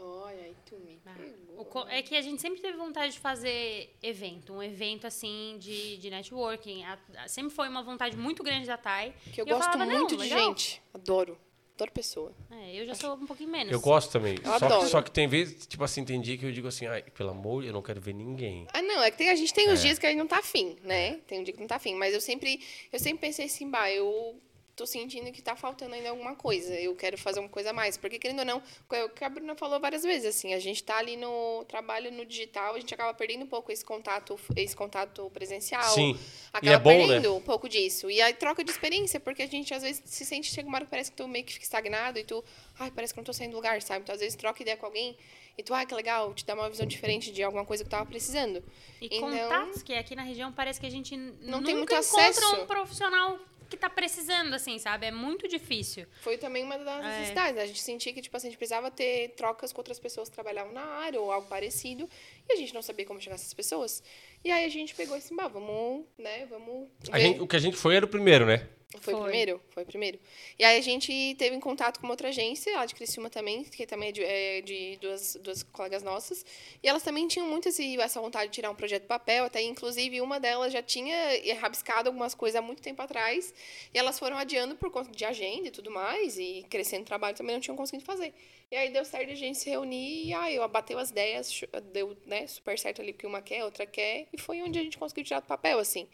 [SPEAKER 4] Olha, aí tu me pegou.
[SPEAKER 3] O co- é que a gente sempre teve vontade de fazer evento. Um evento, assim, de, de networking. A- a- sempre foi uma vontade muito grande da Thay.
[SPEAKER 4] Que eu
[SPEAKER 3] E eu
[SPEAKER 4] gosto
[SPEAKER 3] falava,
[SPEAKER 4] muito
[SPEAKER 3] "Não,
[SPEAKER 4] de
[SPEAKER 3] legal."
[SPEAKER 4] gente. Adoro. Adoro pessoa.
[SPEAKER 3] É, eu já sou um pouquinho menos.
[SPEAKER 2] Eu gosto também.
[SPEAKER 4] Eu
[SPEAKER 2] só, que,
[SPEAKER 4] adoro.
[SPEAKER 2] só que tem vezes, tipo assim, tem dia que eu digo assim, ai, pelo amor, eu não quero ver ninguém.
[SPEAKER 4] Ah, não, é que tem- a gente tem os dias que a gente não tá afim, né? Tem um dia que não tá afim. Mas eu sempre, eu sempre pensei assim, bah, eu tô sentindo que tá faltando ainda alguma coisa. Eu quero fazer uma coisa a mais. Porque, querendo ou não, é o que a Bruna falou várias vezes, assim, a gente tá ali no trabalho no digital, a gente acaba perdendo um pouco esse contato, esse contato presencial.
[SPEAKER 2] Sim.
[SPEAKER 4] Acaba
[SPEAKER 2] é bom, né?
[SPEAKER 4] perdendo um pouco disso. E a troca de experiência, porque a gente às vezes se sente, chega uma hora que parece que tu meio que fica estagnado e tu, ai, parece que eu não tô saindo do lugar, sabe? Então às vezes troca ideia com alguém e tu, ai, que legal, te dá uma visão diferente de alguma coisa que tu tava precisando.
[SPEAKER 3] E
[SPEAKER 4] Então-
[SPEAKER 3] contatos, que aqui na região parece que a gente n-
[SPEAKER 4] Não
[SPEAKER 3] nunca
[SPEAKER 4] tem muito
[SPEAKER 3] encontra
[SPEAKER 4] acesso.
[SPEAKER 3] um profissional que tá precisando, assim, sabe? É muito difícil.
[SPEAKER 4] Foi também uma das
[SPEAKER 3] É.
[SPEAKER 4] necessidades, né? A gente sentia que, tipo assim, a gente precisava ter trocas com outras pessoas que trabalhavam na área ou algo parecido. E a gente não sabia como chegar nessas pessoas. E aí a gente pegou esse assim, bah, vamos, né, vamos
[SPEAKER 2] A
[SPEAKER 4] ver.
[SPEAKER 2] gente- o que a gente foi era o primeiro, né?
[SPEAKER 4] Foi,
[SPEAKER 3] Foi.
[SPEAKER 4] primeiro? Foi primeiro. E aí a gente teve em contato com uma outra agência, lá de Criciúma também, que também é de, é de duas, duas colegas nossas. E elas também tinham muito esse, essa vontade de tirar um projeto de papel, até inclusive uma delas já tinha eh, rabiscado algumas coisas há muito tempo atrás. E elas foram adiando por conta de agenda e tudo mais, e crescendo trabalho também não tinham conseguido fazer. E aí deu certo a gente se reunir, e aí eu abateu as ideias, chu- deu né, super certo ali que uma quer, outra quer, e foi onde a gente conseguiu tirar do papel, assim.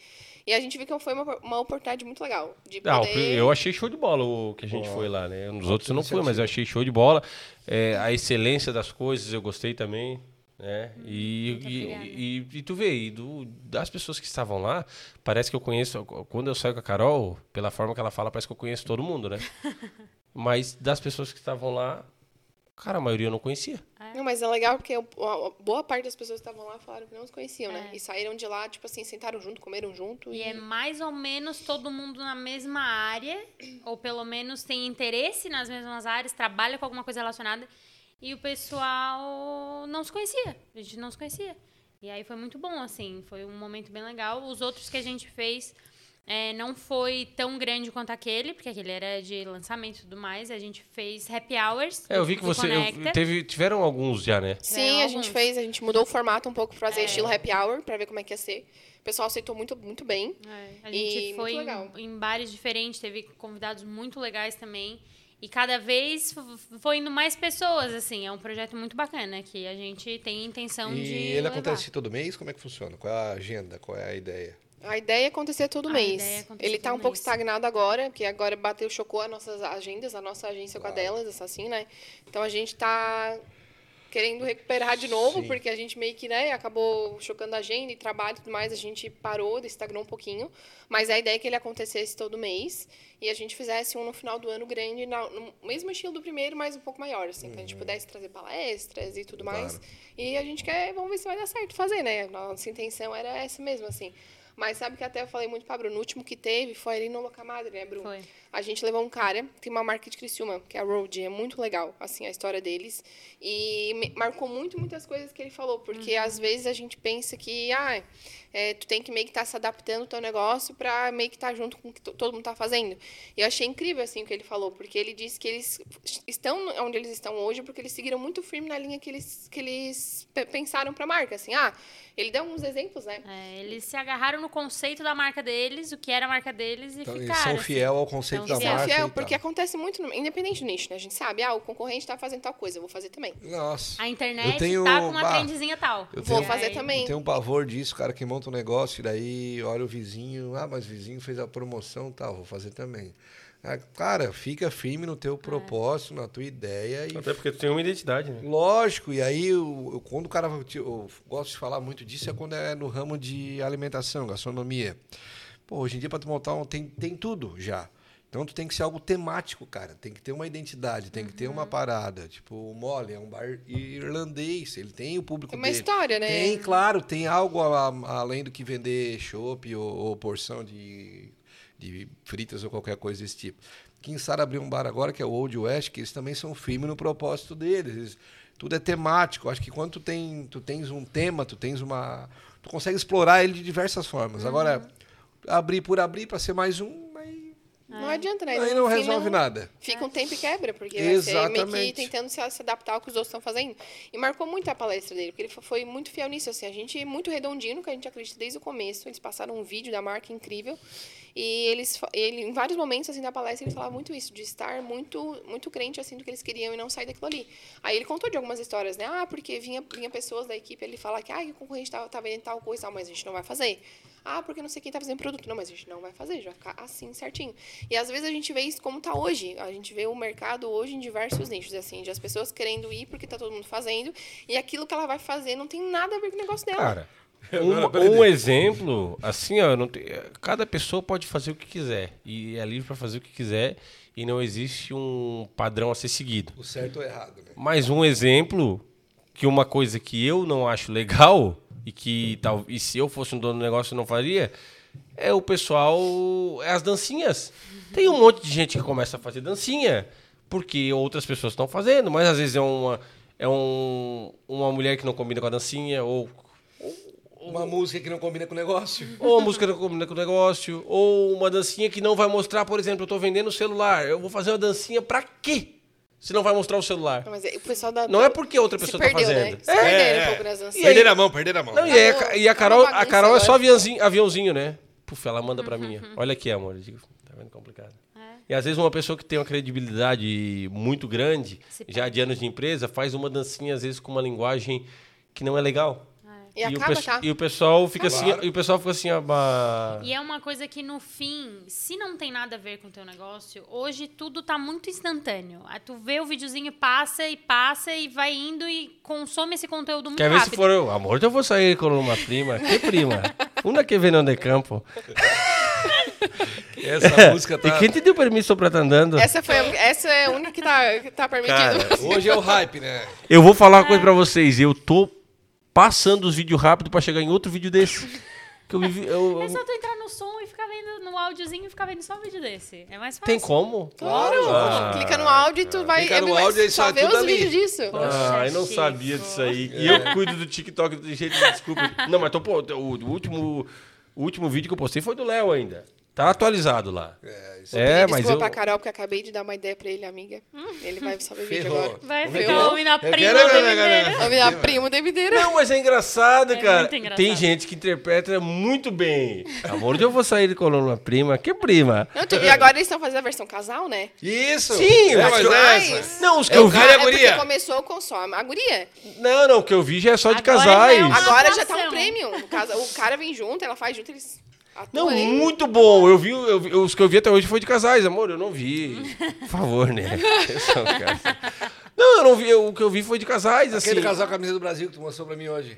[SPEAKER 4] E a gente viu que foi uma, uma oportunidade muito legal. De
[SPEAKER 2] Ah, o
[SPEAKER 4] poder...
[SPEAKER 2] pri- eu achei show de bola o que a gente foi lá, né? Nos outros eu não fui,
[SPEAKER 1] iniciativa.
[SPEAKER 2] mas eu achei show de bola. É, a excelência das coisas eu gostei também, né? E,
[SPEAKER 3] muito
[SPEAKER 2] e,
[SPEAKER 3] obrigada.
[SPEAKER 2] e- e tu vê, e do- das pessoas que estavam lá, parece que eu conheço. Quando eu saio com a Carol, pela forma que ela fala, parece que eu conheço todo mundo, né? mas das pessoas que estavam lá, cara, a maioria eu não conhecia.
[SPEAKER 3] né?
[SPEAKER 4] Não, mas é legal porque o- a- a boa parte das pessoas que estavam lá falaram que não se conheciam, né?
[SPEAKER 3] É.
[SPEAKER 4] E saíram de lá, tipo assim, sentaram junto, comeram junto.
[SPEAKER 3] E é mais ou menos todo mundo na mesma área, ou pelo menos tem interesse nas mesmas áreas, trabalha com alguma coisa relacionada, e o pessoal não se conhecia. A gente não se conhecia. E aí foi muito bom, assim, foi um momento bem legal. Os outros que a gente fez eh, não foi tão grande quanto aquele, porque aquele era de lançamento e tudo mais. A gente fez happy hours.
[SPEAKER 2] É, eu
[SPEAKER 3] do-
[SPEAKER 2] vi que
[SPEAKER 3] do
[SPEAKER 2] você. eu-
[SPEAKER 3] Conecta.
[SPEAKER 2] teve, tiveram alguns já, né?
[SPEAKER 4] Sim, a gente
[SPEAKER 3] alguns.
[SPEAKER 4] fez, a gente mudou o formato um pouco pra
[SPEAKER 3] É.
[SPEAKER 4] fazer estilo happy hour, pra ver como é que ia ser. O pessoal aceitou muito, muito bem.
[SPEAKER 3] É, a
[SPEAKER 4] E
[SPEAKER 3] gente
[SPEAKER 4] muito
[SPEAKER 3] foi
[SPEAKER 4] legal.
[SPEAKER 3] em, em bares diferentes, teve convidados muito legais também. E cada vez f- foi indo mais pessoas, assim. É um projeto muito bacana que a gente tem
[SPEAKER 4] Então,
[SPEAKER 3] intenção de.
[SPEAKER 1] E ele
[SPEAKER 3] levar.
[SPEAKER 1] acontece todo mês? Como é que funciona? Qual é a agenda? Qual é a ideia?
[SPEAKER 4] A ideia é acontecer todo
[SPEAKER 3] A
[SPEAKER 4] mês.
[SPEAKER 3] ideia é acontecer
[SPEAKER 4] Ele tá
[SPEAKER 3] todo
[SPEAKER 4] um pouco
[SPEAKER 3] mês.
[SPEAKER 4] estagnado agora, porque agora bateu, chocou as nossas agendas, a nossa agência
[SPEAKER 1] Claro.
[SPEAKER 4] com a delas, essa assim, né? Então a gente tá querendo recuperar de novo,
[SPEAKER 1] Sim.
[SPEAKER 4] porque a gente meio que, né, acabou chocando a agenda e trabalho e tudo mais, a gente parou, estagnou um pouquinho, mas a ideia é que ele acontecesse todo mês e a gente fizesse um no final do ano grande, na- no mesmo estilo do primeiro, mas um pouco maior, assim, que a gente pudesse trazer palestras e tudo mais.
[SPEAKER 1] Uhum. Claro.
[SPEAKER 4] E a gente quer, vamos ver se vai dar certo fazer, né? Nossa intenção era essa mesmo, assim. Mas sabe que até eu falei muito pra Bruno, o último que teve foi ali no Locamadre, né, Bruno?
[SPEAKER 3] Foi.
[SPEAKER 4] A gente levou um cara, tem uma marca de Criciúma, que é a Road, é muito legal, assim, a história deles. E me- marcou muito muitas coisas que ele falou, porque às vezes a gente pensa que, ah, é, tu tem que meio que estar se adaptando ao teu negócio pra meio que estar junto com o que to- todo mundo tá fazendo. E eu achei incrível, assim, o que ele falou, porque ele disse que eles estão onde eles estão hoje porque eles seguiram muito firme na linha que eles, que eles pe- pensaram pra marca, assim. Ah, ele deu alguns exemplos, né?
[SPEAKER 3] É, eles se agarraram no conceito da marca deles, o que era a marca deles, e
[SPEAKER 1] Então, eles
[SPEAKER 3] ficaram.
[SPEAKER 1] são
[SPEAKER 4] né?
[SPEAKER 3] assim.
[SPEAKER 1] fiel ao conceito
[SPEAKER 3] Então,
[SPEAKER 1] da
[SPEAKER 3] isso
[SPEAKER 4] Isso
[SPEAKER 3] é
[SPEAKER 1] marca.
[SPEAKER 4] é
[SPEAKER 1] e
[SPEAKER 4] fiel,
[SPEAKER 1] tal.
[SPEAKER 4] porque acontece muito, no- independente do nicho, né? A gente sabe, ah, o concorrente tá fazendo tal coisa, eu vou fazer também.
[SPEAKER 1] Nossa.
[SPEAKER 3] A internet
[SPEAKER 1] Eu tenho-
[SPEAKER 3] tá com uma
[SPEAKER 1] bah,
[SPEAKER 3] trendezinha tal.
[SPEAKER 1] eu
[SPEAKER 4] Vou
[SPEAKER 1] tenho-
[SPEAKER 4] fazer
[SPEAKER 3] E aí-
[SPEAKER 4] também.
[SPEAKER 1] Tem um pavor disso, cara que monta um negócio e daí olha o vizinho, ah, mas o vizinho fez a promoção, tal, vou fazer também. Ah, Cara, fica firme no
[SPEAKER 4] É.
[SPEAKER 1] teu propósito, na tua ideia e
[SPEAKER 2] Até porque tu tem uma identidade, né?
[SPEAKER 1] Lógico, e aí eu, eu- quando o cara. Eu, eu gosto de falar muito disso é quando é no ramo de alimentação, gastronomia. Pô, hoje em dia, para tu montar um. Tem, tem tudo já. Então tu tem que ser algo temático, cara. Tem que ter uma identidade, tem que ter
[SPEAKER 4] Uhum.
[SPEAKER 1] uma parada. Tipo, o Mole é um bar irlandês, ele tem o público
[SPEAKER 4] Tem uma
[SPEAKER 1] dele.
[SPEAKER 4] história, né?
[SPEAKER 1] Tem, claro, tem algo a- a- além do que vender chopp ou, ou porção de, de fritas ou qualquer coisa desse tipo. Quem sabe abrir um bar agora, que é o Old West, que eles também são firmes no propósito deles. Eles- tudo é temático. Acho que quando tu, tem, tu tens um tema, tu tens uma. Tu consegue explorar ele de diversas
[SPEAKER 4] Uhum.
[SPEAKER 1] formas. Agora, abrir por abrir para ser mais um, aí,
[SPEAKER 4] Não adianta, né?
[SPEAKER 1] aí
[SPEAKER 4] No
[SPEAKER 1] não
[SPEAKER 4] fim,
[SPEAKER 1] resolve nada.
[SPEAKER 4] Fica um tempo e quebra, porque Exatamente. vai ser meio
[SPEAKER 1] Exatamente.
[SPEAKER 4] que tentando se se adaptar ao que os outros estão fazendo. E marcou muito a palestra dele, porque ele fo- foi muito fiel nisso. Assim, a gente é muito redondinho, no que a gente acredita desde o começo. Eles passaram um vídeo da marca incrível. E eles, fa- ele, em vários momentos assim, da palestra, ele falava muito isso, de estar muito, muito crente assim, do que eles queriam e não sair daquilo ali. Aí ele contou de algumas histórias, né? Ah, porque vinha, vinha pessoas da equipe ele falar que ah, o concorrente tá, tá vendendo tal coisa, tal, mas a gente não vai fazer. Ah, porque não sei quem tá fazendo produto. Não, mas a gente não vai fazer, já ficar assim certinho. E às vezes a gente vê isso como tá hoje. A gente vê o mercado hoje em diversos nichos, assim, de as pessoas querendo ir porque tá todo mundo fazendo, e aquilo que ela vai fazer não tem nada a ver com o negócio
[SPEAKER 2] Cara,
[SPEAKER 4] dela.
[SPEAKER 2] um, um exemplo, assim, ó, não tem- cada pessoa pode fazer o que quiser. E é livre para fazer o que quiser. E não existe um padrão a ser seguido.
[SPEAKER 1] O certo ou errado, né?
[SPEAKER 2] Mais um exemplo que uma coisa que eu não acho legal e que tal, e se eu fosse um dono do negócio eu não faria é o pessoal é as dancinhas. Tem um monte de gente que começa a fazer dancinha porque outras pessoas estão fazendo, mas às vezes é uma é um, uma mulher que não combina com a dancinha, ou,
[SPEAKER 1] Uma música que não combina com o negócio.
[SPEAKER 2] ou uma música que não combina com o negócio, ou uma dancinha que não vai mostrar, por exemplo, eu tô vendendo o celular, eu vou fazer uma dancinha pra quê? Se não vai mostrar o celular.
[SPEAKER 4] Mas é- o pessoal da.
[SPEAKER 2] Não é porque outra
[SPEAKER 4] se
[SPEAKER 2] pessoa
[SPEAKER 4] perdeu,
[SPEAKER 2] tá fazendo.
[SPEAKER 4] Né? Se perderam
[SPEAKER 1] É,
[SPEAKER 4] um
[SPEAKER 1] é.
[SPEAKER 4] pouco nas danças.
[SPEAKER 2] E aí-
[SPEAKER 1] Perderam a mão, perderam a mão.
[SPEAKER 2] Não, e, aí a, e a Carol, a Carol é só
[SPEAKER 4] Acabou a
[SPEAKER 2] aviãozinho, aviãozinho, né? Puf, ela manda pra mim.
[SPEAKER 3] Uhum.
[SPEAKER 2] ó. Olha aqui, amor. Eu digo, tá vendo complicado.
[SPEAKER 3] É.
[SPEAKER 2] E às vezes uma pessoa que tem uma credibilidade muito grande,
[SPEAKER 3] Se
[SPEAKER 2] já de anos de empresa, faz uma dancinha, às vezes, com uma linguagem que não é legal.
[SPEAKER 4] E
[SPEAKER 2] o,
[SPEAKER 4] acaba,
[SPEAKER 2] pesso-
[SPEAKER 4] tá?
[SPEAKER 2] e o pessoal fica assim,
[SPEAKER 1] Claro.
[SPEAKER 2] e o pessoal fica assim, ó, bah.
[SPEAKER 3] E é uma coisa que, no fim, se não tem nada a ver com o teu negócio, hoje tudo tá muito instantâneo. Aí tu vê o videozinho e passa e passa e vai indo e consome esse conteúdo muito
[SPEAKER 2] Quer ver se
[SPEAKER 3] rápido.
[SPEAKER 2] for eu? Amor, eu vou sair com uma prima. Que prima? Uma que vem de campo.
[SPEAKER 1] Essa música tá.
[SPEAKER 2] E quem te deu permissão pra estar andando?
[SPEAKER 4] Essa, foi a, essa é a única que tá, que tá permitido.
[SPEAKER 2] Cara,
[SPEAKER 1] Hoje é o hype, né?
[SPEAKER 2] Eu vou falar uma
[SPEAKER 3] É.
[SPEAKER 2] coisa pra vocês. Eu tô passando os vídeos rápido pra chegar em outro vídeo desse. Que eu me vi- eu-
[SPEAKER 3] É só tu entrar no som e ficar vendo no áudiozinho e ficar vendo só o vídeo desse. É mais fácil.
[SPEAKER 2] Tem como?
[SPEAKER 4] Claro!
[SPEAKER 2] Ah.
[SPEAKER 4] Clica no áudio e tu vai.
[SPEAKER 1] Clica no
[SPEAKER 4] é,
[SPEAKER 1] áudio e
[SPEAKER 4] só
[SPEAKER 1] sai
[SPEAKER 4] vê
[SPEAKER 1] tudo
[SPEAKER 4] os
[SPEAKER 1] ali.
[SPEAKER 4] vídeos disso.
[SPEAKER 2] Ah, eu não
[SPEAKER 3] Chico.
[SPEAKER 2] sabia disso aí. E eu cuido do TikTok do jeito, desculpa. Não, mas tô, pô, o, o último, o último vídeo que eu postei foi do Léo ainda. Tá atualizado lá.
[SPEAKER 1] É, isso
[SPEAKER 2] É, mas
[SPEAKER 4] Desculpa
[SPEAKER 2] eu...
[SPEAKER 4] pra Carol, porque eu acabei de dar uma ideia pra ele, amiga. Ele vai saber vídeo
[SPEAKER 1] Ferrou.
[SPEAKER 4] agora.
[SPEAKER 3] Vai
[SPEAKER 1] Eu
[SPEAKER 3] ficar
[SPEAKER 1] quero-
[SPEAKER 3] homem na
[SPEAKER 1] eu
[SPEAKER 3] prima
[SPEAKER 1] quero-
[SPEAKER 3] o tempo
[SPEAKER 1] né?
[SPEAKER 3] inteiro.
[SPEAKER 4] Vai virar primo da videira.
[SPEAKER 2] Não, mas é engraçado,
[SPEAKER 3] É
[SPEAKER 2] cara.
[SPEAKER 3] muito engraçado.
[SPEAKER 2] Tem gente que interpreta muito bem. Amor, eu vou sair de coluna prima. Que prima?
[SPEAKER 4] Não, tu- E agora eles estão fazendo a versão casal, né?
[SPEAKER 1] Isso!
[SPEAKER 2] Sim,
[SPEAKER 1] é, mas
[SPEAKER 2] eu-
[SPEAKER 1] é essa.
[SPEAKER 2] Não, os que
[SPEAKER 1] É
[SPEAKER 2] eu
[SPEAKER 1] o
[SPEAKER 2] vi.
[SPEAKER 1] cara- e a
[SPEAKER 4] é porque
[SPEAKER 1] guria?
[SPEAKER 4] começou com só a guria.
[SPEAKER 2] Não, não, o que eu vi já é só de
[SPEAKER 3] Agora
[SPEAKER 2] casais.
[SPEAKER 3] já é uma-
[SPEAKER 4] Agora já tá um
[SPEAKER 3] Atuação.
[SPEAKER 4] premium. O, casa- o cara vem junto, ela faz junto, eles atuam
[SPEAKER 2] Não,
[SPEAKER 4] ali.
[SPEAKER 2] muito bom. Eu vi, eu vi- os que eu vi até hoje foi de casais, amor. Eu não vi. Por favor, né? Eu sou um cara. Não, eu não vi. eu- O que eu vi foi de casais, assim.
[SPEAKER 1] Aquele casal camisa do Brasil que tu mostrou pra mim hoje.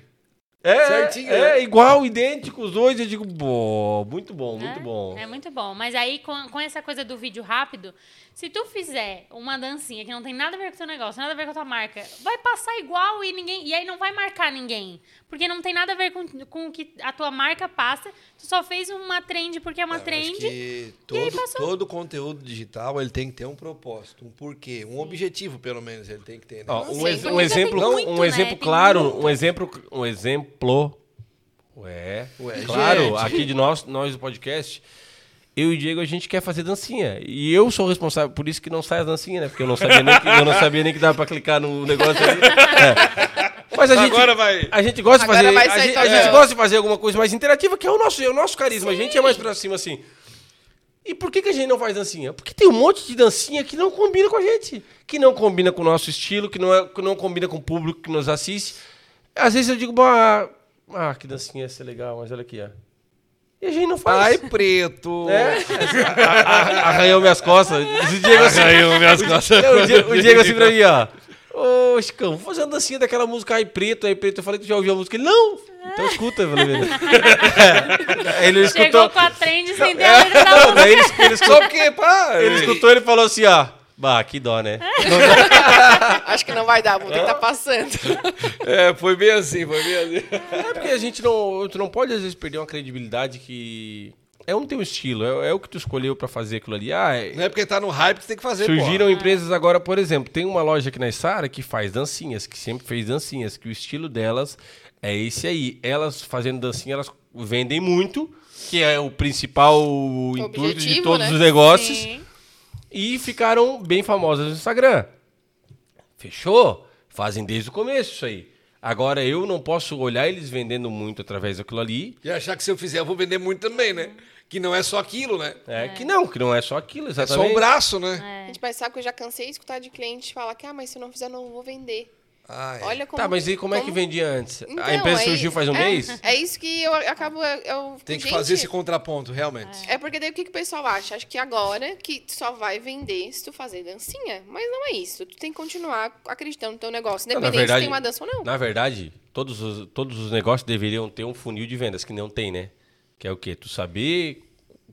[SPEAKER 2] é,
[SPEAKER 1] certinho,
[SPEAKER 2] É,
[SPEAKER 1] né?
[SPEAKER 2] igual, idêntico, os dois. Eu digo, bom, muito bom, muito
[SPEAKER 3] né?
[SPEAKER 2] bom.
[SPEAKER 3] É muito bom. Mas aí, com, com essa coisa do vídeo rápido, se tu fizer uma dancinha que não tem nada a ver com o teu negócio, nada a ver com a tua marca, vai passar igual e ninguém. E aí não vai marcar ninguém. Porque não tem nada a ver com, com o que a tua marca passa. Tu só fez uma trend porque é uma
[SPEAKER 1] Eu acho
[SPEAKER 3] trend.
[SPEAKER 1] que
[SPEAKER 3] aí
[SPEAKER 1] todo,
[SPEAKER 3] passou.
[SPEAKER 1] todo conteúdo digital ele tem que ter um propósito, um porquê, um objetivo, pelo menos, ele tem que ter. Né?
[SPEAKER 2] Ó,
[SPEAKER 4] Sim,
[SPEAKER 2] um, ex-
[SPEAKER 4] porque
[SPEAKER 2] um
[SPEAKER 4] já tem
[SPEAKER 2] exemplo,
[SPEAKER 3] muito,
[SPEAKER 2] um
[SPEAKER 3] né?
[SPEAKER 2] exemplo
[SPEAKER 3] Tem
[SPEAKER 2] claro,
[SPEAKER 3] muito.
[SPEAKER 2] um exemplo, um exemplo. Ué,
[SPEAKER 1] Ué,
[SPEAKER 2] claro,
[SPEAKER 1] gente.
[SPEAKER 2] aqui de nós, nós do podcast, eu e o Diego a gente quer fazer dancinha. E eu sou responsável por isso que não sai a dancinha, né? Porque eu não sabia nem que, eu não sabia nem que dava pra clicar no negócio ali. É. Mas a gente,
[SPEAKER 1] Agora vai.
[SPEAKER 2] a gente gosta de
[SPEAKER 4] Agora
[SPEAKER 2] fazer,
[SPEAKER 4] vai
[SPEAKER 2] a
[SPEAKER 4] sair
[SPEAKER 2] gente, a
[SPEAKER 4] tocando.
[SPEAKER 2] gente gosta de fazer alguma coisa mais interativa, que é o nosso, é o nosso carisma. A gente é mais pra cima assim. E por que, que a gente não faz dancinha? Porque tem um monte de dancinha que não combina com a gente. Que não combina com o nosso estilo, que não, é- que não combina com o público que nos assiste. Às vezes eu digo, bah, ah, que dancinha ia ser legal, mas olha aqui, ó. E a gente não faz.
[SPEAKER 1] preto!
[SPEAKER 2] É. Arranhou minhas costas. Diz O Diego assim,
[SPEAKER 1] Caiu minhas costas.
[SPEAKER 2] não, o Diego, o Diego assim pra mim, ó. Ô, Chicão, vou fazer uma dancinha daquela música Ai Preto, Ai Preto. Eu falei que tu já ouviu a música. Ele, não! Então escuta, pelo menos. Ele
[SPEAKER 3] Chegou
[SPEAKER 2] escutou. é.
[SPEAKER 3] com a trend Então, sem ter a letra da música.
[SPEAKER 2] Daí ele, ele escutou,
[SPEAKER 1] Só porque, pá!
[SPEAKER 2] ele escutou ele falou assim, ó. Bah, que dó, né?
[SPEAKER 4] Acho que não vai dar, vou ter que tá passando.
[SPEAKER 1] É, foi bem assim, foi bem assim.
[SPEAKER 2] É porque a gente não. Tu não pode, às vezes, perder uma credibilidade que. É um teu estilo, é, é o que tu escolheu pra fazer aquilo ali. Ah, é-
[SPEAKER 1] Não é porque tá no hype que você tem que fazer,
[SPEAKER 2] Surgiram empresas agora, por exemplo, tem uma loja aqui na Isara que faz dancinhas, que sempre fez dancinhas, que o estilo delas é esse aí. Elas fazendo dancinha, elas vendem muito, que é o principal intuito de
[SPEAKER 4] Objetivo,
[SPEAKER 2] todos
[SPEAKER 4] né?
[SPEAKER 2] os negócios,
[SPEAKER 3] Sim.
[SPEAKER 2] e ficaram bem famosas no Instagram. Fechou? Fazem desde o começo isso aí. Agora eu não posso olhar eles vendendo muito através daquilo ali.
[SPEAKER 1] E achar que se eu fizer, eu vou vender muito também, né? Que não é só aquilo, né?
[SPEAKER 2] É, Que não, que não é só aquilo,
[SPEAKER 1] É só
[SPEAKER 2] exatamente.
[SPEAKER 1] um braço, né?
[SPEAKER 4] A gente vai sabe que eu já cansei de escutar de cliente falar que, ah, mas se eu não fizer, eu não vou vender.
[SPEAKER 1] Ah, é.
[SPEAKER 4] Olha como.
[SPEAKER 2] Tá, mas e como, é que vendia antes?
[SPEAKER 4] Então,
[SPEAKER 2] a empresa
[SPEAKER 4] aí-
[SPEAKER 2] surgiu faz um
[SPEAKER 4] é,
[SPEAKER 2] mês?
[SPEAKER 4] É isso que eu acabo. Eu, eu-
[SPEAKER 1] Tem que
[SPEAKER 4] gente,
[SPEAKER 1] fazer esse contraponto, realmente.
[SPEAKER 4] É porque daí o que, que o pessoal acha? Acho que agora que tu só vai vender se tu fazer dancinha. Mas não é isso. Tu tem que continuar acreditando no teu negócio.
[SPEAKER 2] Não, na
[SPEAKER 4] Independente
[SPEAKER 2] verdade-
[SPEAKER 4] se tem uma dança ou não.
[SPEAKER 2] Na verdade, todos os, todos os negócios deveriam ter um funil de vendas, que não tem, né? Que é o quê? Tu saber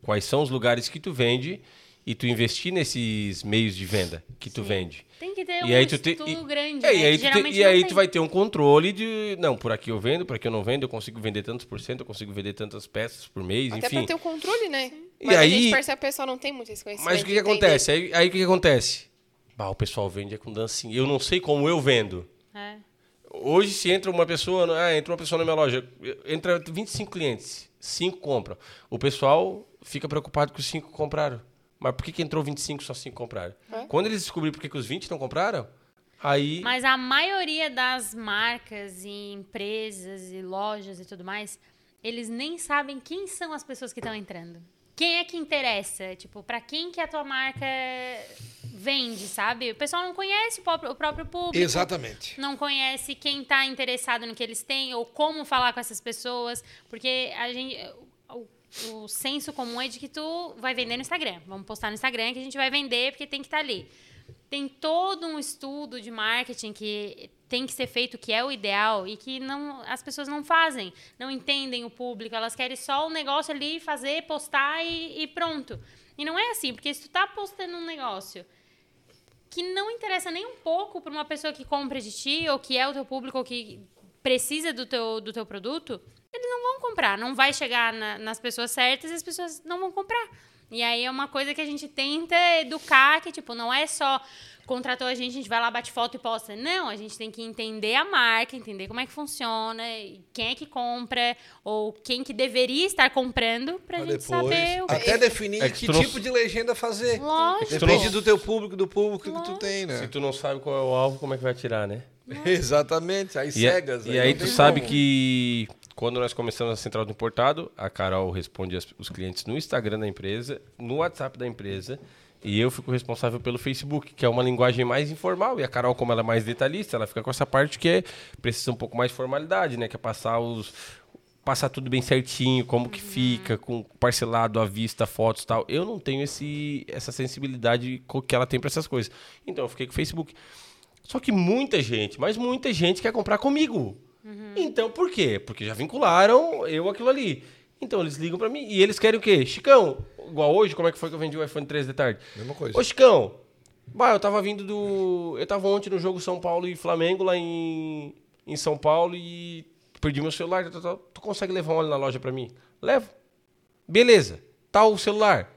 [SPEAKER 2] quais são os lugares que tu vende e tu investir nesses meios de venda que tu vende.
[SPEAKER 3] Tem que ter um
[SPEAKER 2] E aí tu
[SPEAKER 3] estudo
[SPEAKER 2] te- e-
[SPEAKER 3] grande.
[SPEAKER 2] é,
[SPEAKER 3] né?
[SPEAKER 2] e aí,
[SPEAKER 3] Que
[SPEAKER 2] tu, te-
[SPEAKER 3] geralmente
[SPEAKER 2] e
[SPEAKER 3] não
[SPEAKER 2] aí
[SPEAKER 3] tem.
[SPEAKER 2] tu vai ter um controle de. Não, por aqui eu vendo, por aqui eu não vendo, eu consigo vender tantos por cento, eu consigo vender tantas peças por mês,
[SPEAKER 4] Até
[SPEAKER 2] enfim.
[SPEAKER 4] pra ter o controle, né?
[SPEAKER 2] E
[SPEAKER 4] Mas
[SPEAKER 2] aí-
[SPEAKER 4] a gente percebe que o pessoal não tem muito esse conhecimento.
[SPEAKER 2] Mas o que, que
[SPEAKER 4] de entender.
[SPEAKER 2] acontece? Aí aí o que, que acontece? Bah, o pessoal vende é com dancinha. Eu não sei como eu vendo.
[SPEAKER 3] É. É.
[SPEAKER 2] Hoje, se entra uma pessoa, no- ah, entra uma pessoa na minha loja, entra 25 clientes, 5 compram. O pessoal fica preocupado que os 5 compraram. Mas por que, que entrou 25 e só 5 compraram?
[SPEAKER 4] É.
[SPEAKER 2] Quando eles descobriram por que, que os 20 não compraram, aí.
[SPEAKER 3] Mas a maioria das marcas e empresas e lojas e tudo mais, eles nem sabem quem são as pessoas que estão entrando. Quem é que interessa? Tipo, pra quem que a tua marca vende, sabe? O pessoal não conhece o próprio, o próprio público.
[SPEAKER 1] Exatamente.
[SPEAKER 3] Não conhece quem tá interessado no que eles têm ou como falar com essas pessoas. Porque a gente. O, o senso comum é de que tu vai vender no Instagram. Vamos postar no Instagram que a gente vai vender porque tem que estar ali. Tem todo um estudo de marketing que tem que ser feito, que é o ideal e que não, as pessoas não fazem, não entendem o público, elas querem só o negócio ali, fazer, postar e, e pronto. E não é assim, porque se tu tá postando um negócio que não interessa nem um pouco para uma pessoa que compra de ti, ou que é o teu público, ou que precisa do teu, do teu produto, eles não vão comprar. Não vai chegar na- nas pessoas certas e as pessoas não vão comprar. E aí é uma coisa que a gente tenta educar, que tipo, não é só contratou a gente, a gente vai lá, bate foto e posta. Não, a gente tem que entender a marca, entender como é que funciona, e quem é que compra, ou quem que deveria estar comprando, pra
[SPEAKER 1] Pra
[SPEAKER 3] gente saber o que...
[SPEAKER 1] Até definir
[SPEAKER 2] É que
[SPEAKER 1] que
[SPEAKER 2] trouxe-
[SPEAKER 1] tipo de legenda fazer.
[SPEAKER 3] Lógico.
[SPEAKER 1] Depende do teu público, do público que tu
[SPEAKER 3] Lógico.
[SPEAKER 1] tem,
[SPEAKER 2] Se
[SPEAKER 1] né?
[SPEAKER 2] tu não sabe qual é o alvo, como é que vai tirar, né?
[SPEAKER 1] Exatamente. Aí
[SPEAKER 2] E, a-
[SPEAKER 1] cegas.
[SPEAKER 2] e aí
[SPEAKER 1] não
[SPEAKER 2] tu
[SPEAKER 1] tem
[SPEAKER 2] sabe
[SPEAKER 1] como.
[SPEAKER 2] que quando nós começamos a Central do Importado, a Carol responde as- os clientes no Instagram da empresa, no WhatsApp da empresa, e eu fico responsável pelo Facebook, que é uma linguagem mais informal. E a Carol, como ela é mais detalhista, ela fica com essa parte que é, precisa um pouco mais de formalidade, né? Que é passar os passar tudo bem certinho, como
[SPEAKER 1] Uhum.
[SPEAKER 2] que fica, com parcelado à vista, fotos e tal. Eu não tenho esse, essa sensibilidade co- que ela tem para essas coisas. Então eu fiquei com o Facebook. Só que muita gente, mas muita gente quer comprar comigo. Então por quê? Porque já vincularam eu aquilo ali. Então eles ligam pra mim e eles querem o quê? Chicão, igual hoje, como é que foi que eu vendi o iPhone 13 de tarde?
[SPEAKER 1] Mesma coisa.
[SPEAKER 2] Ô Chicão, bah, eu tava vindo do. Eu tava ontem no jogo São Paulo e Flamengo lá em, em São Paulo e perdi meu celular. tal, tal, tal. Tu consegue levar um ali na loja pra mim? Levo. Beleza. Tal o celular.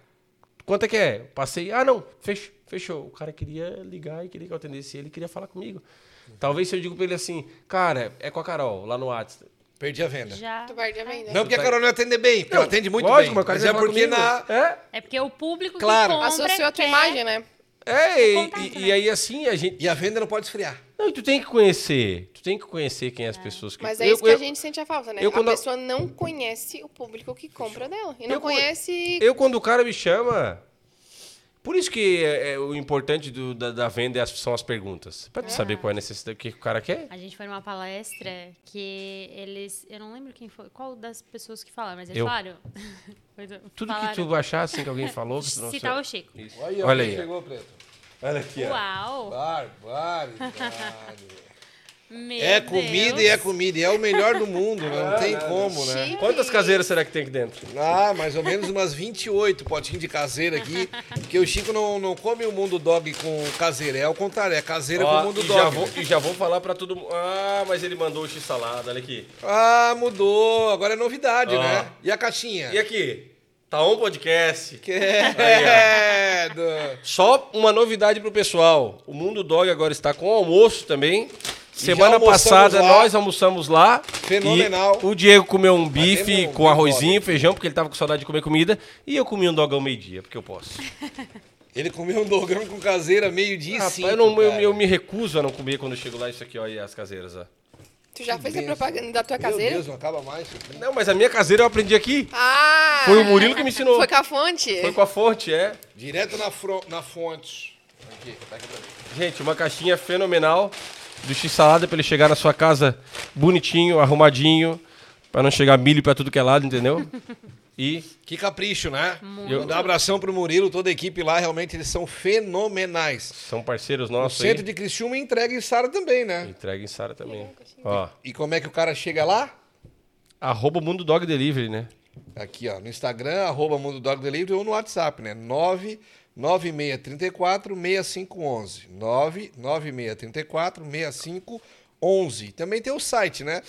[SPEAKER 2] Quanto é que é? Passei. Ah, não. Fechou. Fechou. O cara queria ligar e queria que eu atendesse ele, queria falar comigo. Talvez se eu digo pra ele assim, cara, é com a Carol, lá no WhatsApp.
[SPEAKER 1] Perdi a venda.
[SPEAKER 3] Já...
[SPEAKER 4] Tu perde a venda.
[SPEAKER 1] Não porque a Carol não atende bem, porque ela atende muito
[SPEAKER 2] Tá. Lógico,
[SPEAKER 1] bem.
[SPEAKER 2] mas o cara
[SPEAKER 1] mas
[SPEAKER 2] quer
[SPEAKER 1] é
[SPEAKER 2] falar
[SPEAKER 1] porque
[SPEAKER 2] comigo.
[SPEAKER 1] na...
[SPEAKER 2] É?
[SPEAKER 3] É porque o público
[SPEAKER 1] Claro.
[SPEAKER 3] que compra...
[SPEAKER 4] Associou a tua
[SPEAKER 3] quer-
[SPEAKER 4] imagem, né?
[SPEAKER 2] É, e,
[SPEAKER 3] contato,
[SPEAKER 2] e-
[SPEAKER 3] né?
[SPEAKER 2] e aí assim a gente.
[SPEAKER 1] E a venda não pode esfriar.
[SPEAKER 2] Não, e tu tem que conhecer. Tu tem que conhecer quem é as pessoas que
[SPEAKER 4] Mas é
[SPEAKER 2] Eu-
[SPEAKER 4] isso que
[SPEAKER 2] eu-
[SPEAKER 4] a gente sente a falta, né?
[SPEAKER 2] eu quando-
[SPEAKER 4] a pessoa não conhece o público que compra dela. E não
[SPEAKER 2] Eu quando-
[SPEAKER 4] conhece.
[SPEAKER 2] Eu, quando o cara me chama. Por isso que é, é, o importante do- da, da venda é as- são as perguntas. Pra tu saber qual é a necessidade, o que que o cara quer.
[SPEAKER 3] A gente foi numa palestra que eles... Eu não lembro quem foi, qual das pessoas que falaram, mas eles
[SPEAKER 2] Eu.
[SPEAKER 3] falaram... Pois é,
[SPEAKER 2] Tudo que
[SPEAKER 3] falaram-
[SPEAKER 2] tu achar, assim, que alguém falou. que tu
[SPEAKER 4] tá
[SPEAKER 2] não
[SPEAKER 3] Citar o
[SPEAKER 2] sabe.
[SPEAKER 3] Chico.
[SPEAKER 1] Olha,
[SPEAKER 2] Olha aí.
[SPEAKER 1] Chegou, Preto.
[SPEAKER 2] Olha aqui, ó.
[SPEAKER 3] Uau!
[SPEAKER 1] Barbaridade.
[SPEAKER 3] Meu
[SPEAKER 1] É comida e é comida. E é o melhor do mundo, né? não tem como, né?
[SPEAKER 4] Chique.
[SPEAKER 2] É. Quantas caseiras será que tem aqui dentro?
[SPEAKER 1] Ah, mais ou menos umas 28 potinhos de caseira aqui. Porque o Chico não, não come o mundo dog com caseira. É ao contrário, é caseira com
[SPEAKER 2] Ó,
[SPEAKER 1] o mundo
[SPEAKER 2] e,
[SPEAKER 1] dog.
[SPEAKER 2] já vou, e já vou falar pra todo mundo. Ah, mas ele mandou o x-salada, olha aqui.
[SPEAKER 1] Ah, mudou. Agora é novidade,
[SPEAKER 2] Ó.
[SPEAKER 1] né? E a caixinha?
[SPEAKER 2] E aqui? Tá um podcast.
[SPEAKER 1] Que é... do-
[SPEAKER 2] Só uma novidade pro pessoal. O Mundo Dog agora está com almoço também. Semana
[SPEAKER 1] almoçamos
[SPEAKER 2] passada
[SPEAKER 1] lá.
[SPEAKER 2] nós almoçamos lá.
[SPEAKER 1] Fenomenal.
[SPEAKER 2] E o Diego comeu um bife
[SPEAKER 1] Batemos um
[SPEAKER 2] com arrozinho,
[SPEAKER 1] dog.
[SPEAKER 2] feijão, porque ele tava com saudade de comer comida. E eu comi um dog ao meio-dia, porque eu posso.
[SPEAKER 1] Ele comeu um dogão com caseira meio-dia e
[SPEAKER 2] Rapaz,
[SPEAKER 1] cinco,
[SPEAKER 2] eu, não- eu-
[SPEAKER 1] cara.
[SPEAKER 2] eu me recuso a não comer quando eu chego lá isso aqui, ó, e as caseiras, ó.
[SPEAKER 4] Tu já fez a
[SPEAKER 1] Deus.
[SPEAKER 4] propaganda da tua
[SPEAKER 1] Meu
[SPEAKER 4] caseira?
[SPEAKER 1] Deus, não acaba mais isso aqui.
[SPEAKER 2] Não, mas a minha caseira eu aprendi aqui.
[SPEAKER 4] Ah!
[SPEAKER 2] Foi o Murilo que me ensinou.
[SPEAKER 4] Foi com a fonte?
[SPEAKER 2] Foi com a fonte, é.
[SPEAKER 1] Direto na, fro- na fonte. Aqui, tá aqui pra mim.
[SPEAKER 2] Gente, uma caixinha fenomenal do X-Salada pra ele chegar na sua casa bonitinho, arrumadinho, pra não chegar milho pra tudo que é lado, entendeu? E
[SPEAKER 1] Que capricho, né?
[SPEAKER 2] Eu-
[SPEAKER 1] Mandar um abração pro Murilo, toda a equipe lá, realmente eles são fenomenais.
[SPEAKER 2] são parceiros
[SPEAKER 1] O
[SPEAKER 2] nossos aí.
[SPEAKER 1] Um centro de Criciúma entrega em Sara também, né?
[SPEAKER 2] Entrega em Sara também. Ó,
[SPEAKER 1] E como é que o cara chega lá?
[SPEAKER 2] arroba Mundo Dog Delivery, né?
[SPEAKER 1] Aqui, ó, no Instagram, arroba Mundo Dog Delivery ou no WhatsApp, né? 99634 6511. 99634 6511. Também tem o site, né?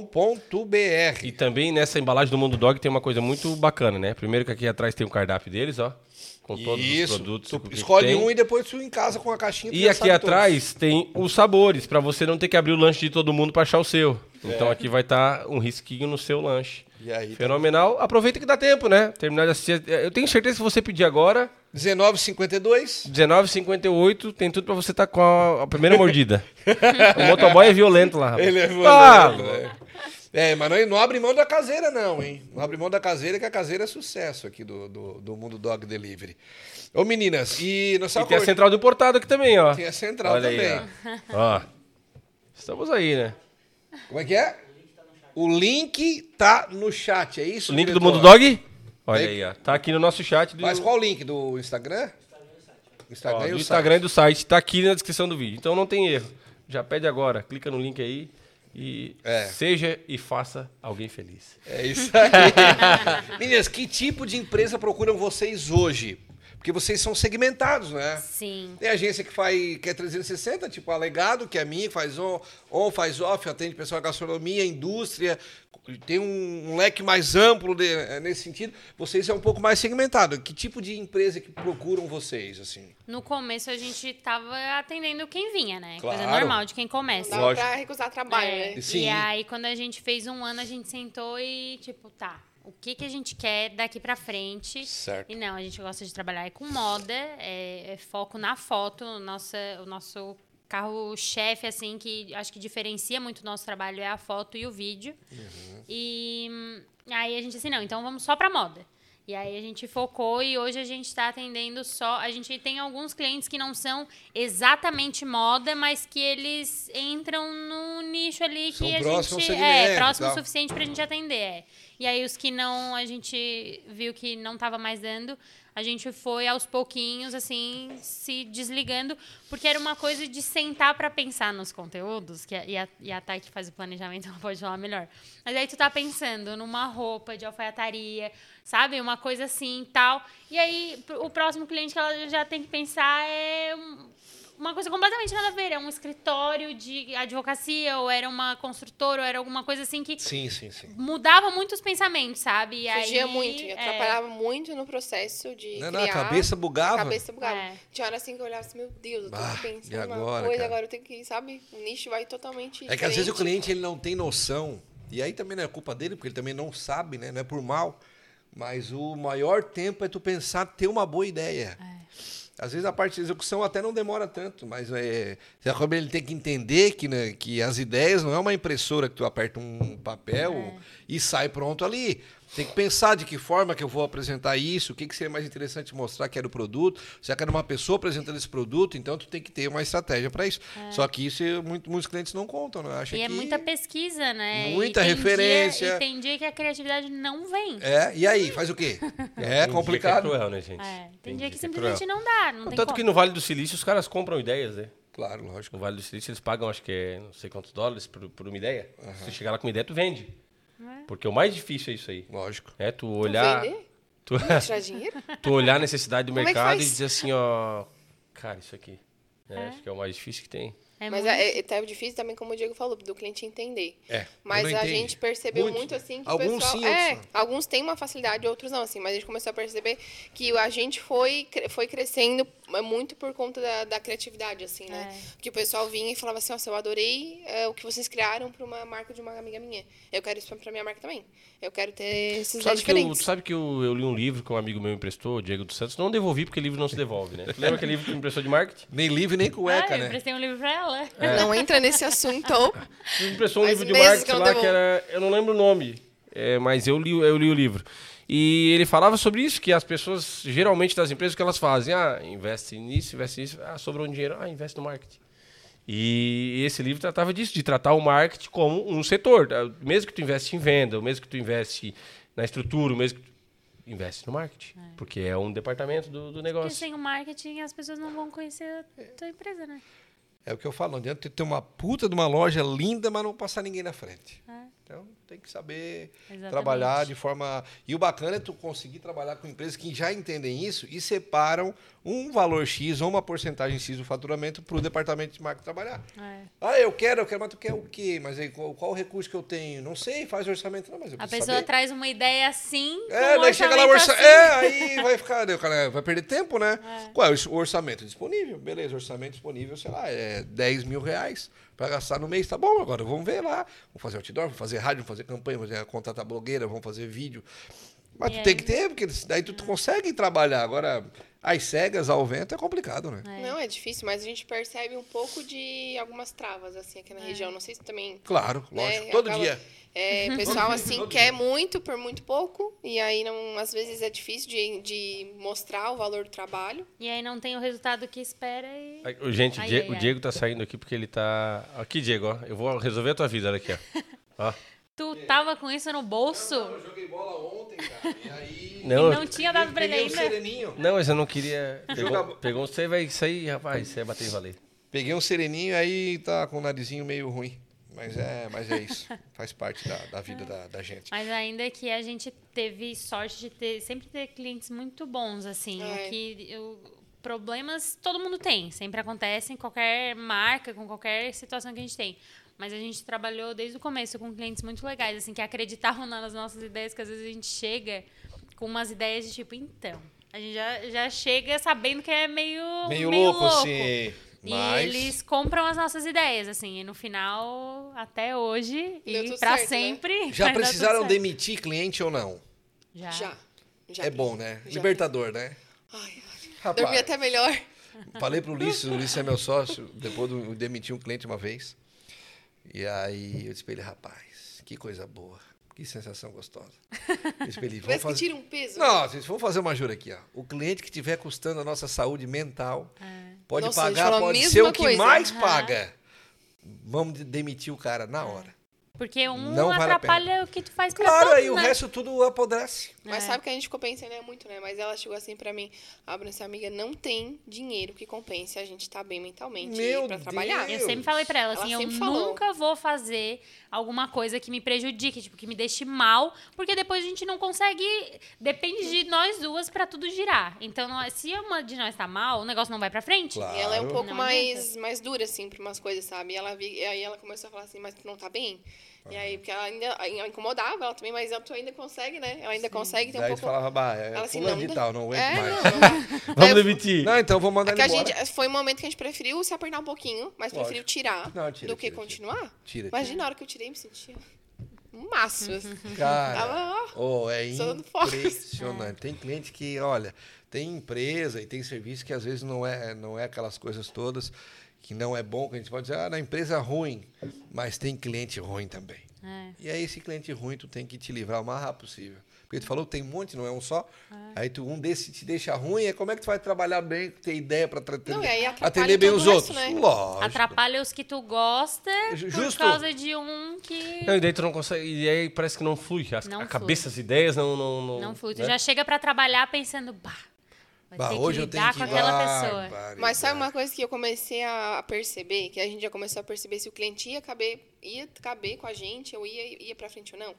[SPEAKER 1] mundodogdelivery.com.br.
[SPEAKER 2] E também nessa embalagem do Mundo Dog tem uma coisa muito bacana, né? Primeiro que aqui atrás tem o cardápio deles, ó. Com todos os produtos.
[SPEAKER 1] Tu
[SPEAKER 2] que tem.
[SPEAKER 1] escolhe um e depois tu em casa com a caixinha. tu
[SPEAKER 2] E
[SPEAKER 1] já
[SPEAKER 2] aqui
[SPEAKER 1] sabe todos.
[SPEAKER 2] atrás tem os sabores, pra você não ter que abrir o lanche de todo mundo pra achar o seu. Então aqui vai estar um risquinho no seu lanche.
[SPEAKER 1] É. E aí, tá.
[SPEAKER 2] Fenomenal. Aproveita que dá tempo, né? Terminar de assistir. Eu tenho certeza que se você pedir agora,
[SPEAKER 1] 19,52.
[SPEAKER 2] 19h58, tem tudo pra você estar com a, a primeira mordida. o motoboy é violento lá. rapaz.
[SPEAKER 1] Ele é
[SPEAKER 2] Ah,
[SPEAKER 1] voando, né? É, mas não, não abre mão da caseira, não, hein? Não abre mão da caseira, que a caseira é sucesso aqui do, do, do mundo Dog Delivery. Ô, meninas, e nós
[SPEAKER 2] E
[SPEAKER 1] só
[SPEAKER 2] tem a central do importado aqui também, ó.
[SPEAKER 1] Tem a central
[SPEAKER 2] Olha aí,
[SPEAKER 1] também.
[SPEAKER 2] ó. Ó. Estamos aí, né?
[SPEAKER 1] Como é que é? O link tá no chat, é isso?
[SPEAKER 2] O link do
[SPEAKER 1] diretor?
[SPEAKER 2] Mundo Dog? Olha
[SPEAKER 1] Tem-
[SPEAKER 2] aí, ó. Tá aqui no nosso chat do,
[SPEAKER 1] Mas qual o link? Do Instagram? Instagram
[SPEAKER 2] ó,
[SPEAKER 1] e
[SPEAKER 2] do
[SPEAKER 1] o
[SPEAKER 2] Instagram e
[SPEAKER 1] site.
[SPEAKER 2] do site. Tá aqui na descrição do vídeo. Então não tem erro. Já pede agora. Clica no link aí e
[SPEAKER 1] É.
[SPEAKER 2] seja e faça alguém feliz.
[SPEAKER 1] É isso aí. Meninas, que tipo de empresa procuram vocês hoje? Porque vocês são segmentados, né?
[SPEAKER 3] Sim.
[SPEAKER 1] Tem agência que faz que é 360, tipo a Legado, que é a minha, que faz on, on, faz off, atende pessoal da gastronomia, indústria, tem um, um leque mais amplo de- eh, nesse sentido. Vocês é um pouco mais segmentado. Que tipo de empresa que procuram vocês, assim?
[SPEAKER 3] No começo a gente tava atendendo quem vinha, né? Coisa
[SPEAKER 1] Claro.
[SPEAKER 3] normal de quem
[SPEAKER 4] Não
[SPEAKER 3] começa.
[SPEAKER 4] dá
[SPEAKER 2] Lógico.
[SPEAKER 4] pra recusar trabalho,
[SPEAKER 3] É,
[SPEAKER 4] né?
[SPEAKER 1] Sim.
[SPEAKER 3] E aí, quando a gente fez um ano, a gente sentou e, tipo, tá, o que, que a gente quer daqui pra frente?
[SPEAKER 1] Certo.
[SPEAKER 3] E não, a gente gosta de trabalhar com moda, é, é foco na foto, nossa, o nosso carro-chefe, assim, que acho que diferencia muito o nosso trabalho é a foto e o vídeo.
[SPEAKER 1] Uhum.
[SPEAKER 3] E hum, aí a gente assim, não, então vamos só pra moda. E aí a gente focou e hoje a gente está atendendo só. A gente tem alguns clientes que não são exatamente moda, mas que eles entram no nicho ali que
[SPEAKER 1] São
[SPEAKER 3] a
[SPEAKER 1] próximo
[SPEAKER 3] gente
[SPEAKER 1] ao segmento
[SPEAKER 3] é
[SPEAKER 1] e
[SPEAKER 3] próximo o
[SPEAKER 1] tal.
[SPEAKER 3] suficiente pra gente atender. é. E aí os que não a gente viu que não tava mais dando, a gente foi aos pouquinhos assim se desligando, porque era uma coisa de sentar pra pensar nos conteúdos, que a, e a, e a Thay que faz o planejamento ela pode falar melhor. Mas aí tu tá pensando numa roupa de alfaiataria, sabe? Uma coisa assim, tal. E aí pr- o próximo cliente que ela já tem que pensar é um- uma coisa completamente nada a ver. É um escritório de advocacia, ou era uma construtora, ou era alguma coisa assim que
[SPEAKER 1] Sim, sim, sim.
[SPEAKER 3] mudava muito os pensamentos, sabe? E
[SPEAKER 4] Fugia
[SPEAKER 3] aí,
[SPEAKER 4] muito, me
[SPEAKER 3] é,
[SPEAKER 4] atrapalhava muito no processo de
[SPEAKER 1] Não,
[SPEAKER 4] criar.
[SPEAKER 1] não, a cabeça
[SPEAKER 4] A
[SPEAKER 1] bugava.
[SPEAKER 4] cabeça bugava.
[SPEAKER 3] É.
[SPEAKER 4] Tinha hora assim que eu olhava assim, meu Deus, eu tô
[SPEAKER 1] Bah, e
[SPEAKER 4] pensando numa
[SPEAKER 1] agora,
[SPEAKER 4] coisa,
[SPEAKER 1] cara?
[SPEAKER 4] agora eu tenho que, sabe? O nicho vai totalmente
[SPEAKER 1] É que às vezes o
[SPEAKER 4] diferente.
[SPEAKER 1] cliente ele não tem noção. E aí também não é culpa dele, porque ele também não sabe, né? Não é por mal. Mas o maior tempo é tu pensar, ter uma boa ideia. Às vezes a parte de execução até não demora tanto, mas é, você acaba ele tem que entender que, né, que as ideias não é uma impressora que tu aperta um papel
[SPEAKER 3] É.
[SPEAKER 1] e sai pronto ali. Tem que pensar de que forma que eu vou apresentar isso, o que, que seria mais interessante mostrar que era o produto, se é que era uma pessoa apresentando esse produto, então tu tem que ter uma estratégia para isso. Só que isso é muito- muitos clientes não contam, né? Acha
[SPEAKER 3] E é
[SPEAKER 1] que-
[SPEAKER 3] muita pesquisa, né? E
[SPEAKER 1] Muita
[SPEAKER 3] tem dia-
[SPEAKER 1] referência.
[SPEAKER 3] e tem dia que a criatividade não vem.
[SPEAKER 1] É, e aí, faz o quê? É
[SPEAKER 2] Tem dia que
[SPEAKER 1] complicado.
[SPEAKER 2] É cruel, né, gente?
[SPEAKER 3] É, tem dia que
[SPEAKER 2] cruel.
[SPEAKER 3] simplesmente não dá, não tem
[SPEAKER 2] Tanto
[SPEAKER 3] como.
[SPEAKER 2] que no Vale do Silício os caras compram ideias, né?
[SPEAKER 1] Claro, lógico.
[SPEAKER 2] No Vale do Silício eles pagam, acho que é não sei quantos dólares por, por uma ideia. Se tu chegar lá com uma ideia, tu vende. Porque o mais difícil é isso aí.
[SPEAKER 1] Lógico.
[SPEAKER 2] É tu olhar.
[SPEAKER 4] vender?
[SPEAKER 2] Tu,
[SPEAKER 4] Tirar dinheiro?
[SPEAKER 2] tu olhar a necessidade do
[SPEAKER 4] Como é que
[SPEAKER 2] mercado e
[SPEAKER 4] faz?
[SPEAKER 2] dizer assim, ó. Cara, isso aqui. né, Acho que é o mais difícil que tem.
[SPEAKER 3] É
[SPEAKER 4] Mas
[SPEAKER 3] muito-
[SPEAKER 4] é, é tá difícil também, como o Diego falou, do cliente entender.
[SPEAKER 1] É.
[SPEAKER 4] Mas
[SPEAKER 1] não
[SPEAKER 4] a
[SPEAKER 1] entende.
[SPEAKER 4] gente percebeu muito, assim que
[SPEAKER 1] Alguns
[SPEAKER 4] o pessoal.
[SPEAKER 1] sim,
[SPEAKER 4] é,
[SPEAKER 1] outros
[SPEAKER 4] alguns têm uma facilidade, outros não, assim, mas a gente começou a perceber que a gente foi, cre- foi crescendo é, muito por conta da, da criatividade, assim, né? Que o pessoal vinha e falava assim, nossa, eu adorei é, o que vocês criaram para uma marca de uma amiga minha. Eu quero isso para minha marca também. Eu quero ter esses
[SPEAKER 2] Tu
[SPEAKER 4] ideias
[SPEAKER 2] sabe, que eu,
[SPEAKER 4] diferentes.
[SPEAKER 2] tu sabe que eu, eu li um livro que um amigo meu emprestou, o Diego dos Santos. Não devolvi porque livro não se devolve, né? Tu lembra aquele livro que me emprestou de marketing?
[SPEAKER 1] Nem livre, nem cueca,
[SPEAKER 3] ah, eu
[SPEAKER 1] né?
[SPEAKER 3] prestei um livro pra ela.
[SPEAKER 1] É.
[SPEAKER 4] Não entra nesse assunto. ó.
[SPEAKER 2] Tu me emprestou um
[SPEAKER 4] Faz
[SPEAKER 2] livro de
[SPEAKER 4] meses
[SPEAKER 2] marketing
[SPEAKER 4] que eu não
[SPEAKER 2] lá que
[SPEAKER 4] devolvo.
[SPEAKER 2] era. Eu não lembro o nome, é, mas eu li, eu li o livro. E ele falava sobre isso, que as pessoas, geralmente das empresas, o que elas fazem? Ah, investe nisso, investe nisso, ah, sobrou um dinheiro, ah, investe no marketing. E esse livro tratava disso, de tratar o marketing como um setor. tá? Mesmo que tu investe em venda, o mesmo que tu investe na estrutura, o mesmo que tu investe no marketing. Porque é um departamento do, do
[SPEAKER 3] Porque assim,
[SPEAKER 2] negócio.
[SPEAKER 3] sem o marketing as pessoas não vão conhecer a tua empresa, né?
[SPEAKER 1] É o que eu falo, não adianta tu ter uma puta de uma loja linda, mas não passar ninguém na frente. Então tem que saber
[SPEAKER 3] Exatamente.
[SPEAKER 1] trabalhar de forma. E o bacana é tu conseguir trabalhar com empresas que já entendem isso e separam um valor X ou uma porcentagem X do faturamento para o departamento de marketing trabalhar.
[SPEAKER 3] É.
[SPEAKER 1] Ah, eu quero, eu quero, mas tu quer o quê? Mas aí, qual, qual o recurso que eu tenho? Não sei, faz orçamento. Não, mas eu
[SPEAKER 3] A
[SPEAKER 1] preciso
[SPEAKER 3] pessoa
[SPEAKER 1] saber.
[SPEAKER 3] traz uma ideia assim.
[SPEAKER 1] É,
[SPEAKER 3] com um
[SPEAKER 1] daí chega lá o
[SPEAKER 3] orçamento
[SPEAKER 1] orçamento.
[SPEAKER 3] assim.
[SPEAKER 1] É, aí vai ficar. daí o cara vai perder tempo, né? Qual é o orç- o orçamento disponível? Beleza, orçamento disponível, sei lá, é 10 mil reais pra gastar no mês. Tá bom, agora vamos ver lá. Vamos fazer outdoor, vamos fazer rádio, vamos fazer campanha, vamos fazer- contratar blogueira, vamos fazer vídeo. Mas
[SPEAKER 3] E
[SPEAKER 1] tu
[SPEAKER 3] aí? Ah.
[SPEAKER 1] tem que ter, porque eles- daí tu, tu consegue trabalhar. Agora, as cegas ao vento é complicado, né?
[SPEAKER 4] Não, é difícil, mas a gente percebe um pouco de algumas travas, assim, aqui na região. Não sei se também.
[SPEAKER 1] Claro,
[SPEAKER 4] né,
[SPEAKER 1] lógico. Todo
[SPEAKER 4] acaba-
[SPEAKER 1] dia.
[SPEAKER 4] É, o pessoal, assim, quer muito por muito pouco. E aí, não, às vezes, é difícil de, de mostrar o valor do trabalho.
[SPEAKER 3] E aí não tem o resultado que espera e.
[SPEAKER 2] Ai, ô, Gente, o
[SPEAKER 3] Ai,
[SPEAKER 2] Die-
[SPEAKER 3] ai,
[SPEAKER 2] o
[SPEAKER 3] ai.
[SPEAKER 2] Diego tá saindo aqui porque ele tá. Aqui, Diego, ó. Eu vou resolver a tua vida, olha aqui, ó. Ó.
[SPEAKER 1] é.
[SPEAKER 3] Tu tava com isso no bolso?
[SPEAKER 1] joguei bola ontem, cara. E aí. um
[SPEAKER 3] E
[SPEAKER 2] Não,
[SPEAKER 3] não tinha dado pra ele ainda.
[SPEAKER 1] sereninho.
[SPEAKER 2] não, mas eu não queria. Pegou,
[SPEAKER 1] Joga-
[SPEAKER 2] pegou um você vai sair, rapaz. Você vai bater e valer.
[SPEAKER 1] Peguei um sereninho aí tá com o narizinho meio ruim. Mas é, mas é isso. Faz parte da, da vida da, da gente.
[SPEAKER 3] Mas ainda que a gente teve sorte de ter, sempre ter clientes muito bons, assim.
[SPEAKER 4] É.
[SPEAKER 3] o Que eu- problemas todo mundo tem, sempre acontecem, qualquer marca, com qualquer situação que a gente tem. Mas a gente trabalhou desde o começo com clientes muito legais, assim, que acreditavam nas nossas ideias, que às vezes a gente chega com umas ideias de tipo, então. A gente já, já chega sabendo que é meio.
[SPEAKER 1] Meio, louco, assim.
[SPEAKER 3] E
[SPEAKER 1] Mas.
[SPEAKER 3] eles compram as nossas ideias, assim, e no final, até hoje,
[SPEAKER 4] Deu
[SPEAKER 3] e
[SPEAKER 4] tudo
[SPEAKER 3] pra
[SPEAKER 4] certo, né?
[SPEAKER 3] sempre.
[SPEAKER 1] Já
[SPEAKER 3] vai dar tudo
[SPEAKER 1] precisaram
[SPEAKER 3] certo.
[SPEAKER 1] demitir cliente ou não?
[SPEAKER 3] Já.
[SPEAKER 4] Já. já
[SPEAKER 1] é bom, né? Tá
[SPEAKER 4] Já.
[SPEAKER 1] Libertador, né?
[SPEAKER 4] Ai, ai.
[SPEAKER 1] Rapaz,
[SPEAKER 4] Dormi até melhor.
[SPEAKER 1] falei pro Ulisses, o Ulisses é meu sócio, depois do- eu demiti um cliente uma vez. E aí eu disse pra ele, rapaz, que coisa boa, que sensação gostosa. Eu disse pra ele, vamos
[SPEAKER 4] Parece que
[SPEAKER 1] fazer...
[SPEAKER 4] tira um peso.
[SPEAKER 1] Não, gente, vamos fazer uma jura aqui, ó. O cliente que estiver custando a nossa saúde mental pode
[SPEAKER 4] É. Nossa, eu ia falar
[SPEAKER 1] pagar,
[SPEAKER 4] a
[SPEAKER 1] pode
[SPEAKER 4] mesma
[SPEAKER 1] ser o que
[SPEAKER 4] coisa.
[SPEAKER 1] mais
[SPEAKER 3] Aham.
[SPEAKER 1] paga. Vamos de- demitir o cara
[SPEAKER 4] É.
[SPEAKER 1] na hora.
[SPEAKER 3] Porque um
[SPEAKER 1] Não vale a
[SPEAKER 3] atrapalha o que tu faz pra
[SPEAKER 1] Claro,
[SPEAKER 3] todo,
[SPEAKER 1] aí o
[SPEAKER 3] né?
[SPEAKER 1] resto tudo apodrece.
[SPEAKER 4] Mas
[SPEAKER 3] É.
[SPEAKER 4] sabe que a gente ficou pensando é muito, né? Mas ela chegou assim pra mim, Abra, essa amiga não tem dinheiro que compense a gente tá bem mentalmente
[SPEAKER 1] Meu
[SPEAKER 4] pra trabalhar. né?
[SPEAKER 1] Deus.
[SPEAKER 3] Eu sempre falei pra ela,
[SPEAKER 4] Ela
[SPEAKER 3] assim, eu
[SPEAKER 4] sempre falou.
[SPEAKER 3] nunca vou fazer alguma coisa que me prejudique, tipo, que me deixe mal, porque depois a gente não consegue, depende de nós duas pra tudo girar. Então, nós- se uma de nós tá mal, o negócio não vai pra frente.
[SPEAKER 1] Claro.
[SPEAKER 4] E ela é um pouco
[SPEAKER 3] Não
[SPEAKER 4] mais, mais dura, assim, pra umas coisas, sabe? E ela vi, e aí ela começou a falar assim, mas tu não tá bem? E aí, porque ela ainda ela incomodava ela também, mas ela tu ainda consegue, né? Ela ainda consegue ter um
[SPEAKER 1] Daí tu
[SPEAKER 4] pouco.
[SPEAKER 1] falava, bah, é
[SPEAKER 4] Ela assim,
[SPEAKER 1] fulano
[SPEAKER 4] não
[SPEAKER 1] de
[SPEAKER 4] dá-
[SPEAKER 1] tal, não aguento
[SPEAKER 4] é,
[SPEAKER 1] mais.
[SPEAKER 4] não, não dá.
[SPEAKER 2] Vamos
[SPEAKER 4] É,
[SPEAKER 2] demitir.
[SPEAKER 1] Não, então vou mandar
[SPEAKER 4] É que
[SPEAKER 1] ele
[SPEAKER 4] a
[SPEAKER 1] embora.
[SPEAKER 4] gente, foi um momento que a gente preferiu se apertar um pouquinho, mas
[SPEAKER 1] Lógico.
[SPEAKER 4] preferiu tirar
[SPEAKER 1] Não, tira,
[SPEAKER 4] do que
[SPEAKER 1] tira, tira.
[SPEAKER 4] continuar.
[SPEAKER 1] Tira, tira.
[SPEAKER 4] Imagina a hora que eu tirei, me sentia um maço. assim.
[SPEAKER 1] Cara,
[SPEAKER 4] Ela,
[SPEAKER 1] oh, é
[SPEAKER 4] só dando força.
[SPEAKER 1] impressionante. Tem cliente que, olha, tem empresa e tem serviço que às vezes não é, não é aquelas coisas todas que não é bom, que a gente pode dizer, ah, na empresa é ruim, mas tem cliente ruim também.
[SPEAKER 3] É.
[SPEAKER 1] E aí esse cliente ruim tu tem que te livrar o mais rápido possível. Porque tu falou que tem um monte, não é um só. Aí tu um desse te deixa ruim, aí como é que tu vai trabalhar bem, ter ideia para atender,
[SPEAKER 4] Não, e aí atrapalha
[SPEAKER 1] atender bem
[SPEAKER 4] todo
[SPEAKER 1] os
[SPEAKER 4] o resto,
[SPEAKER 1] outros?
[SPEAKER 4] né?
[SPEAKER 1] Lógico.
[SPEAKER 3] Atrapalha os que tu gosta
[SPEAKER 1] Ju-
[SPEAKER 3] por
[SPEAKER 1] justo. É
[SPEAKER 3] causa de um que
[SPEAKER 2] Não, e daí tu não consegue. E aí parece que não flui. A, a
[SPEAKER 3] Não flui.
[SPEAKER 2] cabeça, as ideias não. Não, não,
[SPEAKER 3] não flui. Tu
[SPEAKER 2] né?
[SPEAKER 3] já chega pra trabalhar pensando, bah, vai
[SPEAKER 1] Bah,
[SPEAKER 3] ter
[SPEAKER 1] hoje
[SPEAKER 3] que
[SPEAKER 1] eu tenho
[SPEAKER 3] lidar
[SPEAKER 1] que
[SPEAKER 3] com aquela pessoa.
[SPEAKER 1] Barbaridade.
[SPEAKER 4] Mas sabe uma coisa que eu comecei a perceber, que a gente já começou a perceber se o cliente ia caber, ia caber com a gente, eu ia, ia pra frente ou não.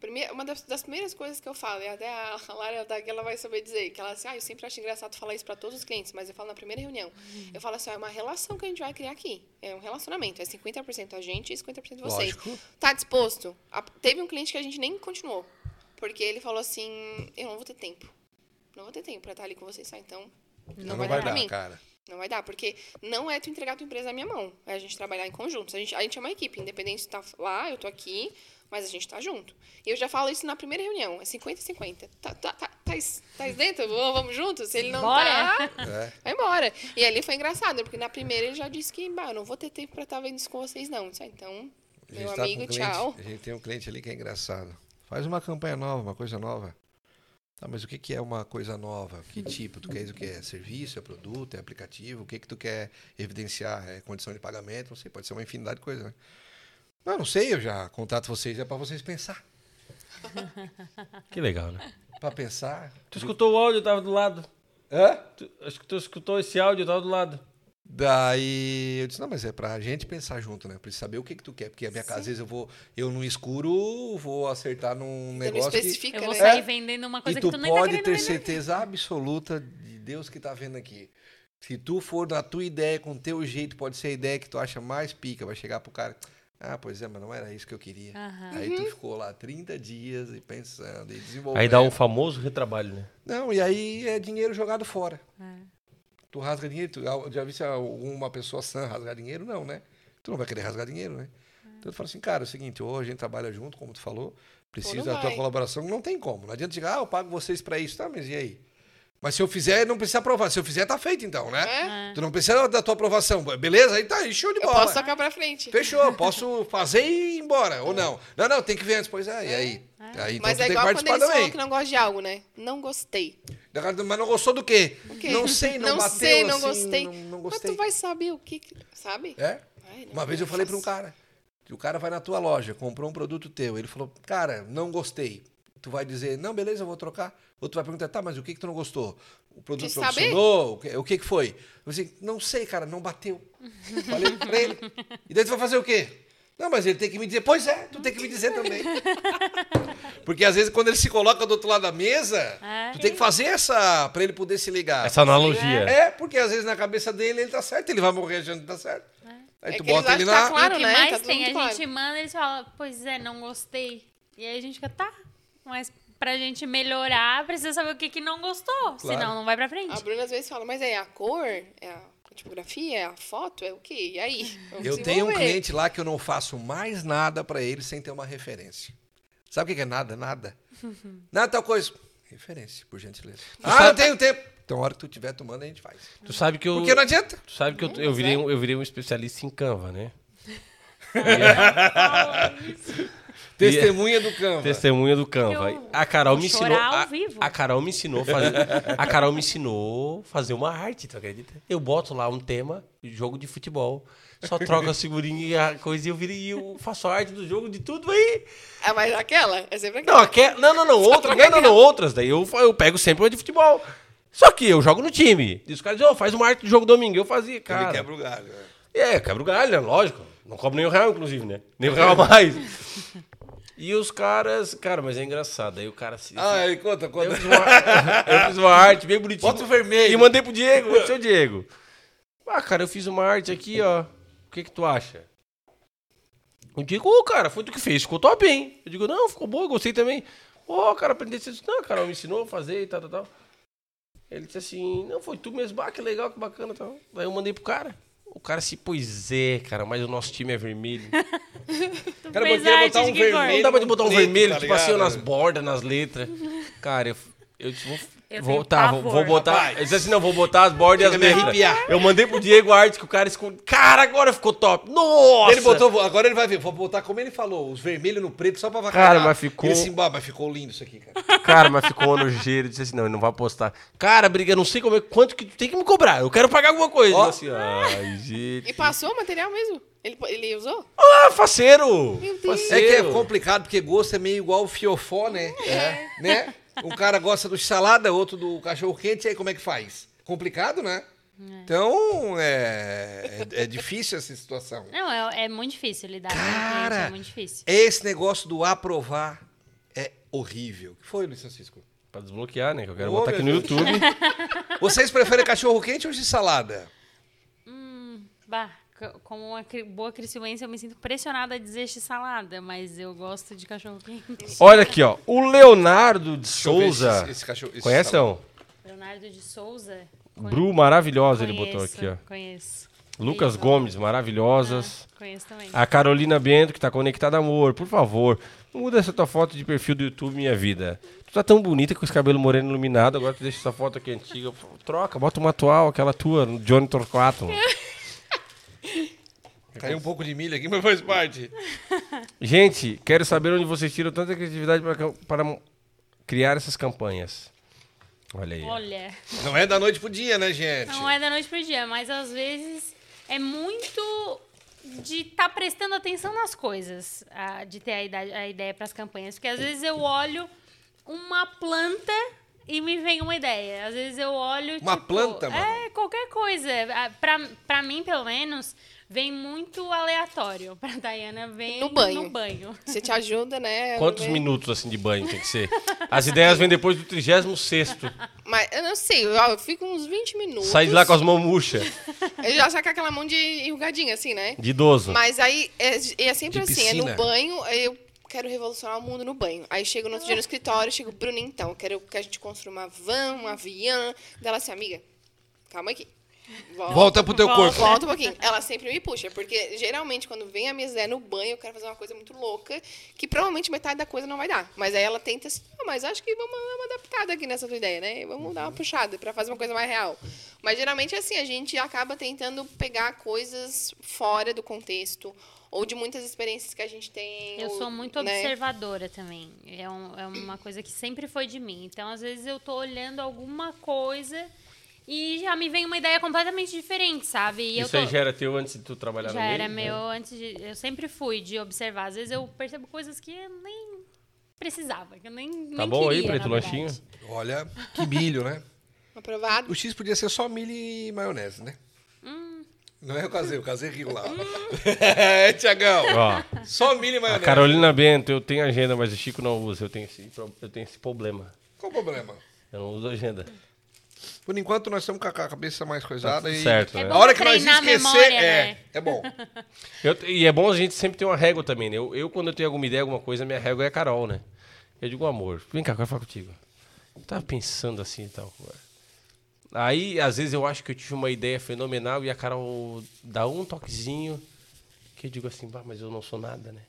[SPEAKER 4] Primeira, uma das, das primeiras coisas que eu falo, e até a Lara daqui ela vai saber dizer, que ela assim, ah, eu sempre acho engraçado falar isso pra todos os clientes, mas eu falo na primeira reunião. Eu falo assim, ó, é uma relação que a gente vai criar aqui. É um relacionamento, é 50% a gente e 50% vocês.
[SPEAKER 1] Lógico.
[SPEAKER 4] Tá disposto? A- teve um cliente que a gente nem continuou, porque ele falou assim, eu não vou ter tempo. Não vou ter tempo pra estar ali com vocês, só então não, vai, dar pra mim.
[SPEAKER 1] cara.
[SPEAKER 4] Não vai dar, porque não é tu entregar a tua empresa na minha mão. É a gente trabalhar em conjunto. A gente, a gente é uma equipe, independente se tá lá, eu tô aqui, mas a gente tá junto. E eu já falo isso na primeira reunião, é 50 e 50. Tá, tá, tá, tá, tá dentro? Vamos vamos juntos? Se ele não
[SPEAKER 3] Bora.
[SPEAKER 4] tá,
[SPEAKER 1] É.
[SPEAKER 4] vai embora. E ali foi engraçado, porque na primeira ele já disse que, bah, eu não vou ter tempo pra estar vendo isso com vocês, não. Eu disse, "Ah, Então,
[SPEAKER 1] A gente
[SPEAKER 4] meu
[SPEAKER 1] tá
[SPEAKER 4] amigo,
[SPEAKER 1] com um cliente-
[SPEAKER 4] tchau.
[SPEAKER 1] A gente tem um cliente ali que é engraçado. Faz uma campanha nova, uma coisa nova. Tá, mas o que, que é uma coisa nova? Que tipo? Tu quer o que é? Serviço, é produto, é aplicativo? O que, que tu quer evidenciar? É condição de pagamento? Não sei, pode ser uma infinidade de coisa, né? Não, não sei, eu já contato vocês, é pra vocês pensar.
[SPEAKER 2] Que legal, né?
[SPEAKER 1] Pra pensar.
[SPEAKER 2] Tu escutou o áudio, eu tava do lado.
[SPEAKER 1] Hã?
[SPEAKER 2] Tu- acho que tu escutou esse áudio, eu tava do lado.
[SPEAKER 1] Daí eu disse, não, mas é pra gente pensar junto, né? Pra gente saber o que que tu quer. Porque a minha casa, às vezes, eu vou... Eu no escuro vou acertar num
[SPEAKER 4] Você não
[SPEAKER 1] negócio que-
[SPEAKER 4] especifica,
[SPEAKER 3] Eu vou
[SPEAKER 4] né?
[SPEAKER 3] sair
[SPEAKER 1] É.
[SPEAKER 3] vendendo uma
[SPEAKER 1] E
[SPEAKER 3] coisa
[SPEAKER 1] tu
[SPEAKER 3] que tu nem tá
[SPEAKER 1] pode
[SPEAKER 3] querendo
[SPEAKER 1] ter
[SPEAKER 3] vender.
[SPEAKER 1] certeza absoluta de Deus que tá vendo aqui. Se tu for na tua ideia, com o teu jeito, pode ser a ideia que tu acha mais pica. Vai chegar pro cara... Ah, pois é, mas não era isso que eu queria.
[SPEAKER 3] Aham.
[SPEAKER 1] Aí tu ficou lá 30 dias e pensando e desenvolvendo.
[SPEAKER 2] Aí dá um famoso retrabalho, né?
[SPEAKER 1] Não, e aí é dinheiro jogado fora.
[SPEAKER 4] É.
[SPEAKER 1] Tu rasga dinheiro, tu já- já viste alguma pessoa sã rasgar dinheiro? Não, né? Tu não vai querer rasgar dinheiro, né? Então tu fala assim, cara, é o seguinte, ou a gente trabalha junto, como tu falou,
[SPEAKER 4] Ou
[SPEAKER 1] preciso
[SPEAKER 4] não
[SPEAKER 1] da tua
[SPEAKER 4] vai.
[SPEAKER 1] colaboração, não tem como. Não adianta chegar, ah, eu pago vocês pra isso, tá, mas e aí? Mas se eu fizer, não precisa aprovar. Se eu fizer, tá feito então, né?
[SPEAKER 4] É.
[SPEAKER 1] Tu não precisa da tua aprovação. Beleza? Aí tá, aí show de
[SPEAKER 4] Eu
[SPEAKER 1] bola.
[SPEAKER 4] posso tocar pra frente.
[SPEAKER 1] Fechou, posso fazer e ir embora, ou não. Não, não, tem que ver antes. Pois é, e aí? aí então
[SPEAKER 4] Mas
[SPEAKER 1] tu
[SPEAKER 4] é
[SPEAKER 1] tem que
[SPEAKER 4] igual quando
[SPEAKER 1] participar
[SPEAKER 4] eles
[SPEAKER 1] também.
[SPEAKER 4] falam que não gostam de algo, né? Não gostei.
[SPEAKER 1] Da cara, Mas não gostou do quê?
[SPEAKER 4] quê?
[SPEAKER 1] Não sei, não,
[SPEAKER 4] Não
[SPEAKER 1] bateu
[SPEAKER 4] sei, não
[SPEAKER 1] assim,
[SPEAKER 4] gostei.
[SPEAKER 1] Não, não
[SPEAKER 4] Mas
[SPEAKER 1] gostei.
[SPEAKER 4] tu vai saber o que... que- Sabe?
[SPEAKER 1] É?
[SPEAKER 4] Ai, não,
[SPEAKER 1] Uma vez eu falei pra um cara, que o cara vai na tua loja, comprou um produto teu, ele falou, cara, não gostei. Tu vai dizer, não, beleza, eu vou trocar. Outro vai perguntar, tá, mas o que que tu não gostou? O produto
[SPEAKER 4] De
[SPEAKER 1] não
[SPEAKER 4] saber?
[SPEAKER 1] funcionou? O que, o que que foi? Eu falei assim, não sei, cara, não bateu. Falei pra ele. E daí tu vai fazer o quê? Não, mas ele tem que me dizer, pois é, tu tem que me dizer também. Porque às vezes quando ele se coloca do outro lado da mesa,
[SPEAKER 3] É.
[SPEAKER 1] tu tem que fazer essa, pra ele poder se ligar.
[SPEAKER 2] Essa analogia.
[SPEAKER 1] Ah, É, porque às vezes na cabeça dele ele tá certo, ele vai morrer achando que tá certo. Aí
[SPEAKER 4] É
[SPEAKER 1] tu
[SPEAKER 4] que eles
[SPEAKER 1] bota ele
[SPEAKER 4] acham que
[SPEAKER 1] lá.
[SPEAKER 4] tá Claro,
[SPEAKER 3] e o que
[SPEAKER 4] né? Tá
[SPEAKER 3] mais
[SPEAKER 4] tudo
[SPEAKER 3] tem?
[SPEAKER 4] muito
[SPEAKER 3] A
[SPEAKER 4] claro.
[SPEAKER 3] gente manda, eles falam, pois é, não gostei. E aí a gente fica, tá, mas pra gente melhorar, precisa saber o que, que não gostou. Senão não vai pra frente.
[SPEAKER 4] A Bruna às vezes fala, mas é a cor? É a tipografia? É a foto? É o quê? E aí? Vamos
[SPEAKER 1] Eu tenho um
[SPEAKER 4] desenvolver.
[SPEAKER 1] cliente lá que eu não faço mais nada pra ele sem ter uma referência. Sabe o que que é nada? Nada. Nada tal coisa. Referência, por gentileza. Ah, não
[SPEAKER 2] sabe-
[SPEAKER 1] tenho tempo. Então, a hora que tu tiver tomando, a gente faz.
[SPEAKER 2] Tu sabe que eu.
[SPEAKER 1] Porque não é. adianta.
[SPEAKER 2] Tu sabe que eu, eu, virei um, eu virei um especialista em Canva, né?
[SPEAKER 1] Testemunha do campo.
[SPEAKER 2] Testemunha do Canva.
[SPEAKER 3] Eu
[SPEAKER 2] A Carol
[SPEAKER 3] vou
[SPEAKER 2] me ensinou.
[SPEAKER 3] chorar ao
[SPEAKER 2] A,
[SPEAKER 3] vivo.
[SPEAKER 2] a Carol me ensinou fazer. A Carol me ensinou fazer uma arte, tu acredita? Eu boto lá um tema, jogo de futebol. Só troco a figurinha e a coisa e eu viro e eu faço a arte do jogo de tudo aí.
[SPEAKER 4] Ah, mas aquela? É sempre
[SPEAKER 2] Não,
[SPEAKER 4] aquela.
[SPEAKER 2] aquela, não, não, não, outra, não, não, não, outras. Daí eu, fa- eu pego sempre uma de futebol. Só que eu jogo no time. E os caras dizem, ó, faz uma arte do jogo domingo. Eu fazia, cara.
[SPEAKER 1] Ele quebra o galho. né?
[SPEAKER 2] É, quebra o galho, né? lógico. Não cobra nem o real, inclusive, né? Nem o real a mais. E os caras. Cara, mas é engraçado. Aí o cara se.
[SPEAKER 1] Ah, ele conta,
[SPEAKER 2] eu,
[SPEAKER 1] conta.
[SPEAKER 2] fiz uma, eu fiz uma arte bem bonitinha.
[SPEAKER 1] Bota o vermelho.
[SPEAKER 2] E mandei pro Diego. Seu Diego. Ah, cara, eu fiz uma arte aqui, ó. O que que tu acha? O Diego, ô, cara, foi tu que fez. Ficou top, hein? Eu digo, não, ficou boa, gostei também. Ô, cara, aprendi isso. Não, cara, me ensinou a fazer e tal, tal, tal. Ele disse assim, não, foi tu mesmo, ah, que legal, que bacana e tal. Daí eu mandei pro cara. O cara assim, pois é, cara, mas o nosso time é vermelho.
[SPEAKER 3] Tu
[SPEAKER 1] Cara,
[SPEAKER 3] fez
[SPEAKER 1] eu queria
[SPEAKER 3] arte
[SPEAKER 1] botar
[SPEAKER 3] de
[SPEAKER 1] um
[SPEAKER 3] que cor?
[SPEAKER 1] vermelho.
[SPEAKER 2] Não dá pra te botar um
[SPEAKER 1] Preto,
[SPEAKER 2] vermelho,
[SPEAKER 1] tá
[SPEAKER 2] tipo assim, ó,
[SPEAKER 1] ligado?
[SPEAKER 2] nas bordas, nas letras. Cara, eu, eu disse, vou,
[SPEAKER 3] Eu
[SPEAKER 2] vou-
[SPEAKER 3] tenho
[SPEAKER 2] tá, vou,
[SPEAKER 3] pavor.
[SPEAKER 2] vou botar.
[SPEAKER 1] Rapaz.
[SPEAKER 2] Eu disse assim, não, vou botar as bordas e as
[SPEAKER 1] Chega a me
[SPEAKER 2] letras.
[SPEAKER 1] arrepiar.
[SPEAKER 2] Eu mandei pro Diego a arte que o cara esconde. Cara, agora ficou top. Nossa!
[SPEAKER 1] Ele botou, agora ele vai ver, vou botar como ele falou, os vermelhos no preto só pra vacar.
[SPEAKER 2] Cara, mas ficou-
[SPEAKER 1] Ele assim, "Bah, mas ficou lindo isso aqui, cara.
[SPEAKER 2] Cara, mas ficou uma nojeira. Eu Disse assim, não, ele não vai postar. Cara, briga, não sei como é, quanto que tu tem que me cobrar. Eu quero pagar alguma coisa.
[SPEAKER 1] Ó.
[SPEAKER 2] Eu assim, ai, gente.
[SPEAKER 4] E passou o material mesmo? Ele, ele usou?
[SPEAKER 2] Ah, faceiro!
[SPEAKER 4] Deus.
[SPEAKER 1] É que é
[SPEAKER 2] Faceiro.
[SPEAKER 1] complicado, porque gosto é meio igual o fiofó, né? É. Né? Um cara gosta do salada, outro do cachorro-quente, aí como é que faz? Complicado, né? Então, é, é, é difícil essa situação.
[SPEAKER 3] Não, é, é muito difícil lidar com
[SPEAKER 1] Cara!
[SPEAKER 3] cliente, é muito difícil.
[SPEAKER 1] Esse negócio do aprovar é horrível. O que foi, Luiz Francisco?
[SPEAKER 2] Pra desbloquear, né? Que eu quero
[SPEAKER 1] Ô,
[SPEAKER 2] botar aqui no
[SPEAKER 1] meu
[SPEAKER 2] YouTube.
[SPEAKER 1] Vocês preferem cachorro-quente ou de salada?
[SPEAKER 3] Bah, c- como uma cri- boa criciumense, eu me sinto pressionada a dizer este salada, mas eu gosto de cachorro-quente.
[SPEAKER 2] Olha aqui, ó. O Leonardo
[SPEAKER 1] eu
[SPEAKER 2] de
[SPEAKER 1] ver
[SPEAKER 2] Souza.
[SPEAKER 1] esse- esse cachorro- esse
[SPEAKER 2] Conhece,
[SPEAKER 1] salão.
[SPEAKER 2] não?
[SPEAKER 3] Leonardo de Souza. conhe-
[SPEAKER 2] Bru, maravilhosa, ele
[SPEAKER 3] conheço,
[SPEAKER 2] botou aqui, ó.
[SPEAKER 3] Conheço.
[SPEAKER 2] Lucas
[SPEAKER 3] Viva.
[SPEAKER 2] Gomes, maravilhosas.
[SPEAKER 3] Ah, conheço também.
[SPEAKER 2] A Carolina Bento, que tá conectada, amor, por favor. Muda essa tua foto de perfil do YouTube, minha vida. Tu tá tão bonita com esse cabelo moreno iluminado, agora tu deixa essa foto aqui antiga. Troca, bota uma atual, aquela tua, no Johnny Torquato.
[SPEAKER 1] Caiu um pouco de milho aqui, mas faz parte.
[SPEAKER 2] Gente, quero saber onde vocês tiram tanta criatividade pra cam- para, m- criar essas campanhas. Olha aí. ó.
[SPEAKER 3] Olha,
[SPEAKER 1] Não é da noite pro dia, né, gente?
[SPEAKER 3] não é da noite pro dia, mas às vezes é muito de estar prestando atenção nas coisas, ah, de ter a, ida- a ideia para as campanhas. Porque às vezes eu olho uma planta e me vem uma ideia. Às vezes eu olho.
[SPEAKER 1] Uma
[SPEAKER 3] tipo,
[SPEAKER 1] planta, mano?
[SPEAKER 3] É, qualquer coisa. Ah, Pra, pra mim, pelo menos, vem muito aleatório. Pra Dayana, vem
[SPEAKER 4] No banho.
[SPEAKER 3] No banho.
[SPEAKER 4] Você te ajuda, né?
[SPEAKER 2] Quantos
[SPEAKER 4] Vê-
[SPEAKER 2] minutos assim de banho tem que ser? As ideias vêm depois do 36
[SPEAKER 4] Mas eu não sei, eu, eu fico uns 20 minutos.
[SPEAKER 2] Sai de lá com as mãos murchas,
[SPEAKER 4] Eu já saco aquela mão de enrugadinha, assim, né?
[SPEAKER 2] de idoso.
[SPEAKER 4] Mas aí é, é sempre
[SPEAKER 1] De
[SPEAKER 4] assim, é
[SPEAKER 1] piscina.
[SPEAKER 4] no banho, eu quero revolucionar o mundo no banho. Aí chego no outro dia no escritório, chego, Bruno, então, quero que a gente construa uma van, um avião. Dela assim, amiga, calma aqui.
[SPEAKER 1] Volta pro teu
[SPEAKER 3] Volta.
[SPEAKER 1] corpo.
[SPEAKER 4] Volta um pouquinho. Ela sempre me puxa, porque geralmente quando vem a minha Zé no banho, eu quero fazer uma coisa muito louca, que provavelmente metade da coisa não vai dar. Mas aí ela tenta assim, "Ah, mas acho que vamos dar uma adaptada aqui nessa tua ideia, né? Vamos
[SPEAKER 2] Uhum.
[SPEAKER 4] dar uma puxada pra fazer uma coisa mais real. Mas geralmente é assim, a gente acaba tentando pegar coisas fora do contexto, ou de muitas experiências que a gente tem.
[SPEAKER 3] Eu
[SPEAKER 4] ou,
[SPEAKER 3] sou muito
[SPEAKER 4] né?
[SPEAKER 3] observadora também. É, um- é uma coisa que sempre foi de mim. Então, às vezes, eu tô olhando alguma coisa e já me vem uma ideia completamente diferente, sabe? E
[SPEAKER 2] Isso
[SPEAKER 3] eu
[SPEAKER 2] aí
[SPEAKER 3] tô-
[SPEAKER 2] já era teu antes de tu trabalhar no
[SPEAKER 3] já
[SPEAKER 2] meio?
[SPEAKER 3] era meu antes de. Eu sempre fui de observar. Às vezes eu percebo coisas que eu nem precisava, que eu nem.
[SPEAKER 2] Tá
[SPEAKER 3] nem
[SPEAKER 2] bom aí,
[SPEAKER 3] queria,
[SPEAKER 2] Preto
[SPEAKER 3] na verdade.
[SPEAKER 2] Lanchinho?
[SPEAKER 1] Olha, que milho, né?
[SPEAKER 4] Aprovado.
[SPEAKER 1] O X podia ser só milho e maionese, né?
[SPEAKER 3] Hum.
[SPEAKER 1] Não é o caseiro, o caseiro riu lá. ó. é, Tiagão.
[SPEAKER 2] Ó,
[SPEAKER 1] Só milho e
[SPEAKER 2] a
[SPEAKER 1] maionese.
[SPEAKER 2] Carolina Bento, eu tenho agenda, mas o Chico não usa. Eu tenho esse, pro- eu tenho esse problema.
[SPEAKER 1] Qual o problema?
[SPEAKER 2] Eu não uso agenda.
[SPEAKER 1] Por enquanto, nós estamos com a cabeça mais coisada
[SPEAKER 2] Tá tudo
[SPEAKER 1] e...
[SPEAKER 2] certo, É né?
[SPEAKER 1] a
[SPEAKER 3] bom
[SPEAKER 1] hora que nós
[SPEAKER 3] treinar a
[SPEAKER 1] esquecer,
[SPEAKER 3] memória,
[SPEAKER 1] é,
[SPEAKER 3] né?
[SPEAKER 1] é bom.
[SPEAKER 2] Eu- e é bom a gente sempre ter uma régua também, né? Eu, eu, quando eu tenho alguma ideia, alguma coisa, minha régua é a Carol, né? Eu digo, amor, vem cá, eu quero falar contigo. Eu tava pensando assim e tal. cara. Aí, às vezes, eu acho que eu tive uma ideia fenomenal e a Carol dá um toquezinho que eu digo assim, bah, mas eu não sou nada, né?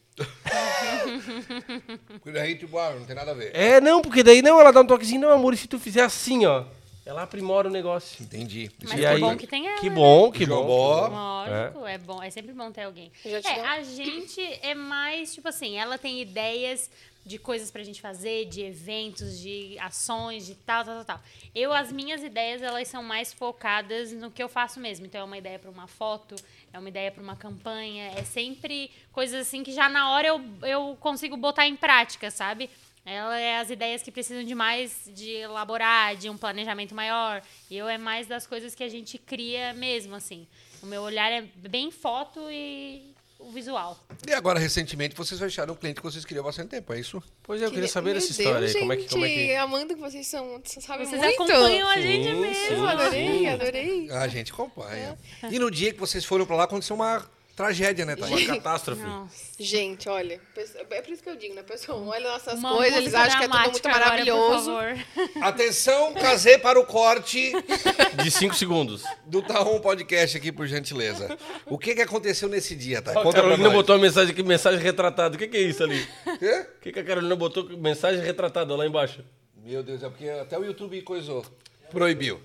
[SPEAKER 1] Cuida aí, tipo, ah, não tem nada a ver.
[SPEAKER 2] É, não, porque daí não, ela dá um toquezinho, não, amor, e se tu fizer assim, ó, ela aprimora o negócio.
[SPEAKER 1] Entendi.
[SPEAKER 3] Mas
[SPEAKER 2] E
[SPEAKER 3] que
[SPEAKER 2] aí-
[SPEAKER 3] bom que tem ela,
[SPEAKER 2] Que
[SPEAKER 3] né?
[SPEAKER 2] bom, que bom.
[SPEAKER 1] Jobó.
[SPEAKER 2] que bom.
[SPEAKER 3] Lógico, é. bom. É sempre bom ter alguém.
[SPEAKER 4] Eu já te um
[SPEAKER 3] É,
[SPEAKER 4] dou-
[SPEAKER 3] a gente é mais, tipo assim, ela tem ideias de coisas pra gente fazer, de eventos, de ações, de tal, tal, tal, tal. Eu, as minhas ideias, elas são mais focadas no que eu faço mesmo. Então, é uma ideia pra uma foto, é uma ideia pra uma campanha, é sempre coisas assim que já na hora eu, eu consigo botar em prática, sabe? Ela é as ideias que precisam de mais de elaborar, de um planejamento maior. E eu é mais das coisas que a gente cria mesmo, assim. O meu olhar é bem foto e o visual.
[SPEAKER 1] E agora, recentemente, vocês fecharam um cliente que vocês queriam há bastante tempo, é isso?
[SPEAKER 2] Pois é, eu queria saber
[SPEAKER 4] Meu
[SPEAKER 2] dessa
[SPEAKER 4] Deus,
[SPEAKER 2] história aí. Como é que. Como é
[SPEAKER 4] gente,
[SPEAKER 2] que...
[SPEAKER 4] Amanda, que vocês são, vocês sabem
[SPEAKER 3] Vocês é
[SPEAKER 4] muito.
[SPEAKER 3] acompanham a gente
[SPEAKER 2] Sim,
[SPEAKER 3] mesmo.
[SPEAKER 2] sim.
[SPEAKER 4] Eu adorei,
[SPEAKER 2] Sim.
[SPEAKER 4] adorei.
[SPEAKER 1] A gente acompanha.
[SPEAKER 4] É.
[SPEAKER 1] E no dia que vocês foram pra lá, aconteceu uma tragédia, né, Thaís?
[SPEAKER 2] Uma catástrofe.
[SPEAKER 3] Nossa.
[SPEAKER 4] Gente, olha, pessoa- é por isso que eu digo, né? A pessoa olha nossas
[SPEAKER 3] Uma
[SPEAKER 4] coisas, eles
[SPEAKER 3] música
[SPEAKER 4] acham que é tudo muito
[SPEAKER 3] dramática agora,
[SPEAKER 4] maravilhoso.
[SPEAKER 3] por favor.
[SPEAKER 1] Atenção, casei para o corte
[SPEAKER 2] De 5 segundos.
[SPEAKER 1] do Taon Podcast aqui, por gentileza. O que, que aconteceu nesse dia, Thaís?
[SPEAKER 2] Ó, A
[SPEAKER 1] Conta pra
[SPEAKER 2] Carolina
[SPEAKER 1] nós.
[SPEAKER 2] botou uma mensagem aqui, mensagem retratada. O que, que é isso ali?
[SPEAKER 1] Hã?
[SPEAKER 2] O que, que a Carolina botou? Mensagem retratada lá embaixo.
[SPEAKER 1] Meu Deus, é porque até o YouTube coisou. Proibiu.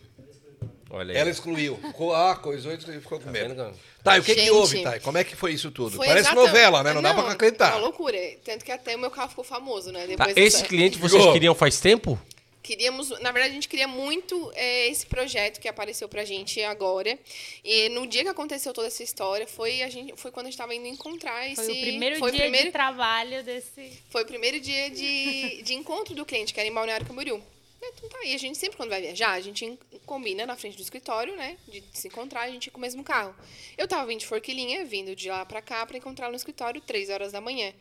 [SPEAKER 2] Olha aí.
[SPEAKER 1] Ela excluiu. Co- Ah, coisou e excluiu, ficou com medo.
[SPEAKER 2] É. vendo?
[SPEAKER 1] Tá, e o que, que
[SPEAKER 4] Gente.
[SPEAKER 1] houve, Thay? Como é que foi isso tudo?
[SPEAKER 4] Foi
[SPEAKER 1] Parece
[SPEAKER 4] exata-
[SPEAKER 1] novela, né? Não, dá pra
[SPEAKER 4] É
[SPEAKER 1] acreditar.
[SPEAKER 4] uma loucura. Tanto que até o meu carro ficou famoso, né?
[SPEAKER 2] Tá,
[SPEAKER 4] Depois
[SPEAKER 2] esse
[SPEAKER 4] dessa-
[SPEAKER 2] cliente vocês
[SPEAKER 1] Ficou.
[SPEAKER 2] queriam faz tempo?
[SPEAKER 4] Queríamos, na verdade, a gente queria muito eh, esse projeto que apareceu pra gente agora. E no dia que aconteceu toda essa história, foi, a gente, foi quando a gente tava indo encontrar esse.
[SPEAKER 3] Foi o primeiro
[SPEAKER 4] foi o
[SPEAKER 3] dia
[SPEAKER 4] primeiro-
[SPEAKER 3] de trabalho desse...
[SPEAKER 4] Foi o primeiro dia de, de encontro do cliente, que era em Balneário Camboriú. Né, Então tá aí, a gente sempre quando vai viajar, a gente en- combina na frente do escritório, né? De se encontrar, a gente ir com o mesmo carro. Eu tava vindo de Forquilinha, vindo de lá pra cá, pra encontrar no escritório três horas da manhã.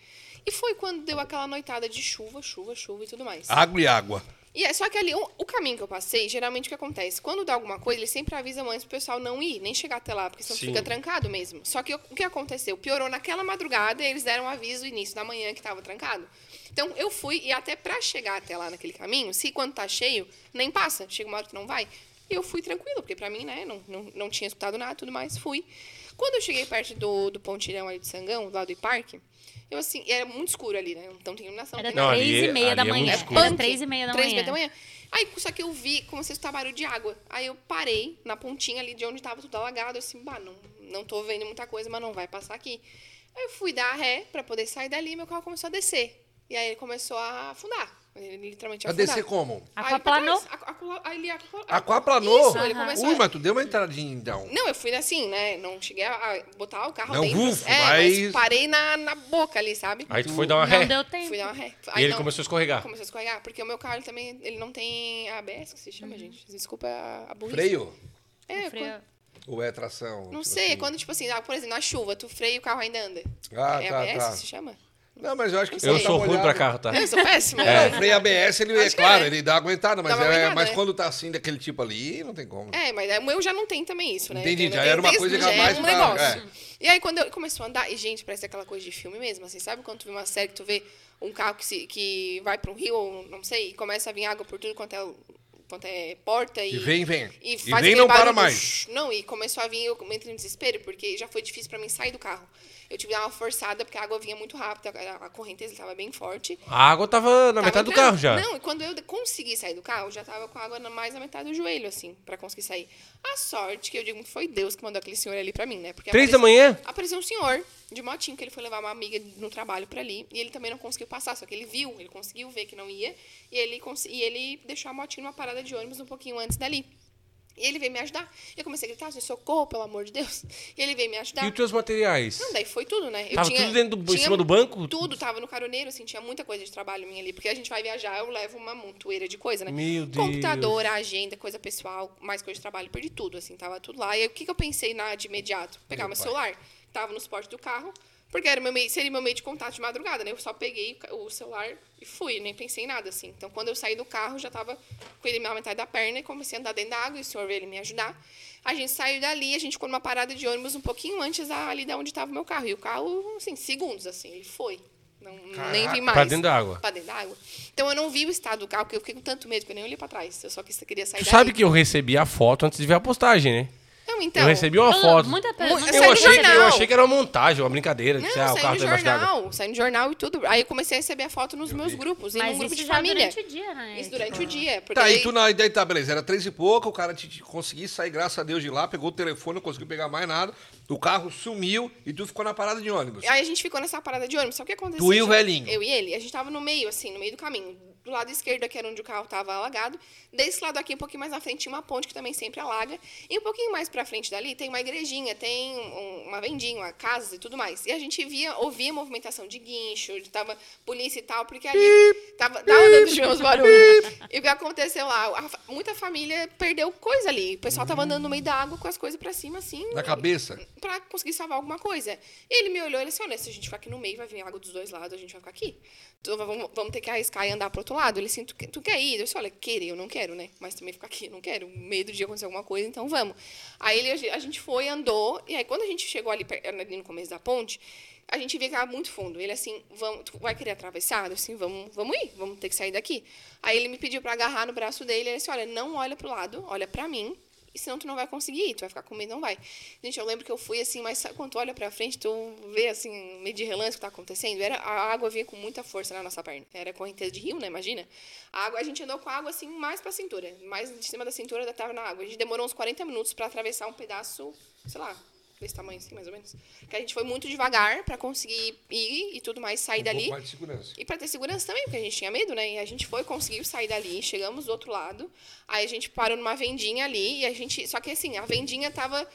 [SPEAKER 4] E foi quando deu aquela noitada de chuva, chuva, chuva e tudo mais.
[SPEAKER 1] Água e água.
[SPEAKER 4] E é só que ali, o, o caminho que eu passei, geralmente o que acontece? Quando dá alguma coisa, eles sempre avisam antes pro pessoal não ir, nem chegar até lá, porque senão
[SPEAKER 2] Sim.
[SPEAKER 4] fica trancado mesmo. Só que o o que aconteceu? Piorou naquela madrugada e eles deram um aviso no início da manhã que tava trancado. Então eu fui e até pra chegar até lá naquele caminho, se quando tá cheio, nem passa, chega uma hora que não vai. E eu fui tranquilo, porque pra mim, né, não, não, não tinha escutado nada tudo mais, fui. Quando eu cheguei perto do, do pontilhão ali do Sangão, lá do Iparque, eu assim, e era muito escuro ali, né? Então tem iluminação.
[SPEAKER 3] Era
[SPEAKER 4] tem
[SPEAKER 2] Não,
[SPEAKER 4] nada.
[SPEAKER 3] três
[SPEAKER 2] ali é-
[SPEAKER 3] e meia da
[SPEAKER 2] ali é muito
[SPEAKER 3] manhã.
[SPEAKER 2] escuro.
[SPEAKER 3] Era
[SPEAKER 4] Punk.
[SPEAKER 3] três e meia da
[SPEAKER 4] Três e
[SPEAKER 3] manhã.
[SPEAKER 4] meia da manhã. Aí, só que eu vi, comecei a escutar barulho de água. Aí eu parei na pontinha ali de onde tava tudo alagado. Eu assim, bah, não, não tô vendo muita coisa, mas não vai passar aqui. Aí eu fui dar a ré pra poder sair dali e meu carro começou a descer. E aí ele começou a afundar. Ele literalmente
[SPEAKER 1] A
[SPEAKER 4] afundar.
[SPEAKER 1] descer como?
[SPEAKER 4] Aí pra
[SPEAKER 3] Aquaplanou?
[SPEAKER 4] trás, aqua- aqua- ele aqua-
[SPEAKER 1] Aquaplanou?
[SPEAKER 4] Isso, ele
[SPEAKER 3] Aham.
[SPEAKER 4] começou.
[SPEAKER 1] Ui, mas tu deu uma entradinha então.
[SPEAKER 4] Não, eu fui assim, né? Não cheguei a a botar o carro
[SPEAKER 1] Não,
[SPEAKER 4] dentro.
[SPEAKER 1] ufo,
[SPEAKER 4] é,
[SPEAKER 1] mas-
[SPEAKER 4] mas parei na, na boca ali, sabe?
[SPEAKER 2] Aí tu foi dar uma ré.
[SPEAKER 3] Não deu tempo.
[SPEAKER 4] Fui dar uma ré.
[SPEAKER 2] E
[SPEAKER 4] Aí
[SPEAKER 2] ele
[SPEAKER 4] não-
[SPEAKER 2] começou a escorregar.
[SPEAKER 4] Começou a escorregar, porque o meu carro ele também ele não tem ABS, que se chama, gente. Desculpa a, a burrice.
[SPEAKER 1] Freio?
[SPEAKER 4] É,
[SPEAKER 3] Um Freio.
[SPEAKER 4] quando-
[SPEAKER 1] Ou é tração?
[SPEAKER 4] não
[SPEAKER 1] Tipo
[SPEAKER 4] sei, é
[SPEAKER 1] assim.
[SPEAKER 4] quando, tipo assim, ah, por exemplo, na chuva, tu freia e o carro ainda anda.
[SPEAKER 1] Ah,
[SPEAKER 4] é
[SPEAKER 1] tá,
[SPEAKER 4] ABS
[SPEAKER 1] tá.
[SPEAKER 4] que se chama?
[SPEAKER 1] Não, mas eu acho que
[SPEAKER 4] Eu
[SPEAKER 2] Eu
[SPEAKER 1] quando tá
[SPEAKER 2] sou ruim
[SPEAKER 1] molhado-
[SPEAKER 2] pra carro, tá?
[SPEAKER 4] Eu sou péssima.
[SPEAKER 1] É, o
[SPEAKER 4] né?
[SPEAKER 1] freio ABS, ele, é
[SPEAKER 4] Acho que
[SPEAKER 1] claro,
[SPEAKER 4] é.
[SPEAKER 1] ele dá aguentada, mas,
[SPEAKER 4] Dá uma
[SPEAKER 1] é-
[SPEAKER 4] aguentada,
[SPEAKER 1] mas
[SPEAKER 4] é.
[SPEAKER 1] quando tá assim, daquele tipo ali, não tem como.
[SPEAKER 4] É, mas o meu já não tem também isso, né?
[SPEAKER 1] né? Entendi,
[SPEAKER 4] Então,
[SPEAKER 1] já
[SPEAKER 4] não
[SPEAKER 1] era
[SPEAKER 4] tem
[SPEAKER 1] uma coisa
[SPEAKER 4] texto,
[SPEAKER 1] que
[SPEAKER 4] já
[SPEAKER 1] jamais
[SPEAKER 4] é um
[SPEAKER 1] pra-
[SPEAKER 4] negócio. E aí quando eu começou a andar, e gente, parece aquela coisa de filme mesmo, assim, sabe quando tu vê uma série que tu vê um carro que, se, que vai para um rio, ou não sei, e começa a vir água por tudo quanto é, quanto é porta e...
[SPEAKER 1] E vem, vem.
[SPEAKER 4] E,
[SPEAKER 1] E
[SPEAKER 4] faz
[SPEAKER 1] vem,
[SPEAKER 4] aquele
[SPEAKER 1] não para
[SPEAKER 4] barulho,
[SPEAKER 1] mais.
[SPEAKER 4] shh, Não, e começou a vir, eu entrei em desespero, porque já foi difícil para mim sair do carro. Eu tive que dar uma forçada, porque a água vinha muito rápido, a, a correnteza estava bem forte.
[SPEAKER 2] A água tava na
[SPEAKER 4] Tava
[SPEAKER 2] metade do
[SPEAKER 4] entrando.
[SPEAKER 2] carro já.
[SPEAKER 4] Não, e quando eu de- consegui sair do carro, já tava com a água na- mais na metade do joelho, assim, pra conseguir sair. A sorte, que eu digo, foi Deus que mandou aquele senhor ali pra mim, né? Porque
[SPEAKER 2] Três
[SPEAKER 4] apareceu-
[SPEAKER 2] da manhã?
[SPEAKER 4] Apareceu um senhor de motinho que ele foi levar uma amiga no trabalho pra ali e ele também não conseguiu passar, só que ele viu, ele conseguiu ver que não ia e ele, cons- e ele deixou a motinha numa parada de ônibus um pouquinho antes dali. E ele veio me ajudar. E eu comecei a gritar, assim, socorro, pelo amor de Deus. E ele veio me ajudar.
[SPEAKER 2] E os teus materiais?
[SPEAKER 4] Não, daí foi tudo, né? Eu
[SPEAKER 2] Tava tudo dentro do- em cima do banco?
[SPEAKER 4] Tudo, tava no caroneiro, assim, tinha muita coisa de trabalho minha ali. Porque a gente vai viajar, eu levo uma montoeira de coisa, né?
[SPEAKER 2] Meu Deus.
[SPEAKER 4] Computador, agenda, coisa pessoal, mais coisa de trabalho, perdi tudo, assim, tava tudo lá. E aí, o que, que eu pensei na, de imediato? Pegar meu, celular, tava no suporte do carro, porque era meu meio, seria meu meio de contato de madrugada, né? Eu só peguei o ca- o celular e fui, nem pensei em nada, assim. Então, quando eu saí do carro, já tava com ele na metade da perna e comecei a andar dentro da água, e o senhor veio ele me ajudar. A gente saiu dali, a gente ficou numa parada de ônibus um pouquinho antes da, ali da onde tava o meu carro. E o carro, assim, segundos, assim, ele foi. Não, nem vi mais.
[SPEAKER 2] pra dentro da água.
[SPEAKER 4] Pra dentro da água. Então eu não vi o estado do carro, porque eu fiquei com tanto medo que eu nem olhei pra trás. Eu só quis- queria sair
[SPEAKER 2] Tu
[SPEAKER 4] daí.
[SPEAKER 2] sabe que eu recebi a foto antes de ver a postagem, né?
[SPEAKER 4] Não, então.
[SPEAKER 2] eu recebi uma foto.
[SPEAKER 3] Muita
[SPEAKER 4] Mu-
[SPEAKER 3] pergunta.
[SPEAKER 4] Saiu
[SPEAKER 2] Eu
[SPEAKER 4] no
[SPEAKER 2] achei, que, eu
[SPEAKER 4] jornal.
[SPEAKER 2] achei que era uma montagem, uma brincadeira.
[SPEAKER 4] Não,
[SPEAKER 2] que, ah, o
[SPEAKER 4] saiu
[SPEAKER 2] carro
[SPEAKER 4] no
[SPEAKER 2] tá embaixo d'água.
[SPEAKER 4] jornal, saiu no jornal e tudo. Aí eu comecei a receber a foto nos meus grupos, e
[SPEAKER 3] Mas
[SPEAKER 4] num um grupo
[SPEAKER 3] isso
[SPEAKER 4] de
[SPEAKER 3] já
[SPEAKER 4] família.
[SPEAKER 3] durante o dia, né?
[SPEAKER 4] Isso durante
[SPEAKER 3] Tipo,
[SPEAKER 4] o dia. Porque
[SPEAKER 1] Tá,
[SPEAKER 4] aí
[SPEAKER 1] e tu na ideia, tá, beleza, era três e pouco, o cara te, te conseguiu sair, graças a Deus, de lá, pegou o telefone, não conseguiu pegar mais nada, o carro sumiu e tu ficou na parada de ônibus.
[SPEAKER 4] Aí a gente ficou nessa parada de ônibus. Só o que aconteceu?
[SPEAKER 1] Tu e o velhinho.
[SPEAKER 4] Eu e ele. A gente tava no meio, assim, no meio do caminho. Do lado esquerdo aqui era onde o carro tava alagado. Desse lado aqui, um pouquinho mais na frente, tinha uma ponte que também sempre alaga. E um pouquinho mais pra frente dali tem uma igrejinha, tem um- uma vendinha, uma casa e tudo mais. E a gente via, ouvia movimentação de guincho, de tava polícia e tal, porque ali tava, tava dando os meus barulhos. né? E o que aconteceu lá? A fa- muita família perdeu coisa ali. O pessoal tava andando no meio da água com as coisas pra cima, assim.
[SPEAKER 1] Na
[SPEAKER 4] e-
[SPEAKER 1] cabeça.
[SPEAKER 4] pra conseguir salvar alguma coisa. Ele me olhou e ele disse, olha, se a gente ficar aqui no meio, vai vir água dos dois lados, a gente vai ficar aqui. Então, vamos, vamos ter que arriscar e andar pro outro lado. Ele disse, tu, que- tu quer ir? Eu disse, olha, querer eu não quero, né? Mas também ficar aqui eu não quero. Medo de acontecer alguma coisa, então vamos. Aí ele- a gente foi, andou, e aí quando a gente chegou ali, per- ali no começo da ponte, a gente vê que era muito fundo. Ele assim, vamos, tu vai querer atravessar? Eu assim, vamos, vamos ir, vamos ter que sair daqui. Aí ele me pediu pra agarrar no braço dele, ele disse, olha, não olha pro lado, olha pra mim, e senão tu não vai conseguir ir, tu vai ficar com medo, não vai. Gente, eu lembro que eu fui assim, mas sabe quando tu olha pra frente, tu vê assim, meio de relance o que tá acontecendo. Era, a água vinha com muita força na nossa perna. Era correnteza de rio, né? Imagina. A água, a gente andou com a água assim, mais pra cintura. Mais de cima da cintura da tava na água. A gente demorou uns 40 minutos pra atravessar um pedaço, sei lá, desse tamanho assim, mais ou menos. Que a gente foi muito devagar pra conseguir ir e tudo mais, sair
[SPEAKER 1] Um
[SPEAKER 4] dali.
[SPEAKER 1] pouco mais de segurança.
[SPEAKER 4] E pra ter segurança também, porque a gente tinha medo, né? E a gente foi, conseguiu sair dali, chegamos do outro lado. Aí a gente parou numa vendinha ali e a gente. Só que assim, a vendinha tava.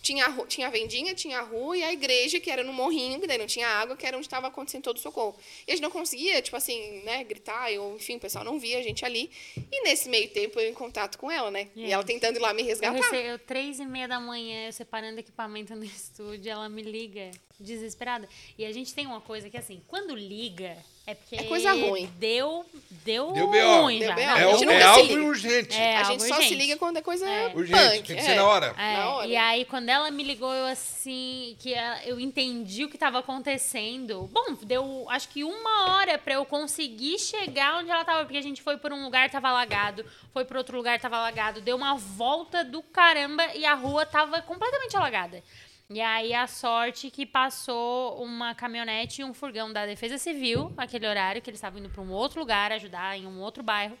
[SPEAKER 4] Tinha a, ru- tinha a vendinha, tinha a rua e a igreja, que era no morrinho, que daí não tinha água, que era onde estava acontecendo todo o socorro. E a gente não conseguia, tipo assim, né, gritar, ou enfim, o pessoal não via a gente ali. E nesse meio tempo eu em contato com ela, né? E ela tentando ir lá me
[SPEAKER 3] Eu
[SPEAKER 4] resgatar.
[SPEAKER 3] recebo eu, três e meia da manhã, eu separando equipamento no estúdio, ela me liga, desesperada. E a gente tem uma coisa que, assim, quando liga, é porque...
[SPEAKER 4] É coisa ruim.
[SPEAKER 3] Deu, deu,
[SPEAKER 1] Deu B.O.
[SPEAKER 3] ruim
[SPEAKER 4] Deu
[SPEAKER 3] já.
[SPEAKER 4] B.O.
[SPEAKER 3] Não,
[SPEAKER 1] É,
[SPEAKER 4] a
[SPEAKER 1] um-
[SPEAKER 4] gente nunca
[SPEAKER 1] é
[SPEAKER 4] se
[SPEAKER 1] algo
[SPEAKER 4] liga.
[SPEAKER 1] urgente.
[SPEAKER 3] É,
[SPEAKER 4] a
[SPEAKER 3] algo
[SPEAKER 4] gente só se
[SPEAKER 3] urgente.
[SPEAKER 4] liga quando é coisa
[SPEAKER 1] Urgente,
[SPEAKER 4] punk.
[SPEAKER 1] tem que ser
[SPEAKER 4] é.
[SPEAKER 1] na hora.
[SPEAKER 3] É,
[SPEAKER 4] Na hora.
[SPEAKER 3] E aí, quando ela me ligou, eu assim, que ela- eu entendi o que estava acontecendo. Bom, deu acho que uma hora pra eu conseguir chegar onde ela tava, porque a gente foi por um lugar, tava alagado, foi por outro lugar, tava alagado, deu uma volta do caramba e a rua tava completamente alagada. E aí a sorte que passou uma caminhonete e um furgão da Defesa Civil, naquele horário que eles estavam indo pra um outro lugar ajudar em um outro bairro.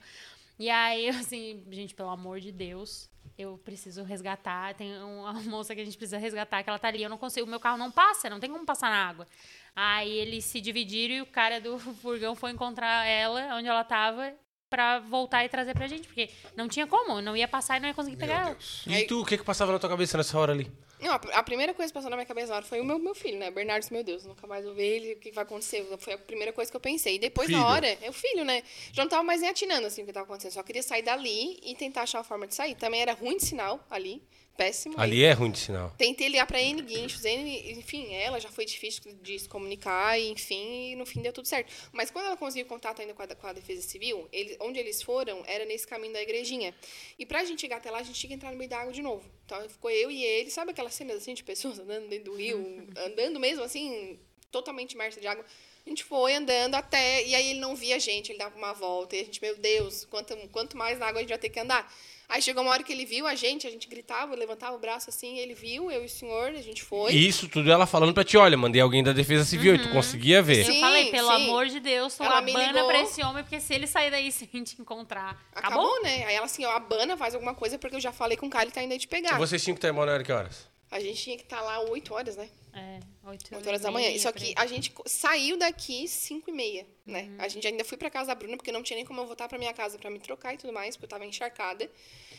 [SPEAKER 3] E aí, eu assim, gente, pelo amor de Deus, eu preciso resgatar. Tem um, uma moça que a gente precisa resgatar, que ela tá ali. Eu não consigo, o meu carro não passa, não tem como passar na água. Aí eles se dividiram e o cara do furgão foi encontrar ela, onde ela tava. pra voltar e trazer pra gente, porque não tinha como, eu não ia passar e não ia conseguir
[SPEAKER 4] é.
[SPEAKER 3] pegar ela.
[SPEAKER 2] E tu, o que que passava na tua cabeça nessa hora ali?
[SPEAKER 4] Não, a pr- a primeira coisa que passou na minha cabeça na hora foi o meu, meu filho, né? Bernardo, disse, meu Deus, nunca mais vou ver ele, o que vai acontecer? Foi a primeira coisa que eu pensei. E depois,
[SPEAKER 2] Filho.
[SPEAKER 4] na hora, é o filho, né? Já não tava mais nem atinando, assim, o que tava acontecendo. Só queria sair dali e tentar achar uma forma de sair. Também era ruim de sinal ali, péssimo.
[SPEAKER 2] Ali é ruim de sinal.
[SPEAKER 4] Tentei ligar pra N guinchos, N, enfim, ela já foi difícil de se comunicar, e, enfim, e no fim deu tudo certo. Mas quando ela conseguiu contato ainda com a, com a Defesa Civil, eles- onde eles foram era nesse caminho da igrejinha. E pra gente chegar até lá, a gente tinha que entrar no meio da água de novo. Então ficou eu e ele, sabe aquelas cenas assim de pessoas andando dentro do rio, andando mesmo assim, totalmente imersa de água. A gente foi andando até, e aí ele não via a gente, ele dava uma volta, e a gente, meu Deus, quanto, quanto mais na água a gente vai ter que andar. Aí chegou uma hora que ele viu a gente, a gente gritava, levantava o braço assim, ele viu, eu e o senhor, a gente foi.
[SPEAKER 2] E Isso tudo ela falando pra ti, olha, mandei alguém da defesa civil e tu conseguia ver.
[SPEAKER 4] Uhum. Sim,
[SPEAKER 3] eu falei, pelo
[SPEAKER 4] sim.
[SPEAKER 3] amor de Deus, sou
[SPEAKER 4] Ela
[SPEAKER 3] a
[SPEAKER 4] me
[SPEAKER 3] bana
[SPEAKER 4] ligou.
[SPEAKER 3] pra esse homem, porque se ele sair daí sem te encontrar, tá
[SPEAKER 4] Acabou,
[SPEAKER 3] acabou?
[SPEAKER 4] né? Aí ela assim, ó, abana, faz alguma coisa, porque eu já falei com o cara, ele tá indo aí te pegar.
[SPEAKER 2] Vocês tinham que estar embora na hora que horas?
[SPEAKER 4] A gente tinha que estar lá 8 horas, né?
[SPEAKER 3] É, 8
[SPEAKER 4] 8 horas da manhã. Só que a gente co- saiu daqui 5 e meia, né? A gente ainda fui pra casa da Bruna, porque não tinha nem como eu voltar pra minha casa pra me trocar e tudo mais, porque eu tava encharcada.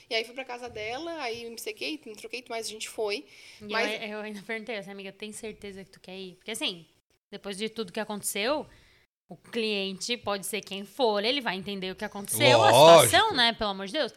[SPEAKER 4] E aí fui pra casa dela, aí me sequei, me troquei e tudo mais, a gente foi.
[SPEAKER 3] E
[SPEAKER 4] Mas
[SPEAKER 3] eu, eu ainda perguntei assim, amiga, tem certeza que tu quer ir? Porque assim, depois de tudo que aconteceu, o cliente pode ser quem for, ele vai entender o que aconteceu, a situação,
[SPEAKER 1] Lógico.
[SPEAKER 3] né? Pelo amor de Deus.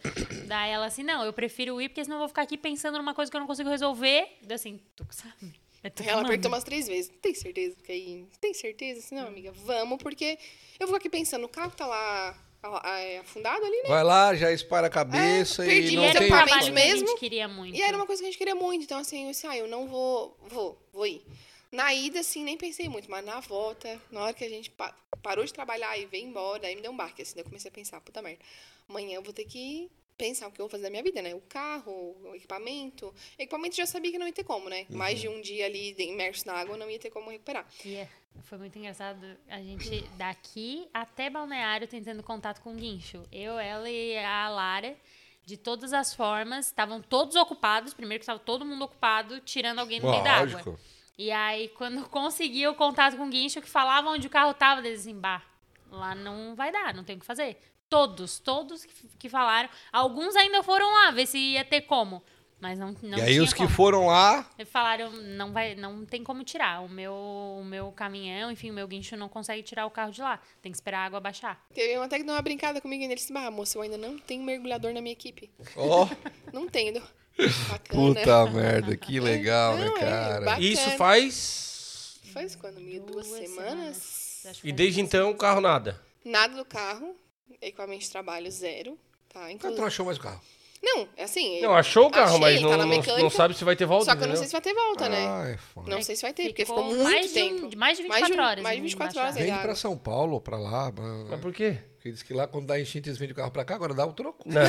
[SPEAKER 3] Daí ela assim, não, eu prefiro ir, porque senão eu vou ficar aqui pensando numa coisa que eu não consigo resolver. Daí assim, tu que sabe. É tu que
[SPEAKER 4] Ela
[SPEAKER 3] manda.
[SPEAKER 4] apertou umas três vezes. Tem certeza que aí. Tem certeza? Assim, não, amiga, vamos, porque eu vou aqui pensando, o carro tá lá a- a- afundado ali, né?
[SPEAKER 1] Vai lá, já espara a cabeça
[SPEAKER 4] É,
[SPEAKER 1] e
[SPEAKER 4] perdi
[SPEAKER 1] não
[SPEAKER 3] e era
[SPEAKER 1] tem...
[SPEAKER 3] um
[SPEAKER 4] meu
[SPEAKER 3] trabalho
[SPEAKER 4] trabalho
[SPEAKER 3] que a gente
[SPEAKER 4] mesmo.
[SPEAKER 3] queria muito.
[SPEAKER 4] E era uma coisa que a gente queria muito. Então, assim, eu disse, ah, eu não vou. Vou, vou ir. Na ida, assim, nem pensei muito, mas na volta, na hora que a gente pa- parou de trabalhar e veio embora, aí me deu um barque, assim, daí eu comecei a pensar, puta merda, amanhã eu vou ter que pensar o que eu vou fazer da minha vida, né? O carro, o equipamento. Equipamento eu já sabia que não ia ter como,
[SPEAKER 1] Uhum.
[SPEAKER 4] né? Mais de um dia ali imerso na água, eu não ia ter como recuperar.
[SPEAKER 3] E é- foi muito engraçado a gente daqui até balneário tentando contato com o guincho. Eu, ela e a Lara, de todas as formas, estavam todos ocupados. Primeiro que estava todo mundo ocupado, tirando alguém no meio da água.
[SPEAKER 1] Lógico.
[SPEAKER 3] E aí, quando conseguia o contato com o guincho, que falava onde o carro tava, eles assim, "Bah, lá não vai dar, não tem o que fazer. Todos, todos que, que falaram. Alguns ainda foram lá ver se ia ter como. Mas não, não
[SPEAKER 1] E aí
[SPEAKER 3] tinha
[SPEAKER 1] os que
[SPEAKER 3] como.
[SPEAKER 1] foram lá...
[SPEAKER 3] Eles falaram, não vai, não tem como tirar. O meu, o meu caminhão, enfim, o meu guincho não consegue tirar o carro de lá. Tem que esperar a água baixar.
[SPEAKER 4] Teve um até que deu uma brincada comigo e ele disse: Bah, moça, eu ainda não tenho mergulhador na minha equipe.
[SPEAKER 1] Ó,
[SPEAKER 4] Não tenho. Bacana.
[SPEAKER 1] puta merda, que legal, né,
[SPEAKER 4] Não, é,
[SPEAKER 1] cara?
[SPEAKER 4] bacana.
[SPEAKER 2] Isso faz.
[SPEAKER 4] Faz quando? Meio duas,
[SPEAKER 3] Duas
[SPEAKER 4] semanas?
[SPEAKER 3] semanas. Acho que
[SPEAKER 2] E
[SPEAKER 3] faz
[SPEAKER 2] desde
[SPEAKER 3] duas
[SPEAKER 2] então o carro nada.
[SPEAKER 4] Nada do carro, equipamento de trabalho zero. Tá,
[SPEAKER 1] Por que tu não
[SPEAKER 4] inclusive.
[SPEAKER 1] achou mais o carro?
[SPEAKER 4] Não, é assim.
[SPEAKER 2] Não, achou o carro,
[SPEAKER 4] achei,
[SPEAKER 2] mas
[SPEAKER 4] tá
[SPEAKER 2] não,
[SPEAKER 4] na
[SPEAKER 2] não-
[SPEAKER 4] mecânica,
[SPEAKER 2] não sabe se vai ter volta.
[SPEAKER 4] Só que eu não
[SPEAKER 2] entendeu?
[SPEAKER 4] sei se vai ter volta, né?
[SPEAKER 1] Ah, é foda.
[SPEAKER 4] Não sei se vai ter, porque
[SPEAKER 3] Ficou
[SPEAKER 4] ficou muito
[SPEAKER 3] mais de um-
[SPEAKER 4] tempo.
[SPEAKER 3] de mais de 24 horas
[SPEAKER 4] Mais de 24 horas é aí.
[SPEAKER 1] Vem
[SPEAKER 4] da
[SPEAKER 1] pra
[SPEAKER 4] água.
[SPEAKER 1] São Paulo, pra lá. mano.
[SPEAKER 2] Mas por quê?
[SPEAKER 1] Porque diz que lá quando dá enchente eles vendem o carro pra cá, agora dá o troco.
[SPEAKER 2] Não.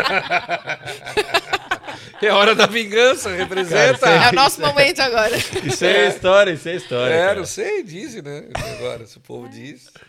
[SPEAKER 1] É hora da vingança, representa.
[SPEAKER 4] É o nosso momento agora.
[SPEAKER 2] Isso é história, isso é história.
[SPEAKER 1] É,
[SPEAKER 2] cara.
[SPEAKER 1] não sei, dizem, né? Agora, se o povo diz.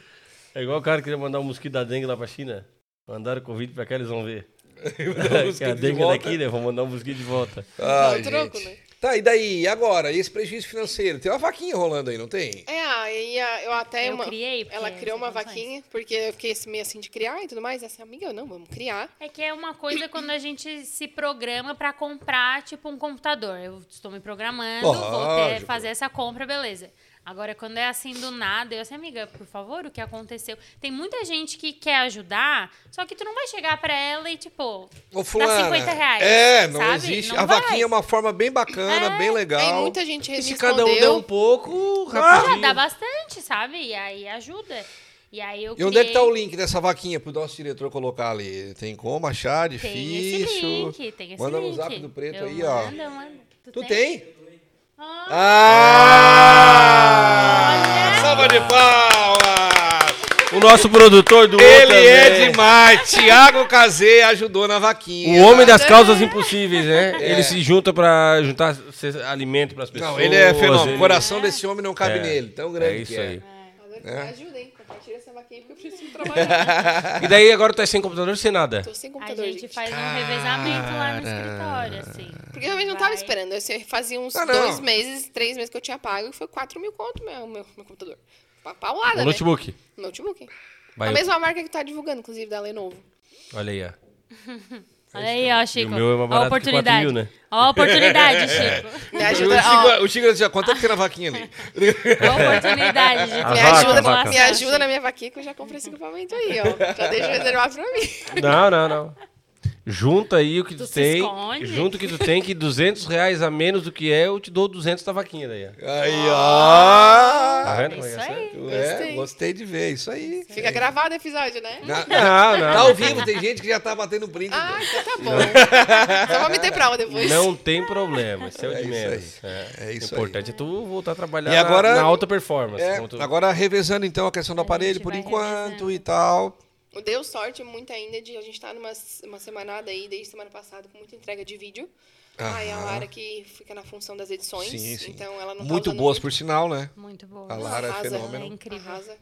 [SPEAKER 2] É igual o cara que queria mandar um mosquito da dengue lá pra China. Mandaram o convite pra cá, eles vão ver. que a
[SPEAKER 1] Um mosquito de
[SPEAKER 2] dengue é
[SPEAKER 1] volta.
[SPEAKER 2] daqui, né? Vão mandar um mosquito de volta.
[SPEAKER 1] Ah,
[SPEAKER 4] Não, troco,
[SPEAKER 1] gente.
[SPEAKER 4] né?
[SPEAKER 1] Tá, e daí? E agora? E esse prejuízo financeiro? Tem uma vaquinha rolando aí, não tem?
[SPEAKER 4] É, aí a- eu até.
[SPEAKER 3] Eu
[SPEAKER 4] uma-
[SPEAKER 3] criei, porque
[SPEAKER 4] ela criou
[SPEAKER 3] sem
[SPEAKER 4] uma
[SPEAKER 3] condições.
[SPEAKER 4] vaquinha, porque eu fiquei esse meio assim de criar e tudo mais. Essa amiga, não, vamos criar.
[SPEAKER 3] É que é uma coisa quando a gente se programa pra comprar, tipo, um computador. Eu estou me programando, vou ter,
[SPEAKER 1] Lógico.
[SPEAKER 3] fazer essa compra, beleza. Agora, quando é assim do nada, eu assim, amiga, por favor, o que aconteceu? Tem muita gente que quer ajudar, só que tu não vai chegar pra ela e, tipo,
[SPEAKER 1] Ô,
[SPEAKER 3] dá
[SPEAKER 1] fulana.
[SPEAKER 3] 50 reais.
[SPEAKER 1] É, não
[SPEAKER 3] sabe?
[SPEAKER 1] existe.
[SPEAKER 3] Não
[SPEAKER 1] a
[SPEAKER 3] vai.
[SPEAKER 1] vaquinha é uma forma bem bacana, bem legal.
[SPEAKER 4] É, Aí muita gente
[SPEAKER 2] E se cada
[SPEAKER 4] respondeu.
[SPEAKER 2] um der um pouco,
[SPEAKER 3] Já
[SPEAKER 2] rapidinho.
[SPEAKER 3] dá bastante, sabe? E aí ajuda. E aí eu
[SPEAKER 1] E onde é que tá
[SPEAKER 3] criei-
[SPEAKER 1] o link dessa vaquinha pro nosso diretor colocar ali? Tem como achar? Difícil.
[SPEAKER 3] Tem esse link, tem esse
[SPEAKER 1] Manda
[SPEAKER 3] link.
[SPEAKER 1] no zap do preto
[SPEAKER 3] Eu
[SPEAKER 1] aí, ó.
[SPEAKER 3] mando, eu mando. Tu,
[SPEAKER 1] Tu tem?
[SPEAKER 3] Ah,
[SPEAKER 1] Ah!
[SPEAKER 3] Olha!
[SPEAKER 1] Salva de palmas!
[SPEAKER 2] O nosso produtor do
[SPEAKER 1] Ele é demais. Tiago Cazê ajudou na vaquinha. tá?
[SPEAKER 2] O homem das causas impossíveis, né? Ele se junta pra juntar cesta- alimento pras pessoas.
[SPEAKER 1] É. Não, ele é fenômeno. O
[SPEAKER 2] ele-
[SPEAKER 1] coração desse homem não cabe
[SPEAKER 2] É.
[SPEAKER 1] nele. Tão grande
[SPEAKER 2] É isso
[SPEAKER 1] que é.
[SPEAKER 2] aí.
[SPEAKER 4] Agora me ajuda, hein? Compartilha essa vaquinha porque eu preciso trabalhar.
[SPEAKER 2] E daí agora tu é sem computador, sem nada.
[SPEAKER 4] Tô sem
[SPEAKER 3] A
[SPEAKER 4] computador,
[SPEAKER 3] gente
[SPEAKER 4] gente.
[SPEAKER 3] faz um revezamento lá no escritório, assim.
[SPEAKER 4] Porque eu realmente não tava
[SPEAKER 3] Vai.
[SPEAKER 4] esperando. Eu sei- fazia uns
[SPEAKER 1] Ah, não.
[SPEAKER 4] dois meses, três meses que eu tinha pago e foi 4 mil conto meu, meu, meu computador. Pa- Paulada,
[SPEAKER 2] O
[SPEAKER 4] né?
[SPEAKER 2] Um notebook.
[SPEAKER 4] Notebook.
[SPEAKER 2] Vai,
[SPEAKER 4] a mesma marca que tá divulgando, inclusive, da Lenovo.
[SPEAKER 2] Olha aí, ó.
[SPEAKER 3] Olha aí, ó, Chico.
[SPEAKER 2] E o meu é mais barato
[SPEAKER 3] ó, a
[SPEAKER 2] que
[SPEAKER 3] oportunidade.
[SPEAKER 2] 4 mil, né?
[SPEAKER 3] Ó, a oportunidade, Chico.
[SPEAKER 4] Me
[SPEAKER 1] O
[SPEAKER 4] ajuda, ó,
[SPEAKER 1] Chico, o Chico já conta que tem na vaquinha ali.
[SPEAKER 3] Ó, a oportunidade, Chico.
[SPEAKER 2] A
[SPEAKER 4] me
[SPEAKER 2] vaca,
[SPEAKER 4] ajuda,
[SPEAKER 2] a vaca.
[SPEAKER 4] me ajuda na minha vaquinha que eu já comprei esse equipamento aí, ó. Já deixa reservar pra mim.
[SPEAKER 2] Não, não, não. Junta aí o que tu,
[SPEAKER 3] se
[SPEAKER 2] tem.
[SPEAKER 3] esconde?
[SPEAKER 2] Junta o que tu tem, que 200 reais a menos do que é, eu te dou 200 da vaquinha daí. ó.
[SPEAKER 1] Aí, ó.
[SPEAKER 2] Tá vendo?
[SPEAKER 3] É
[SPEAKER 2] como que
[SPEAKER 3] isso
[SPEAKER 2] é certo?
[SPEAKER 3] aí.
[SPEAKER 1] É,
[SPEAKER 4] Gostei.
[SPEAKER 1] gostei de ver, isso aí.
[SPEAKER 4] Fica gravado o episódio, né?
[SPEAKER 1] Na-
[SPEAKER 2] Não, não.
[SPEAKER 1] Tá ao vivo, tem gente que já tá batendo print.
[SPEAKER 4] Ah, então tá bom. Só vou me ter prova depois.
[SPEAKER 2] Não tem problema, isso é o
[SPEAKER 1] É
[SPEAKER 2] de
[SPEAKER 1] isso aí.
[SPEAKER 2] menos.
[SPEAKER 1] É isso
[SPEAKER 2] O importante é tu voltar a trabalhar
[SPEAKER 1] E agora-
[SPEAKER 2] na, na alta performance.
[SPEAKER 1] É,
[SPEAKER 2] como tu-
[SPEAKER 1] agora revezando então a questão do aparelho por
[SPEAKER 3] vai
[SPEAKER 1] enquanto
[SPEAKER 3] revezando.
[SPEAKER 1] e tal.
[SPEAKER 4] Deu sorte muito ainda de a gente estar numa s- uma semanada aí, desde semana passada, com muita entrega de vídeo. Aí a
[SPEAKER 1] Aham.
[SPEAKER 4] Lara que fica na função das edições.
[SPEAKER 1] Sim, sim.
[SPEAKER 4] Então ela não tá
[SPEAKER 1] Muito
[SPEAKER 4] usando
[SPEAKER 1] boas,
[SPEAKER 4] muito-
[SPEAKER 1] por sinal, né?
[SPEAKER 3] Muito
[SPEAKER 1] A
[SPEAKER 3] boa.
[SPEAKER 1] Lara é
[SPEAKER 4] Arrasa. né?
[SPEAKER 1] fenômeno.
[SPEAKER 3] É incrível.
[SPEAKER 4] Arrasa.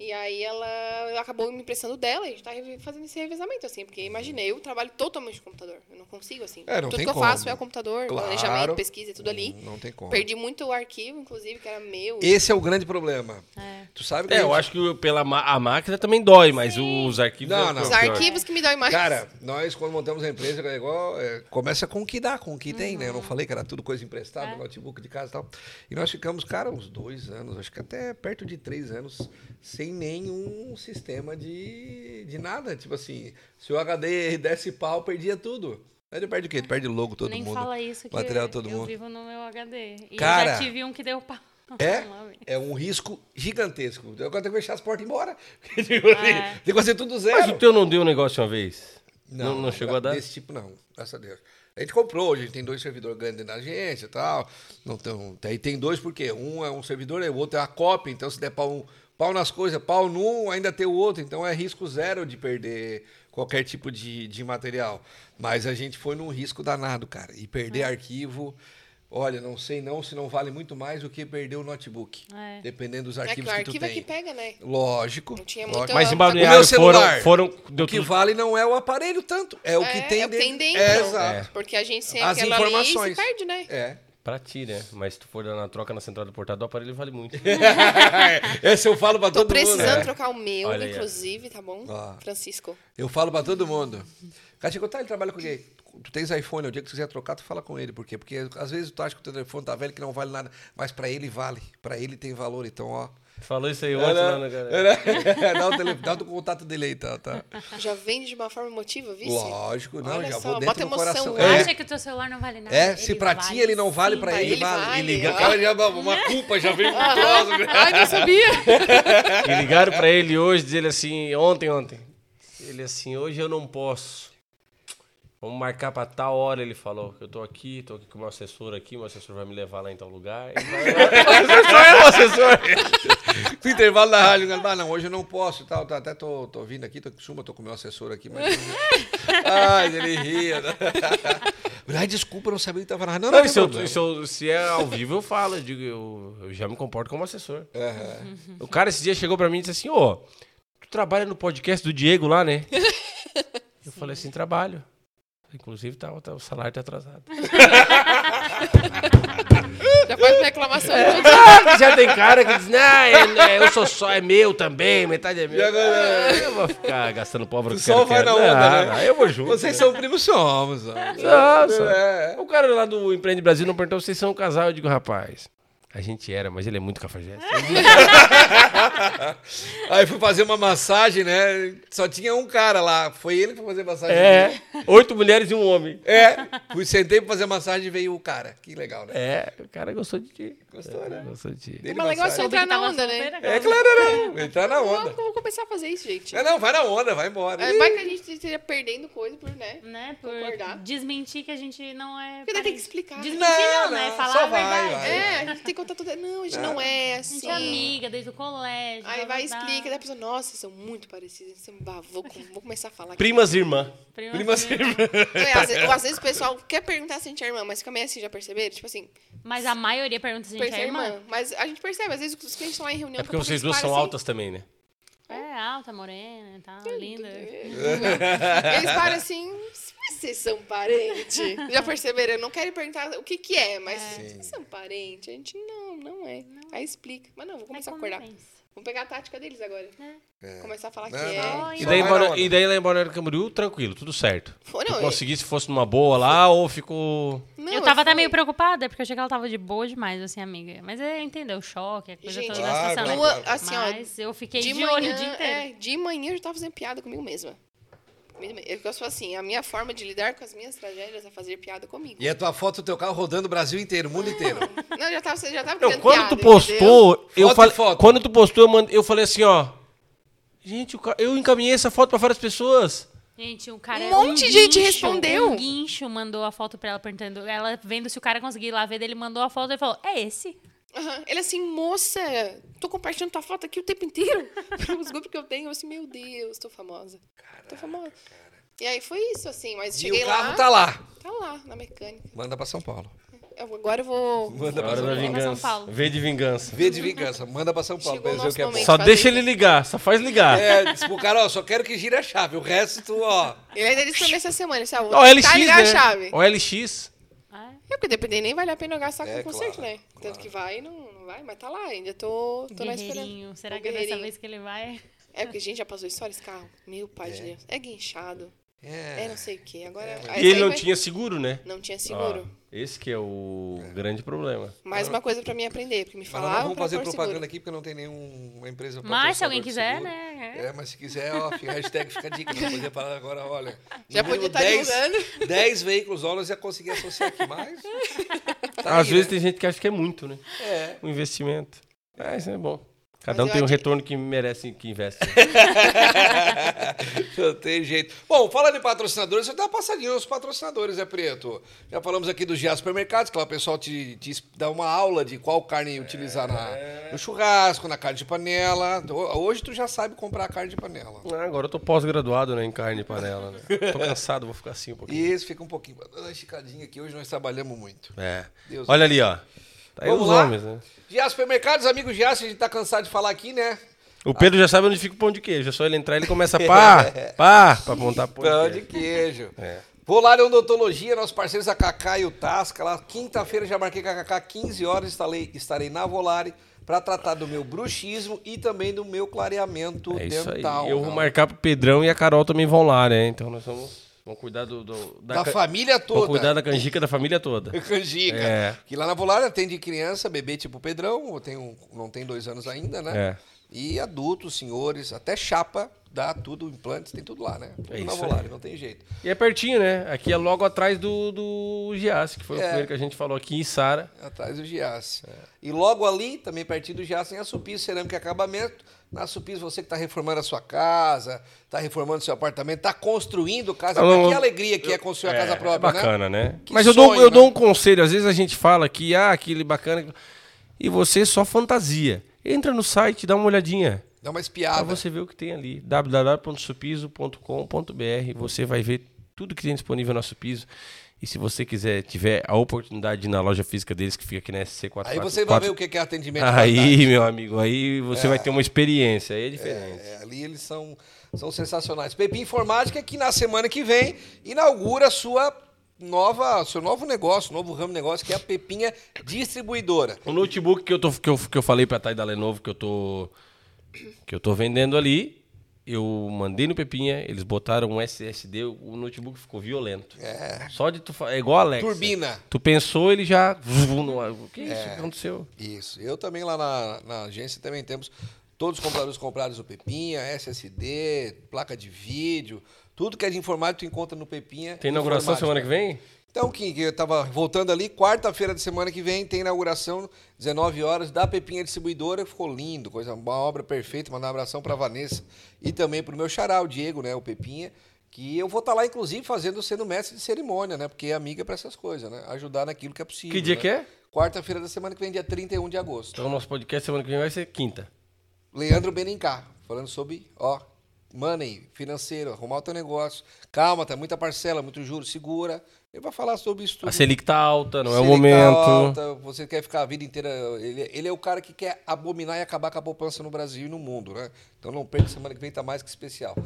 [SPEAKER 4] E aí ela acabou me emprestando dela e a gente tá re- fazendo esse revezamento, assim, porque imaginei, eu trabalho totalmente de computador. Eu não consigo, assim.
[SPEAKER 1] É, não
[SPEAKER 4] tudo
[SPEAKER 1] tem
[SPEAKER 4] que eu
[SPEAKER 1] como.
[SPEAKER 4] faço é o computador,
[SPEAKER 1] Claro.
[SPEAKER 4] planejamento, pesquisa, tudo ali.
[SPEAKER 1] Não tem como.
[SPEAKER 4] Perdi muito o arquivo, inclusive, que era meu.
[SPEAKER 1] Esse é o grande problema.
[SPEAKER 3] É.
[SPEAKER 1] Tu sabe que.
[SPEAKER 2] É,
[SPEAKER 1] a
[SPEAKER 2] eu
[SPEAKER 1] gente-
[SPEAKER 2] acho que pela ma- a máquina também dói, mas os arquivos.
[SPEAKER 1] Não,
[SPEAKER 2] é o
[SPEAKER 1] não.
[SPEAKER 4] Os
[SPEAKER 2] pior.
[SPEAKER 4] arquivos que me dão mais.
[SPEAKER 1] Cara, nós quando montamos a empresa, é igual, é, começa com o que dá, com o que tem, né?
[SPEAKER 3] Uhum.
[SPEAKER 1] Eu não falei que era tudo coisa
[SPEAKER 3] É.
[SPEAKER 1] emprestada, notebook de casa e tal. E nós ficamos, cara, uns dois anos, acho que até perto de três anos, sem nenhum sistema de, de nada. Tipo assim, se o HD desse pau, perdia tudo. Aí tu perde o quê? Tu perde o logo todo
[SPEAKER 3] Nem
[SPEAKER 1] mundo.
[SPEAKER 3] fala isso que
[SPEAKER 1] material
[SPEAKER 3] eu,
[SPEAKER 1] todo
[SPEAKER 3] eu
[SPEAKER 1] mundo.
[SPEAKER 3] vivo no meu HD. E
[SPEAKER 1] Cara,
[SPEAKER 3] eu já tive um que deu pau.
[SPEAKER 1] É,
[SPEAKER 3] Uma vez.
[SPEAKER 1] é um risco gigantesco. Agora tem que fechar as portas e ir embora. Tipo assim,
[SPEAKER 3] É.
[SPEAKER 1] Tem que fazer tudo zero.
[SPEAKER 2] Mas o teu não deu um negócio uma vez? Não, não, chegou a dar?
[SPEAKER 1] Desse tipo, não. Graças a Deus. A gente comprou, a gente tem dois servidores grandes na agência e tal. Não tão, aí tem dois, porque um é um servidor, aí o outro é a cópia. Então, se der pau, pau nas coisas, pau num, ainda tem o outro. Então, é risco zero de perder qualquer tipo de, de material. Mas a gente foi num risco danado, cara. E
[SPEAKER 4] É.
[SPEAKER 1] perder arquivo... Olha, não sei não se não vale muito mais do que perder o notebook.
[SPEAKER 3] É.
[SPEAKER 1] Dependendo dos
[SPEAKER 4] É que
[SPEAKER 1] arquivos
[SPEAKER 4] o
[SPEAKER 1] que tu
[SPEAKER 4] arquivo é
[SPEAKER 1] tem.
[SPEAKER 4] que pega, né?
[SPEAKER 1] Lógico.
[SPEAKER 4] Não tinha
[SPEAKER 1] lógico.
[SPEAKER 4] muita-
[SPEAKER 2] Mas
[SPEAKER 4] O
[SPEAKER 2] em
[SPEAKER 4] meu
[SPEAKER 2] Balneário foram,
[SPEAKER 1] celular,
[SPEAKER 2] foram. Deu
[SPEAKER 1] O que
[SPEAKER 2] tudo-
[SPEAKER 1] vale não é o aparelho tanto, é o que tem
[SPEAKER 4] é o que tem
[SPEAKER 1] dentro.
[SPEAKER 4] dentro.
[SPEAKER 1] É, exato.
[SPEAKER 4] Porque a gente sem
[SPEAKER 1] As
[SPEAKER 4] aquela lei
[SPEAKER 1] informações.
[SPEAKER 4] se perde, né?
[SPEAKER 1] É.
[SPEAKER 2] Pra ti, né? Mas se tu for dar na troca na central do portado, o aparelho vale muito.
[SPEAKER 1] Essa eu falo pra
[SPEAKER 4] Tô
[SPEAKER 1] todo mundo.
[SPEAKER 4] precisando
[SPEAKER 1] né?
[SPEAKER 4] trocar o meu,
[SPEAKER 2] Olha aí, ó.
[SPEAKER 4] inclusive, tá bom?
[SPEAKER 1] Ó.
[SPEAKER 4] Francisco.
[SPEAKER 1] Eu falo pra todo mundo. Cachico, tá, ele trabalha com o quê? Tu tens iPhone, o dia que tu quiser trocar, tu fala com ele. Por quê? Porque às vezes tu acha que o teu telefone tá velho, que não vale nada. Mas pra ele vale. Pra ele tem valor. Então, ó.
[SPEAKER 2] Tu Falou isso aí ontem lá no galera.
[SPEAKER 1] dá, o tele- dá o contato dele aí, tá? tá.
[SPEAKER 4] Já vende de uma forma emotiva, vice?
[SPEAKER 1] Lógico, não,
[SPEAKER 4] Olha
[SPEAKER 1] já
[SPEAKER 4] só,
[SPEAKER 1] vou
[SPEAKER 4] bota
[SPEAKER 1] dentro do
[SPEAKER 4] emoção,
[SPEAKER 1] coração.
[SPEAKER 4] né?
[SPEAKER 1] É.
[SPEAKER 3] Acha que o teu celular não vale nada.
[SPEAKER 1] É, se pra ti ele não vale,
[SPEAKER 3] sim.
[SPEAKER 1] pra
[SPEAKER 4] pra
[SPEAKER 1] ele,
[SPEAKER 4] ele
[SPEAKER 1] vale.
[SPEAKER 4] vale,
[SPEAKER 1] Ele liga-
[SPEAKER 4] ó.
[SPEAKER 1] cara, já- uma culpa já veio com um troço.
[SPEAKER 4] Ai, não sabia.
[SPEAKER 2] E ligaram pra ele hoje, diz ele assim, ontem, ontem. Ele assim, hoje eu não posso. Vamos marcar pra tal hora, ele falou. Eu tô aqui, tô aqui com o meu assessor aqui, meu assessor vai me levar lá em tal lugar. Ele "É, vai lá.
[SPEAKER 1] No intervalo da rádio, o cara, ah, não, hoje eu não posso e tal, tá, até tô, tô vindo aqui, tô com suma, tô com meu assessor aqui, mas... Ai, ele ria. né? Ai, desculpa, eu não sabia que tava na rádio. Não, não,
[SPEAKER 2] Não,
[SPEAKER 1] não,
[SPEAKER 2] e se, eu-
[SPEAKER 1] não.
[SPEAKER 2] se eu- se é ao vivo, eu falo. Eu, digo, eu, eu já me comporto como assessor.
[SPEAKER 1] É,
[SPEAKER 2] O cara esse dia chegou pra mim e disse assim, ô, tu trabalha no podcast do Diego lá, né? Eu falei assim, trabalho. Inclusive, tá, tá- o salário tá atrasado.
[SPEAKER 4] Já faz uma reclamação.
[SPEAKER 2] Ah, já tem cara que diz, não, é- é- eu sou só, é meu também, metade é meu.
[SPEAKER 1] E agora-
[SPEAKER 2] Ah, eu vou ficar gastando pobre.
[SPEAKER 1] Tu só vai na onda, né?
[SPEAKER 2] eu vou junto.
[SPEAKER 1] Vocês são primos, somos. ó.
[SPEAKER 2] Nossa.
[SPEAKER 1] É.
[SPEAKER 2] O cara lá do Empreende Brasil não perguntou se vocês são um casal. Eu digo, rapaz, a gente era, mas ele é muito cafajeste.
[SPEAKER 1] Aí fui fazer uma massagem, né, só tinha um cara lá, foi ele que foi fazer massagem.
[SPEAKER 2] É, oito mulheres e um homem.
[SPEAKER 1] É, fui, sentei pra fazer massagem e veio o cara, que legal, né?
[SPEAKER 2] É, o cara gostou de ti. É,
[SPEAKER 1] Gostou, né?
[SPEAKER 2] Gostou de ti.
[SPEAKER 1] Dele
[SPEAKER 4] Mas legal
[SPEAKER 1] massagem.
[SPEAKER 3] Soube
[SPEAKER 4] Entrar
[SPEAKER 3] que
[SPEAKER 4] na
[SPEAKER 3] tava
[SPEAKER 4] onda, né?
[SPEAKER 3] solteira,
[SPEAKER 1] É
[SPEAKER 3] agora.
[SPEAKER 1] claro, não, ele tá na
[SPEAKER 4] Eu
[SPEAKER 1] onda. É,
[SPEAKER 4] vou começar a fazer isso, gente.
[SPEAKER 1] Não, não, vai na onda, vai embora.
[SPEAKER 4] É, Vai que a gente esteja perdendo coisa por, né?
[SPEAKER 3] Né? Por
[SPEAKER 4] Concordar.
[SPEAKER 3] desmentir que a gente não é.
[SPEAKER 4] Porque daí tem que
[SPEAKER 3] parente.
[SPEAKER 4] explicar.
[SPEAKER 3] Desmentir
[SPEAKER 1] Não,
[SPEAKER 3] não, né?
[SPEAKER 1] não,
[SPEAKER 3] Falar
[SPEAKER 1] só
[SPEAKER 3] a
[SPEAKER 1] vai,
[SPEAKER 3] verdade.
[SPEAKER 1] vai.
[SPEAKER 4] É, a gente tem que contar tudo. Não, a gente não, é
[SPEAKER 3] A
[SPEAKER 4] assim.
[SPEAKER 3] gente é amiga desde o colégio.
[SPEAKER 4] Aí
[SPEAKER 3] blá,
[SPEAKER 4] vai
[SPEAKER 3] blá,
[SPEAKER 4] e
[SPEAKER 3] blá.
[SPEAKER 4] explica, né? daí a pessoa, nossa, são muito parecidos. São- bah, Vou, com- vou começar a falar. aqui.
[SPEAKER 2] Primas e irmã.
[SPEAKER 3] Prima-
[SPEAKER 1] Prima sempre.
[SPEAKER 4] Não é, às, vezes, ou às vezes o pessoal quer perguntar se a gente é irmã, mas fica meio assim, já perceberam? Tipo assim,
[SPEAKER 3] Mas a maioria pergunta se a gente
[SPEAKER 4] percebe
[SPEAKER 3] é irmã.
[SPEAKER 4] irmã. Mas a gente percebe, às vezes os clientes estão lá em reunião.
[SPEAKER 2] É porque
[SPEAKER 4] tão com
[SPEAKER 2] vocês
[SPEAKER 4] aqueles
[SPEAKER 2] duas são
[SPEAKER 4] pares,
[SPEAKER 2] altas também, né?
[SPEAKER 3] É alta, morena e tal, linda. É
[SPEAKER 4] assim, Eles param assim, vocês são parentes. Já perceberam? Não querem perguntar o que que é, mas vocês são parentes. A gente, não, não é. Aí explica. Mas não, vou
[SPEAKER 3] Mas
[SPEAKER 4] começar a
[SPEAKER 3] como É.
[SPEAKER 4] acordar.
[SPEAKER 3] pensa?
[SPEAKER 4] Vamos pegar a tática deles agora. Começar a falar que
[SPEAKER 1] Não, Né? não.
[SPEAKER 4] é.
[SPEAKER 2] E
[SPEAKER 1] Só
[SPEAKER 2] daí, em
[SPEAKER 1] vai na
[SPEAKER 2] Balneário-
[SPEAKER 1] onda.
[SPEAKER 2] e daí lá em Balneário Camboriú, tranquilo, tudo certo.
[SPEAKER 4] Foi,
[SPEAKER 2] Tu
[SPEAKER 4] não,
[SPEAKER 2] consegui, se fosse numa boa lá, ou ficou...
[SPEAKER 4] Não,
[SPEAKER 3] eu tava até
[SPEAKER 4] fui.
[SPEAKER 3] meio preocupada, porque eu achei que ela tava de boa demais, assim, amiga. Mas eu entendeu o choque, a coisa
[SPEAKER 4] Gente,
[SPEAKER 3] toda da
[SPEAKER 1] claro,
[SPEAKER 3] situação, né?
[SPEAKER 1] claro,
[SPEAKER 4] claro. Assim, ó,
[SPEAKER 3] Mas eu fiquei
[SPEAKER 4] de
[SPEAKER 3] de,
[SPEAKER 4] manhã,
[SPEAKER 3] olho o dia inteiro.
[SPEAKER 4] é, de manhã eu já tava fazendo piada comigo mesma. Eu, eu sou assim, a minha forma de lidar com as minhas tragédias é fazer piada comigo.
[SPEAKER 1] E a tua foto do teu carro rodando o Brasil inteiro, o mundo inteiro.
[SPEAKER 4] Não, eu já tava, já tava
[SPEAKER 2] Não,
[SPEAKER 4] criando
[SPEAKER 2] quando
[SPEAKER 4] piada,
[SPEAKER 2] tu postou, eu
[SPEAKER 1] Foto e
[SPEAKER 2] falei,
[SPEAKER 1] foto.
[SPEAKER 2] quando tu postou, eu, mand- eu falei assim, ó, gente, o ca- eu encaminhei essa foto pra várias pessoas.
[SPEAKER 3] Gente, o cara. é
[SPEAKER 4] Um monte de gente
[SPEAKER 3] guincho,
[SPEAKER 4] respondeu.
[SPEAKER 3] Um guincho mandou a foto pra ela perguntando. Ela vendo se o cara conseguir ir lá ver, ele mandou a foto e falou: É esse?
[SPEAKER 4] Aham. Ele assim, moça, tô compartilhando tua foto aqui o tempo inteiro. Os grupos que eu tenho, eu assim, meu Deus, tô famosa. tô famosa. E aí foi isso, assim, mas
[SPEAKER 1] E
[SPEAKER 4] cheguei
[SPEAKER 1] o carro
[SPEAKER 4] lá,
[SPEAKER 1] tá lá.
[SPEAKER 4] tá lá, na mecânica.
[SPEAKER 1] Manda pra São Paulo.
[SPEAKER 4] Eu- agora eu vou...
[SPEAKER 1] Manda pra São
[SPEAKER 3] da
[SPEAKER 1] Paulo.
[SPEAKER 3] vingança. São Paulo.
[SPEAKER 2] Vê de vingança.
[SPEAKER 1] Vê de vingança. Manda pra São Paulo.
[SPEAKER 4] Chegou
[SPEAKER 1] Pra
[SPEAKER 4] o
[SPEAKER 1] eles verem o que é
[SPEAKER 4] nosso
[SPEAKER 1] bom.
[SPEAKER 2] Só
[SPEAKER 4] Fazer
[SPEAKER 2] deixa
[SPEAKER 4] isso.
[SPEAKER 2] ele ligar, só faz ligar.
[SPEAKER 1] É, disse pro cara, ó, só quero que gire a chave. O resto, ó.
[SPEAKER 4] Ele ainda disse pra mim essa semana, ele disse, ah, vou
[SPEAKER 2] Ó, LX,
[SPEAKER 4] tentar ligar
[SPEAKER 2] né?
[SPEAKER 4] a chave.
[SPEAKER 2] Ó, LX.
[SPEAKER 3] Ah,
[SPEAKER 4] É porque dependendo, nem vale a pena eu gastar com
[SPEAKER 1] É,
[SPEAKER 4] o concerto,
[SPEAKER 1] claro,
[SPEAKER 4] né?
[SPEAKER 1] claro.
[SPEAKER 4] Tanto que vai, não, não vai, mas tá lá, ainda tô, tô lá esperando.
[SPEAKER 3] guerreirinho. Será
[SPEAKER 4] O
[SPEAKER 3] que é dessa
[SPEAKER 4] guerreirinho.
[SPEAKER 3] vez que ele vai?
[SPEAKER 4] É porque a gente já passou isso, olha esse carro. Meu pai de Deus. É guinchado. É,
[SPEAKER 1] É.
[SPEAKER 4] não sei o quê. Agora.
[SPEAKER 2] E
[SPEAKER 4] aí
[SPEAKER 2] ele
[SPEAKER 4] sai
[SPEAKER 2] não
[SPEAKER 4] vai-
[SPEAKER 2] tinha seguro, né?
[SPEAKER 4] Não tinha seguro.
[SPEAKER 2] Ó, esse que é o grande problema.
[SPEAKER 4] Mais uma coisa pra mim aprender, porque me
[SPEAKER 1] Mas nós não
[SPEAKER 4] falaram.
[SPEAKER 1] vamos
[SPEAKER 4] pra
[SPEAKER 1] fazer
[SPEAKER 4] pôr
[SPEAKER 1] propaganda
[SPEAKER 4] seguro.
[SPEAKER 1] aqui porque não tem nenhuma empresa
[SPEAKER 3] Mas se
[SPEAKER 1] patrocinadora
[SPEAKER 3] alguém
[SPEAKER 1] de
[SPEAKER 3] quiser,
[SPEAKER 1] seguro.
[SPEAKER 3] né? É.
[SPEAKER 1] É, mas se quiser, ó, fica- hashtag fica a dica. Não podia parar agora, olha. no
[SPEAKER 4] Já
[SPEAKER 1] mínimo
[SPEAKER 4] podia estar
[SPEAKER 1] 10
[SPEAKER 4] divulgando.
[SPEAKER 1] 10 veículos, ó, nós ia conseguir associar aqui mais.
[SPEAKER 4] Tá
[SPEAKER 2] Às
[SPEAKER 4] né?
[SPEAKER 2] vezes tem gente que acha que é muito, né?
[SPEAKER 1] É.
[SPEAKER 2] O investimento. Ah, isso é bom. Cada
[SPEAKER 4] Mas
[SPEAKER 2] um
[SPEAKER 4] eu
[SPEAKER 2] tem um
[SPEAKER 4] acho que-
[SPEAKER 2] retorno que merece, que investe.
[SPEAKER 1] Não tem jeito. Bom, falando em patrocinadores, eu dá uma passadinha nos patrocinadores, é Preto? Já falamos aqui dos Gia Supermercados, que lá o pessoal te, te dá uma aula de qual carne utilizar
[SPEAKER 2] É.
[SPEAKER 1] na, no churrasco, na carne de panela. Ho- Hoje tu já sabe comprar carne de panela.
[SPEAKER 2] Ah, agora eu tô pós-graduado né, em carne e panela. Né? Tô cansado, vou ficar assim um pouquinho.
[SPEAKER 1] E esse fica um pouquinho... Dando uma esticadinha aqui, hoje nós trabalhamos muito.
[SPEAKER 2] É.
[SPEAKER 1] Deus
[SPEAKER 2] Olha ali, ó. Tá aí
[SPEAKER 1] Vamos
[SPEAKER 2] os
[SPEAKER 1] lá?
[SPEAKER 2] homens, né?
[SPEAKER 1] Gia Supermercados, amigo Gia, a gente tá cansado de falar aqui, né?
[SPEAKER 2] O Pedro já sabe onde fica o pão de queijo. É só ele entrar ele começa a pá, pá, pra apontar pão,
[SPEAKER 1] Pão
[SPEAKER 2] de
[SPEAKER 1] de
[SPEAKER 2] queijo.
[SPEAKER 1] queijo.
[SPEAKER 2] É.
[SPEAKER 1] Vou lá na odontologia, nossos parceiros a Cacá e o Tasca. Lá, quinta-feira já marquei com a Cacá, 15 horas, estarei, estarei na Volare para tratar do meu bruxismo e também do meu clareamento
[SPEAKER 2] É isso aí.
[SPEAKER 1] dental. tá?
[SPEAKER 2] Eu vou
[SPEAKER 1] Não.
[SPEAKER 2] marcar pro Pedrão e a Carol também vão lá, né? Então nós vamos, vamos cuidar do, do-
[SPEAKER 1] Da
[SPEAKER 2] ca-
[SPEAKER 1] família
[SPEAKER 2] Vamos
[SPEAKER 1] toda.
[SPEAKER 2] cuidar da canjica da família toda.
[SPEAKER 1] Canjica.
[SPEAKER 2] É.
[SPEAKER 1] Que lá na Volare atende criança, bebê tipo Pedrão, tem um- não tem dois anos ainda, né?
[SPEAKER 2] É.
[SPEAKER 1] E adultos, senhores, até chapa, dá tudo, implantes, tem tudo lá, né? Tudo
[SPEAKER 2] É
[SPEAKER 1] na
[SPEAKER 2] isso
[SPEAKER 1] Volare, não tem jeito.
[SPEAKER 2] E é pertinho, né? Aqui é logo atrás do, do Giassi, que foi o
[SPEAKER 1] É.
[SPEAKER 2] primeiro que a gente falou aqui em Sara.
[SPEAKER 1] Atrás do Giasse. E logo ali, também pertinho do Giasse, tem a Supis Cerâmica e Acabamento. Na Supis, você que está reformando a sua casa, está reformando seu apartamento, está construindo casa.
[SPEAKER 2] Não,
[SPEAKER 1] Mas
[SPEAKER 2] não,
[SPEAKER 1] que alegria que é construir a casa própria, né?
[SPEAKER 2] bacana, né?
[SPEAKER 1] Que
[SPEAKER 2] Mas eu, dou,
[SPEAKER 1] sonho,
[SPEAKER 2] eu
[SPEAKER 1] né?
[SPEAKER 2] dou um conselho. Às vezes a gente fala que, ah, aquele bacana... E você só fantasia. Entra no site, dá uma olhadinha.
[SPEAKER 1] Dá uma
[SPEAKER 2] Pra
[SPEAKER 1] espiada.
[SPEAKER 2] você ver o que tem ali. www.supiso.com.br Você vai ver tudo que tem disponível no Supiso. E se você quiser, tiver a oportunidade de ir na loja física deles, que fica aqui na SC444...
[SPEAKER 1] Aí você vai ver o que que é atendimento.
[SPEAKER 2] Aí,
[SPEAKER 1] de
[SPEAKER 2] meu amigo, aí você
[SPEAKER 1] É.
[SPEAKER 2] vai ter uma experiência. Aí é diferente.
[SPEAKER 1] verdade. É, ali eles são, são sensacionais. Pepim Informática, que na semana que vem inaugura a sua nova, seu novo negócio, novo ramo de negócio, que é a Pepinha Distribuidora.
[SPEAKER 2] O notebook que eu, tô, que eu, que eu falei pra Thay da Lenovo que eu tô. Que eu tô vendendo ali. Eu mandei no Pepinha, eles botaram um SSD, o notebook ficou violento. É. Só de tu fa- É igual a Alexa.
[SPEAKER 1] Turbina.
[SPEAKER 2] Tu pensou, ele já. vum, no ar. O que é isso que aconteceu?
[SPEAKER 1] Isso. Eu também lá na, na agência também temos todos os computadores comprados no Pepinha, SSD, placa de vídeo, tudo que é de informática tu encontra no Pepinha.
[SPEAKER 2] Tem inauguração
[SPEAKER 1] Informática.
[SPEAKER 2] semana que vem?
[SPEAKER 1] Então, Kim, que eu tava voltando ali, quarta-feira de semana que vem tem inauguração, 19 horas, da Pepinha Distribuidora, ficou lindo, coisa, uma obra perfeita, mandar um abração pra Vanessa e também pro meu xará, o Diego, né, o Pepinha, que eu vou estar lá, inclusive, fazendo, sendo mestre de cerimônia, né, porque é amiga pra essas coisas, né, ajudar naquilo que é possível.
[SPEAKER 2] Que dia
[SPEAKER 1] né?
[SPEAKER 2] que é?
[SPEAKER 1] Quarta-feira da semana que vem, dia 31 de agosto.
[SPEAKER 2] Então, nosso podcast semana que vem vai ser quinta.
[SPEAKER 1] Leandro Benincá, falando sobre, ó, money, financeiro, arrumar o teu negócio. Calma, tá muita parcela, muito juro, segura. Ele vai falar sobre isso tudo.
[SPEAKER 2] A Selic tá alta, não é o
[SPEAKER 1] Selic tá
[SPEAKER 2] momento.
[SPEAKER 1] alta, você quer ficar a vida inteira. Ele, ele é o cara que quer abominar e acabar com a poupança no Brasil e no mundo, né? Então não perca, semana que vem tá mais que especial.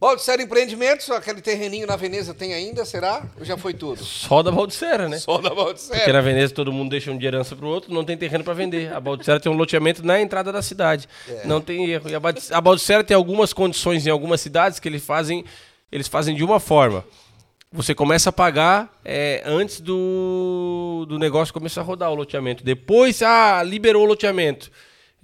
[SPEAKER 1] Baldissera Empreendimentos, aquele terreninho na Veneza tem ainda, será? Ou já foi tudo?
[SPEAKER 2] Só da Baldissera, né?
[SPEAKER 1] Só da
[SPEAKER 2] Porque
[SPEAKER 1] Baldissera.
[SPEAKER 2] na Veneza todo mundo deixa um de herança pro outro, não tem terreno para vender. A Baldissera tem um loteamento na entrada da cidade. Não tem erro. E a Baldis- a Baldissera tem algumas condições em algumas cidades que eles fazem, eles fazem de uma forma. Você começa a pagar é, antes do, do negócio começar a rodar o loteamento. Depois, ah, liberou o loteamento.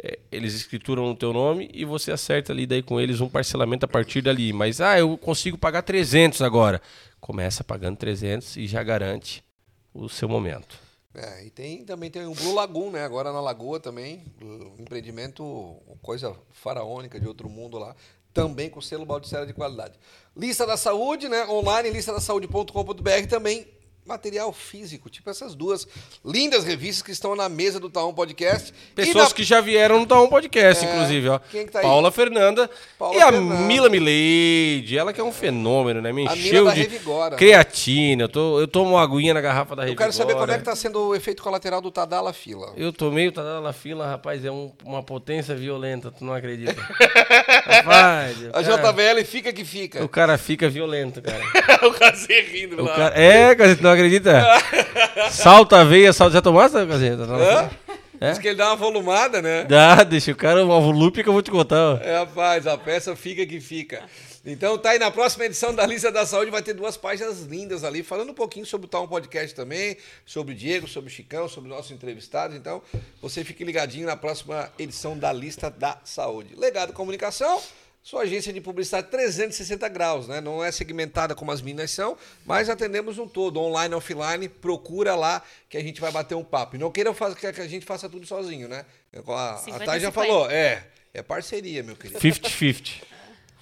[SPEAKER 2] É, eles escrituram o teu nome e você acerta ali daí com eles um parcelamento a partir dali. Mas, ah, eu consigo pagar 300 agora. Começa pagando 300 e já garante o seu momento.
[SPEAKER 1] É, e tem, também tem o Blue Lagoon, né? Agora na Lagoa também. Um empreendimento, coisa faraônica de outro mundo lá. Também com selo Baldissera de qualidade. Lista da Saúde, né? Online, listadasaude.com.br também. Material físico, tipo essas duas lindas revistas que estão na mesa do Taon Podcast.
[SPEAKER 2] Pessoas
[SPEAKER 1] e na...
[SPEAKER 2] que já vieram no Taon Podcast, inclusive, ó.
[SPEAKER 1] É. Quem que tá aí?
[SPEAKER 2] Paula Fernanda
[SPEAKER 1] Paula
[SPEAKER 2] e a
[SPEAKER 1] Fernanda.
[SPEAKER 2] Mila Milady. Ela que é um fenômeno, né? Me
[SPEAKER 1] A Mila
[SPEAKER 2] encheu
[SPEAKER 1] da
[SPEAKER 2] de
[SPEAKER 1] Revigora.
[SPEAKER 2] creatina. Eu, tô, eu tomo uma aguinha na garrafa da
[SPEAKER 1] Eu
[SPEAKER 2] Revigora.
[SPEAKER 1] quero saber como é que tá sendo o efeito colateral do Tadala Fila.
[SPEAKER 2] Eu tomei o Tadala na fila, rapaz, é um- uma potência violenta, tu não acredita. rapaz, o
[SPEAKER 1] A
[SPEAKER 2] cara,
[SPEAKER 1] JBL fica que fica.
[SPEAKER 2] o cara fica violento, cara.
[SPEAKER 1] o Casê rindo
[SPEAKER 2] O cara- É, Casinha, tu não acredita? salta a veia, salta. Já tomaste, Casinha? É?
[SPEAKER 1] Diz que ele dá uma volumada, né?
[SPEAKER 2] Dá, deixa o cara uma volúpia que eu vou te contar, ó.
[SPEAKER 1] É, rapaz, a peça fica que fica. Então tá aí na próxima edição da Lista da Saúde, vai ter duas páginas lindas ali, falando um pouquinho sobre o Tal Podcast também, sobre o Diego, sobre o Chicão, sobre nossos entrevistados. Então, você fique ligadinho na próxima edição da Lista da Saúde. Legado Comunicação, sua agência de publicidade 360 graus, né? Não é segmentada como as minhas são, mas atendemos um todo, online, offline, procura lá que a gente vai bater um papo. E não queiram fa- que a gente faça tudo sozinho, né? A, a Thay já
[SPEAKER 3] 50-50.
[SPEAKER 1] falou, é, é parceria, meu querido.
[SPEAKER 2] 50-50.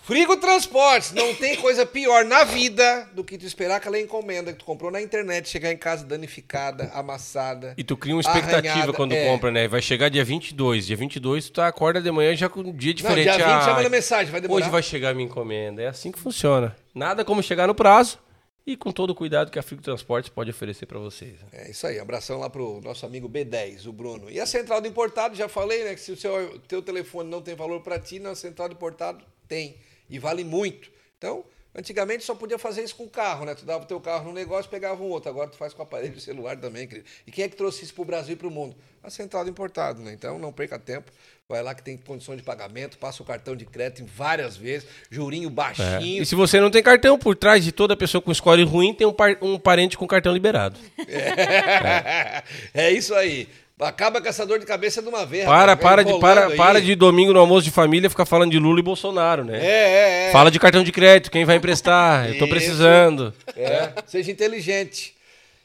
[SPEAKER 1] Frigo Transportes, não tem coisa pior na vida do que tu esperar aquela encomenda que tu comprou na internet, chegar em casa danificada, amassada.
[SPEAKER 2] E tu cria uma expectativa
[SPEAKER 1] arranhada,
[SPEAKER 2] quando
[SPEAKER 1] é.
[SPEAKER 2] compra, né? Vai chegar dia 22. Dia 22, tu tá, acorda de manhã já com um dia
[SPEAKER 1] Não,
[SPEAKER 2] diferente.
[SPEAKER 1] dia 20 já
[SPEAKER 2] Ah,
[SPEAKER 1] manda mensagem, vai demorar.
[SPEAKER 2] Hoje vai chegar a minha encomenda. É assim que funciona. Nada como chegar no prazo e com todo o cuidado que a Frigo Transportes pode oferecer pra vocês. né?
[SPEAKER 1] É isso aí, abração lá pro nosso amigo B10, o Bruno. E a central do importado, já falei, né? Que se o seu, teu telefone não tem valor para ti, na central do importado tem. E vale muito. Então, antigamente só podia fazer isso com o carro, né? Tu dava o teu carro num negócio pegava um outro. Agora tu faz com o aparelho celular também, querido. E quem é que trouxe isso pro Brasil e pro mundo? A central do importado, né? Então não perca tempo. Vai lá que tem condição de pagamento, passa o cartão de crédito em várias vezes, jurinho
[SPEAKER 2] É.
[SPEAKER 1] baixinho.
[SPEAKER 2] E se você não tem cartão, por trás de toda pessoa com score ruim, tem um, par- um parente com cartão liberado.
[SPEAKER 1] É. É isso aí. Acaba caçador de cabeça de uma vez.
[SPEAKER 2] Para,
[SPEAKER 1] rapaz. Vai
[SPEAKER 2] para de,
[SPEAKER 1] enrolando
[SPEAKER 2] para,
[SPEAKER 1] aí.
[SPEAKER 2] para de domingo no almoço de família ficar falando de Lula e Bolsonaro, né?
[SPEAKER 1] É, é, é.
[SPEAKER 2] Fala de cartão de crédito, quem vai emprestar? Eu tô
[SPEAKER 1] Isso.
[SPEAKER 2] precisando.
[SPEAKER 1] É, Seja inteligente.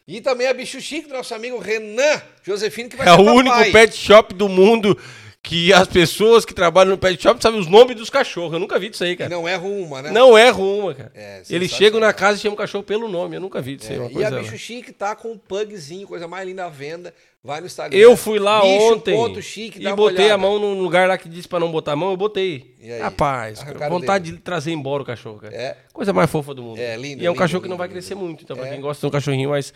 [SPEAKER 1] E também a Bicho Chique, do nosso amigo Renan Josefino, que vai
[SPEAKER 2] É o
[SPEAKER 1] ser
[SPEAKER 2] único
[SPEAKER 1] papai.
[SPEAKER 2] pet shop do mundo que as pessoas que trabalham no pet shop sabem os nomes dos cachorros. Eu nunca vi disso aí,
[SPEAKER 1] E
[SPEAKER 2] cara.
[SPEAKER 1] não erra uma, né?
[SPEAKER 2] Não, erro uma, cara.
[SPEAKER 1] É, sensacional. É,
[SPEAKER 2] Eles chegam na casa e chamam o cachorro pelo nome. Eu nunca vi disso aí. uma
[SPEAKER 1] E
[SPEAKER 2] coisa,
[SPEAKER 1] a
[SPEAKER 2] né?
[SPEAKER 1] Bicho Chique tá com um pugzinho, coisa mais linda à venda. Vai no Instagram.
[SPEAKER 2] Eu fui lá
[SPEAKER 1] né? Bicho
[SPEAKER 2] ontem
[SPEAKER 1] ponto chique, dá
[SPEAKER 2] e
[SPEAKER 1] uma
[SPEAKER 2] botei
[SPEAKER 1] olhada.
[SPEAKER 2] a mão num lugar lá que disse pra não botar a mão, eu botei.
[SPEAKER 1] E aí?
[SPEAKER 2] Rapaz, cara,
[SPEAKER 1] Arrancaram
[SPEAKER 2] vontade de trazer embora o cachorro, cara.
[SPEAKER 1] É.
[SPEAKER 2] Coisa mais fofa do mundo.
[SPEAKER 1] É, lindo,
[SPEAKER 2] E é um
[SPEAKER 1] lindo,
[SPEAKER 2] cachorro que
[SPEAKER 1] lindo,
[SPEAKER 2] não vai
[SPEAKER 1] lindo.
[SPEAKER 2] crescer muito. Então, pra
[SPEAKER 1] É.
[SPEAKER 2] quem gosta de um cachorrinho mais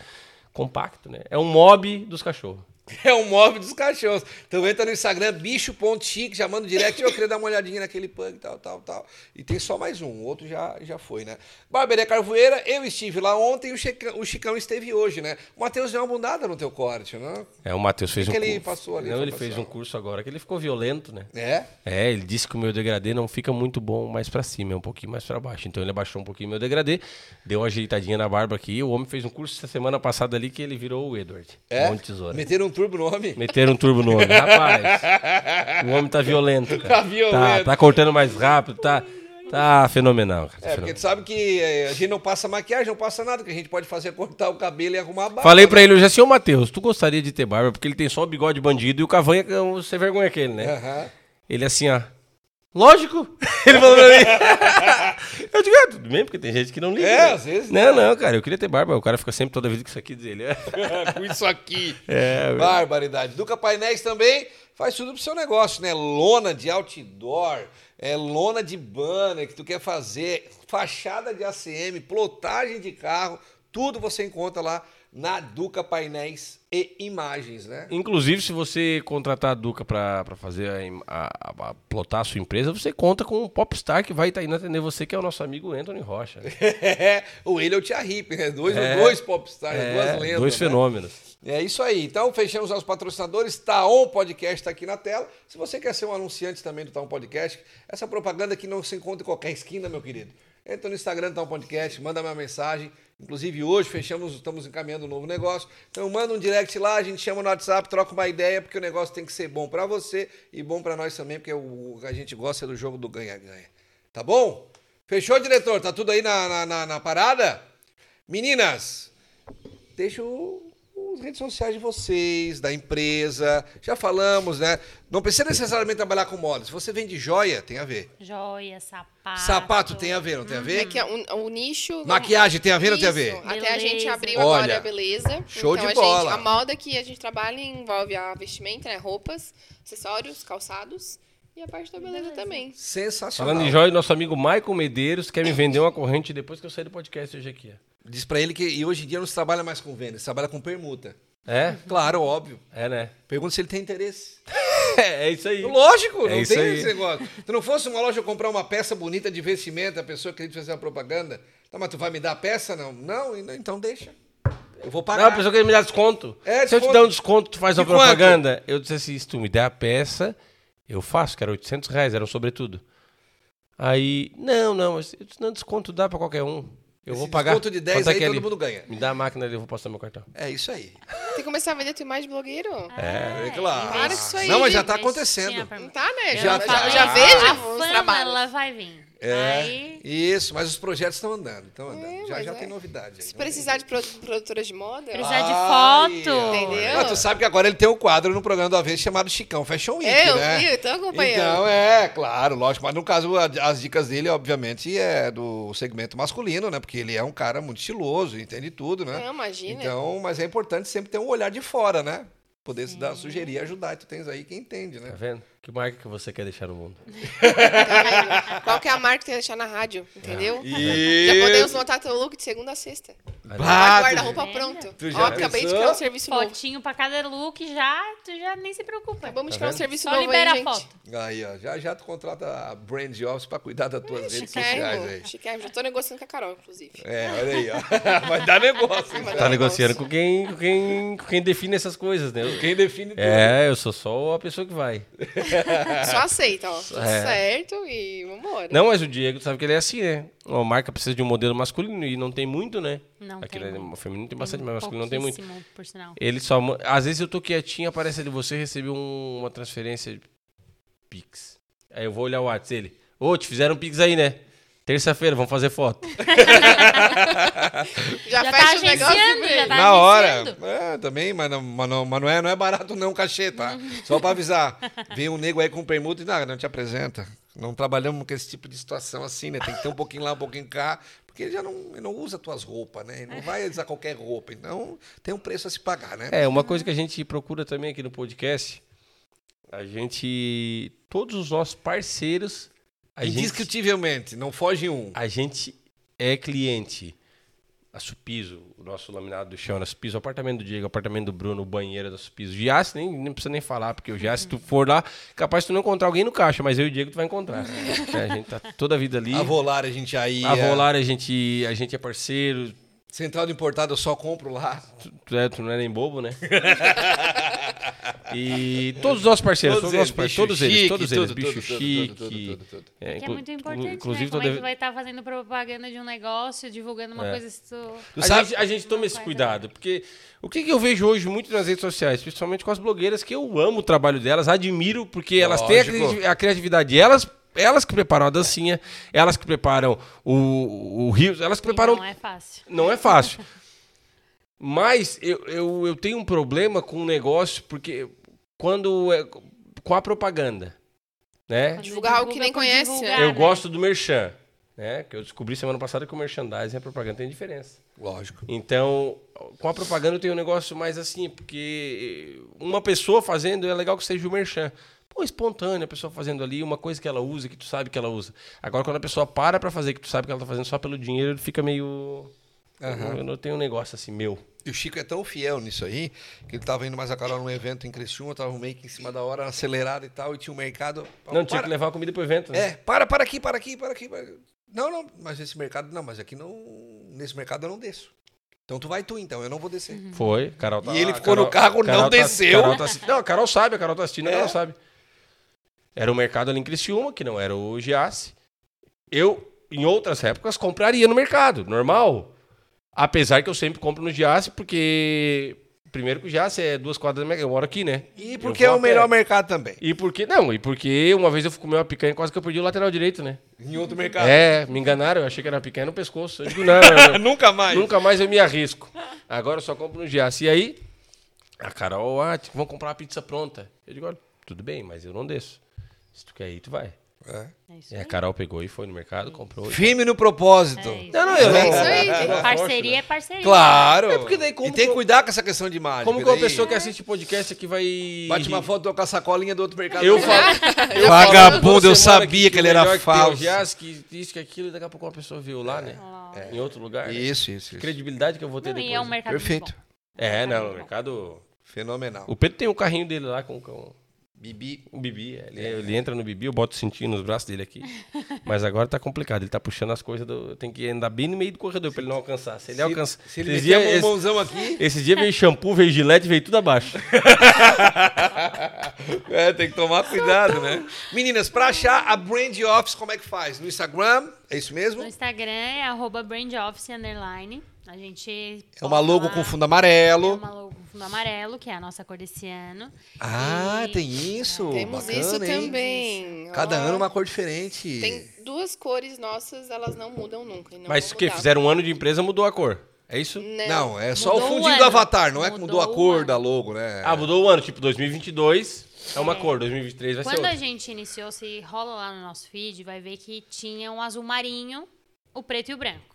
[SPEAKER 2] compacto, né? É um mob dos cachorros.
[SPEAKER 1] É o móvel dos cachorros. Então entra no Instagram, bicho.chique, já manda um direct. Eu queria dar uma olhadinha naquele pug, tal, tal, tal. E tem só mais um, o outro já, já foi, né? Barbearia Carvoeira, eu estive lá ontem e o Chicão, o Chicão esteve hoje, né? O Matheus deu uma bundada no teu corte, né?
[SPEAKER 2] É, o Matheus fez
[SPEAKER 1] que
[SPEAKER 2] um
[SPEAKER 1] que ele
[SPEAKER 2] curso.
[SPEAKER 1] passou ali
[SPEAKER 2] Não,
[SPEAKER 1] pra
[SPEAKER 2] ele fez
[SPEAKER 1] passar?
[SPEAKER 2] um curso agora que ele ficou violento, né?
[SPEAKER 1] É?
[SPEAKER 2] É, ele disse que o meu degradê não fica muito bom mais pra cima, é um pouquinho mais pra baixo. Então ele abaixou um pouquinho meu degradê, deu uma ajeitadinha na barba aqui. O homem fez um curso essa semana passada ali que ele virou o Edward.
[SPEAKER 1] É?
[SPEAKER 2] Mão de tesoura.
[SPEAKER 1] Meteram um turbo no homem?
[SPEAKER 2] Meteram um turbo no homem. Rapaz, o homem tá violento, cara.
[SPEAKER 1] Tá violento.
[SPEAKER 2] Tá, tá cortando mais rápido, tá, tá fenomenal, cara. tá
[SPEAKER 1] É, porque
[SPEAKER 2] fenomenal.
[SPEAKER 1] tu sabe que é, a gente não passa maquiagem, não passa nada. O que a gente pode fazer é cortar o cabelo e arrumar a barba.
[SPEAKER 2] Falei pra ele, eu já sei, ô Matheus, tu gostaria de ter barba, porque ele tem só o bigode bandido e o cavanha, é um sem vergonha aquele, né?
[SPEAKER 1] Aham.
[SPEAKER 2] Ele assim, ó. Lógico! Ele falou pra mim. eu digo, ah, tudo bem, porque tem gente que não liga.
[SPEAKER 1] É,
[SPEAKER 2] né?
[SPEAKER 1] às vezes,
[SPEAKER 2] Não, não, cara, eu queria ter barba. O cara fica sempre toda vez com isso aqui, diz ele.
[SPEAKER 1] Com isso aqui.
[SPEAKER 2] É, eu-
[SPEAKER 1] Barbaridade. Duca Painéis também faz tudo pro seu negócio, né? Lona de outdoor, é lona de banner que tu quer fazer, fachada de ACM, plotagem de carro, Tudo você encontra lá na Duca Painéis e Imagens, né?
[SPEAKER 2] Inclusive, se você contratar a Duca pra, pra fazer a im- a, a- a plotar a sua empresa, você conta com um popstar que vai estar indo atender você, que é o nosso amigo Anthony Rocha. né?
[SPEAKER 1] Ou ele é o Tia Hip, né? Dois, dois popstars, duas lendas.
[SPEAKER 2] É. dois
[SPEAKER 1] né?
[SPEAKER 2] fenômenos.
[SPEAKER 1] É isso aí. Então, fechamos aos patrocinadores. Taon Podcast está aqui na tela. Se você quer ser um anunciante também do Taon Podcast, essa propaganda que não se encontra em qualquer esquina, meu querido. Entra no Instagram do Taon Podcast, manda uma mensagem. Inclusive, hoje fechamos, estamos encaminhando um novo negócio. Então, manda um direct lá, a gente chama no WhatsApp, troca uma ideia, porque o negócio tem que ser bom para você e bom para nós também, porque o que a gente gosta é do jogo do ganha-ganha. Tá bom? Fechou, diretor? Tá tudo aí na- na- na- na parada? Meninas, deixa o- os redes sociais de vocês, da empresa. Já falamos, né? Não precisa necessariamente trabalhar com moda. Se você vende joia, tem a ver.
[SPEAKER 3] Joia, sapato. tá
[SPEAKER 1] Sapato tem a ver, não tem a ver?
[SPEAKER 4] Maqui- é um, o, o nicho.
[SPEAKER 1] Maquiagem tem a ver, não tem a
[SPEAKER 4] Isso,
[SPEAKER 1] ver?
[SPEAKER 4] Até a gente
[SPEAKER 3] Beleza.
[SPEAKER 4] abriu
[SPEAKER 1] Olha,
[SPEAKER 4] agora a beleza.
[SPEAKER 1] show
[SPEAKER 4] então,
[SPEAKER 1] de
[SPEAKER 4] a gente-
[SPEAKER 1] bola.
[SPEAKER 4] a moda que a gente trabalha envolve a vestimenta, né? Roupas, acessórios, calçados e a parte da beleza também.
[SPEAKER 1] Sensacional.
[SPEAKER 2] Falando em joia, nosso amigo Maicon Medeiros quer me vender uma corrente depois que eu sair do podcast hoje aqui. ó.
[SPEAKER 1] Diz pra ele que e hoje em dia não se trabalha mais com venda, se trabalha com permuta.
[SPEAKER 2] É?
[SPEAKER 1] Claro, óbvio.
[SPEAKER 2] É, né?
[SPEAKER 1] Pergunta se ele tem interesse.
[SPEAKER 2] É, isso aí.
[SPEAKER 1] Lógico,
[SPEAKER 2] É
[SPEAKER 1] não
[SPEAKER 2] isso
[SPEAKER 1] tem
[SPEAKER 2] aí.
[SPEAKER 1] esse negócio. Se não fosse uma loja comprar uma peça bonita de vestimenta, a pessoa queria te fazer uma propaganda. Tá, mas tu vai me dar a peça? Não. Não, então deixa. Eu vou pagar.
[SPEAKER 2] Não, a pessoa quer me dar desconto.
[SPEAKER 1] Ah, É,
[SPEAKER 2] Se eu te
[SPEAKER 1] desconto.
[SPEAKER 2] dar um desconto, tu faz
[SPEAKER 1] De
[SPEAKER 2] uma
[SPEAKER 1] quanto?
[SPEAKER 2] propaganda. Eu disse assim, se tu me der a peça, eu faço, que era 800 reais, era um sobretudo. Aí, não, não, eu disse, não, desconto dá pra qualquer um. Eu
[SPEAKER 1] Esse
[SPEAKER 2] vou pagar.
[SPEAKER 1] desconto de 10
[SPEAKER 2] Quanto é
[SPEAKER 1] aí
[SPEAKER 2] que é
[SPEAKER 1] todo
[SPEAKER 2] ali?
[SPEAKER 1] mundo ganha.
[SPEAKER 2] Me dá a máquina ali, eu vou passar meu cartão.
[SPEAKER 1] É isso aí.
[SPEAKER 4] Tem que começar a vender tua imagem de blogueiro?
[SPEAKER 1] É claro.
[SPEAKER 4] Para com isso aí.
[SPEAKER 1] Não, mas já tá
[SPEAKER 3] Investir
[SPEAKER 1] acontecendo.
[SPEAKER 3] na permuta.
[SPEAKER 4] Não tá, né?
[SPEAKER 1] Eu
[SPEAKER 4] Já,
[SPEAKER 1] não
[SPEAKER 4] já,
[SPEAKER 1] falei.
[SPEAKER 4] já
[SPEAKER 3] A
[SPEAKER 4] vejo os
[SPEAKER 3] fama,
[SPEAKER 4] trabalhos.
[SPEAKER 3] ela vai vir.
[SPEAKER 1] É.
[SPEAKER 3] Aí,
[SPEAKER 1] Isso, mas os projetos estão andando, estão andando. já
[SPEAKER 4] mas
[SPEAKER 1] já
[SPEAKER 4] é.
[SPEAKER 1] tem novidade. aí,
[SPEAKER 4] Se
[SPEAKER 1] não
[SPEAKER 4] precisar de produ- produtoras de moda,
[SPEAKER 3] Precisar de
[SPEAKER 1] Ai,
[SPEAKER 3] foto.
[SPEAKER 1] ó.
[SPEAKER 4] Entendeu?
[SPEAKER 1] Ah, tu sabe que agora ele tem um quadro no programa do Avesso chamado Chicão Fashion Week,
[SPEAKER 4] É, eu
[SPEAKER 1] né?
[SPEAKER 4] vi, eu tô acompanhando.
[SPEAKER 1] Então, é, claro, lógico. Mas no caso, a- as dicas dele, obviamente, é do segmento masculino, né? Porque ele é um cara muito estiloso, entende tudo, né?
[SPEAKER 4] Não, imagina.
[SPEAKER 1] Então, mas é importante sempre ter um olhar de fora, né? Poder se dar, sugerir, ajudar. E tu tens aí quem entende,
[SPEAKER 2] Tá
[SPEAKER 1] né?
[SPEAKER 2] vendo? Que marca que você quer deixar no mundo?
[SPEAKER 4] tá vendo? Qual que é a marca que tem que deixar na rádio, entendeu? Já podemos montar teu look de segunda a sexta. Tá
[SPEAKER 1] Ah,
[SPEAKER 4] com
[SPEAKER 1] tu-
[SPEAKER 4] guarda-roupa pronto.
[SPEAKER 1] Tu já
[SPEAKER 4] Ó, acabei de
[SPEAKER 1] pensou?
[SPEAKER 4] criar um serviço novo.
[SPEAKER 3] fotinho pra cada look já, tu já nem se preocupa.
[SPEAKER 4] Vamos
[SPEAKER 1] Tá
[SPEAKER 4] criar um
[SPEAKER 2] vendo?
[SPEAKER 4] serviço
[SPEAKER 3] Só
[SPEAKER 4] novo
[SPEAKER 3] libera
[SPEAKER 4] aí,
[SPEAKER 3] a foto.
[SPEAKER 4] gente.
[SPEAKER 1] Aí, ó, já já tu contrata a Brand Office pra cuidar das tuas redes sociais aí.
[SPEAKER 4] Chiquérrimo, chiquérrimo. é, Já tô negociando com a Carol, inclusive.
[SPEAKER 1] É, olha aí, ó. Vai dar negócio. isso,
[SPEAKER 4] Vai
[SPEAKER 2] Tá
[SPEAKER 1] né?
[SPEAKER 4] dar-
[SPEAKER 2] negociando com quem, com quem, com quem define essas coisas, né?
[SPEAKER 1] Quem define
[SPEAKER 2] É, eu sou só a pessoa que vai.
[SPEAKER 4] Só aceita, ó. Tudo
[SPEAKER 2] É.
[SPEAKER 4] certo e vambora.
[SPEAKER 2] Não, mas o Diego sabe que ele é assim, né? Uma marca precisa de um modelo masculino e não tem muito, né?
[SPEAKER 3] Não
[SPEAKER 2] Aqui
[SPEAKER 3] tem
[SPEAKER 1] é
[SPEAKER 2] né,
[SPEAKER 3] muito.
[SPEAKER 2] feminino tem bastante, mas masculino não tem muito.
[SPEAKER 3] Pouquíssimo, por sinal.
[SPEAKER 2] Ele só. ma- Às vezes eu tô quietinho, aparece ali você recebeu um- uma transferência de Pix. Aí eu vou olhar o WhatsApp dele. Ô, te fizeram um Pix aí, né? Terça-feira, vamos fazer foto.
[SPEAKER 4] Já,
[SPEAKER 3] Já tá
[SPEAKER 4] fecha o negócio e
[SPEAKER 3] agenciando,
[SPEAKER 4] vem.
[SPEAKER 3] já tá
[SPEAKER 1] Na hora.
[SPEAKER 3] agenciando.
[SPEAKER 1] É, também, mas não, mas não, mas não é, não é barato não o cachê, tá? Só pra avisar. Vem um nego aí com permuta e nada, não te apresenta. Não trabalhamos com esse tipo de situação assim, né? Tem que ter um pouquinho lá, um pouquinho cá. Porque ele já não, ele não usa tuas roupas, né? Ele não vai usar qualquer roupa. Então, tem um preço a se pagar, né?
[SPEAKER 2] É, uma coisa que a gente procura também aqui no podcast, a gente. Todos os nossos parceiros. A gente,
[SPEAKER 1] Indiscutivelmente, não foge um.
[SPEAKER 2] a gente é cliente. A Supiso, o nosso laminado do chão, a Supiso, o apartamento do Diego, o apartamento do Bruno, o banheiro da Supiso. Giasse, nem, nem precisa nem falar, porque o Giasse, se tu for lá, capaz tu não encontrar alguém no caixa, mas eu e o Diego tu vai encontrar. né? A gente tá toda a vida ali.
[SPEAKER 1] A Volar, a gente aí.
[SPEAKER 2] A
[SPEAKER 1] é-
[SPEAKER 2] Volar, a gente, a gente é parceiro,
[SPEAKER 1] Central de importado, eu só compro lá.
[SPEAKER 2] Tu, tu é- tu não é nem bobo, né? e todos os nossos parceiros, todos, os nossos
[SPEAKER 1] eles,
[SPEAKER 2] parceiros, todos
[SPEAKER 1] bicho
[SPEAKER 2] eles, todos
[SPEAKER 1] chique,
[SPEAKER 2] eles,
[SPEAKER 1] tudo,
[SPEAKER 2] bicho
[SPEAKER 1] tudo, tudo,
[SPEAKER 2] chique.
[SPEAKER 1] tudo, tudo, tudo, tudo.
[SPEAKER 3] Que é
[SPEAKER 2] inclu-
[SPEAKER 3] muito importante,
[SPEAKER 2] Inclusive,
[SPEAKER 3] né?
[SPEAKER 2] tô
[SPEAKER 3] Como é que
[SPEAKER 2] deve-
[SPEAKER 3] tu vai estar fazendo propaganda de um negócio, divulgando uma
[SPEAKER 2] É.
[SPEAKER 3] coisa se tu...
[SPEAKER 1] Tu
[SPEAKER 2] a,
[SPEAKER 1] sabe-
[SPEAKER 2] gente, a gente toma esse cuidado, porque o que, que eu vejo hoje muito nas redes sociais, principalmente com as blogueiras, que eu amo o trabalho delas, admiro, porque elas têm a,
[SPEAKER 1] Lógico.
[SPEAKER 2] criati- a criatividade. Elas, elas que preparam a dancinha, elas que preparam o, o rios, elas que preparam
[SPEAKER 3] Não é fácil.
[SPEAKER 2] Não é fácil. Mas eu, eu, eu tenho um problema com o negócio, porque quando é com a propaganda, né?
[SPEAKER 3] Quando
[SPEAKER 4] Divulgar algo
[SPEAKER 3] divulga
[SPEAKER 4] que nem
[SPEAKER 3] por
[SPEAKER 4] conhece,
[SPEAKER 3] divulgar,
[SPEAKER 2] Eu
[SPEAKER 3] né?
[SPEAKER 2] gosto do merchan, né? Que eu descobri semana passada que o merchandising e a propaganda tem diferença.
[SPEAKER 1] Lógico.
[SPEAKER 2] Então, com a propaganda eu tenho um negócio mais assim, porque eh, uma pessoa fazendo é legal que seja o merchan. Pô, espontânea, a pessoa fazendo ali uma coisa que ela usa, que tu sabe que ela usa. Agora, quando a pessoa para pra fazer, que tu sabe que ela tá fazendo só pelo dinheiro, fica meio... Eu não tenho um negócio assim meu.
[SPEAKER 1] E o Chico é tão fiel nisso aí, que ele tava indo mais a Carol num evento em Criciúma, tava meio que em cima da hora, acelerado e tal, e tinha um mercado.
[SPEAKER 2] Não, tinha
[SPEAKER 1] Para.
[SPEAKER 2] que levar a comida pro evento, né?
[SPEAKER 1] É, para, para aqui, para aqui, para aqui. para aqui. Não, não, mas esse mercado, não, mas aqui não. Nesse mercado eu não desço. Então tu vai tu, então, eu não vou descer.
[SPEAKER 2] Foi, Carol tá
[SPEAKER 1] E ele
[SPEAKER 2] lá,
[SPEAKER 1] ficou no carro, não
[SPEAKER 2] tá-
[SPEAKER 1] desceu.
[SPEAKER 2] Carol tá assi- não, a Carol sabe, a Carol tá assistindo, a
[SPEAKER 1] É.
[SPEAKER 2] Carol sabe. Era o mercado ali em Criciúma, que não era o Giasse. Eu, em outras épocas, compraria no mercado, normal. Apesar que eu sempre compro no Giasse, porque... Primeiro que o Giasse é duas quadras da minha... Eu moro aqui, né?
[SPEAKER 1] E
[SPEAKER 2] Eu
[SPEAKER 1] porque é
[SPEAKER 2] vou
[SPEAKER 1] o
[SPEAKER 2] a pé.
[SPEAKER 1] melhor mercado também.
[SPEAKER 2] E porque... Não, e porque uma vez eu fui comer uma picanha e quase que eu perdi o lateral direito, né?
[SPEAKER 1] Em outro mercado.
[SPEAKER 2] É, me enganaram, eu achei que era picanha no pescoço. Eu digo, não, não, não.
[SPEAKER 1] Nunca mais.
[SPEAKER 2] Nunca mais eu me arrisco. Agora eu só compro no Giasse. E aí, a Carol, ah, t- vamos comprar uma pizza pronta. Eu digo, olha, tudo bem, mas eu não desço. Se tu quer ir, tu vai.
[SPEAKER 1] É.
[SPEAKER 3] É isso
[SPEAKER 2] E a
[SPEAKER 3] aí.
[SPEAKER 2] Carol pegou e foi no mercado, comprou. e-
[SPEAKER 1] Firme no propósito.
[SPEAKER 3] É isso.
[SPEAKER 2] Não, não, eu
[SPEAKER 4] É isso aí, tem
[SPEAKER 2] eu gosto, né?
[SPEAKER 3] Parceria é parceria.
[SPEAKER 1] Claro.
[SPEAKER 2] É porque daí como
[SPEAKER 1] e tem
[SPEAKER 2] que
[SPEAKER 1] que
[SPEAKER 2] eu-
[SPEAKER 1] cuidar com essa questão de imagem.
[SPEAKER 2] Como que
[SPEAKER 1] porque
[SPEAKER 2] uma
[SPEAKER 1] daí
[SPEAKER 2] pessoa que assiste podcast aqui vai.
[SPEAKER 1] Bate uma foto com a sacolinha do outro mercado.
[SPEAKER 2] Eu falo. eu
[SPEAKER 1] Vagabundo,
[SPEAKER 2] falo toda
[SPEAKER 1] eu
[SPEAKER 2] semana
[SPEAKER 1] sabia que ele
[SPEAKER 2] o
[SPEAKER 1] era
[SPEAKER 2] melhor tem é o
[SPEAKER 1] falso.
[SPEAKER 2] Giasse, que isso, que aquilo, e daqui a pouco uma pessoa viu lá, né? Em outro lugar. né?
[SPEAKER 1] É. Isso, isso, isso.
[SPEAKER 2] Credibilidade que eu vou ter
[SPEAKER 3] Não,
[SPEAKER 2] depois.
[SPEAKER 3] e é um
[SPEAKER 2] né?
[SPEAKER 3] mercado muito
[SPEAKER 1] Perfeito.
[SPEAKER 2] É, não, o mercado.
[SPEAKER 1] Fenomenal.
[SPEAKER 2] O Pedro tem um carrinho dele lá com- com...
[SPEAKER 1] Bibi.
[SPEAKER 2] O Bibi, é, ele, ele entra no Bibi, eu boto o cintinho nos braços dele aqui. Mas agora tá complicado, ele tá puxando as coisas, do, eu tenho que andar bem no meio do corredor pra ele não alcançar. Se ele alcança.
[SPEAKER 1] Se ele
[SPEAKER 2] esses
[SPEAKER 1] meter
[SPEAKER 2] dias-
[SPEAKER 1] a
[SPEAKER 2] esse,
[SPEAKER 1] mãozão aqui.
[SPEAKER 2] esse dia veio shampoo, veio gilete, veio tudo abaixo.
[SPEAKER 1] É, tem que tomar cuidado, né? Meninas, pra achar a Brand Office, como é que faz? No Instagram? É isso
[SPEAKER 3] bom. No
[SPEAKER 1] mesmo?
[SPEAKER 3] Instagram é arroba brandoffice underline. A gente.
[SPEAKER 1] É uma logo com
[SPEAKER 3] fundo
[SPEAKER 1] fundo amarelo.
[SPEAKER 3] É uma logo com fundo amarelo, que é a nossa cor desse ano.
[SPEAKER 1] Ah,
[SPEAKER 3] E-
[SPEAKER 1] tem isso.
[SPEAKER 4] Temos
[SPEAKER 1] Bacana,
[SPEAKER 4] isso
[SPEAKER 1] hein?
[SPEAKER 4] também.
[SPEAKER 1] Cada
[SPEAKER 4] Ó,
[SPEAKER 1] ano uma cor diferente.
[SPEAKER 4] Tem duas cores nossas, elas não mudam nunca. e não
[SPEAKER 2] Mas
[SPEAKER 4] vão
[SPEAKER 2] o que?
[SPEAKER 4] mudar.
[SPEAKER 2] Fizeram um ano de empresa, mudou a cor. É isso?
[SPEAKER 4] né?
[SPEAKER 1] Não, é só
[SPEAKER 3] Mudou
[SPEAKER 1] o
[SPEAKER 3] o
[SPEAKER 1] fundinho do
[SPEAKER 3] ano.
[SPEAKER 1] avatar, não é que mudou
[SPEAKER 3] Mudou
[SPEAKER 1] a cor
[SPEAKER 3] o ano.
[SPEAKER 1] da logo, né?
[SPEAKER 2] Ah, mudou o ano, tipo 2022 é uma cor, 2023 vai ser
[SPEAKER 3] Quando a
[SPEAKER 2] outra.
[SPEAKER 3] gente iniciou, se rola lá no nosso feed, vai ver que tinha um azul marinho, o preto e o branco.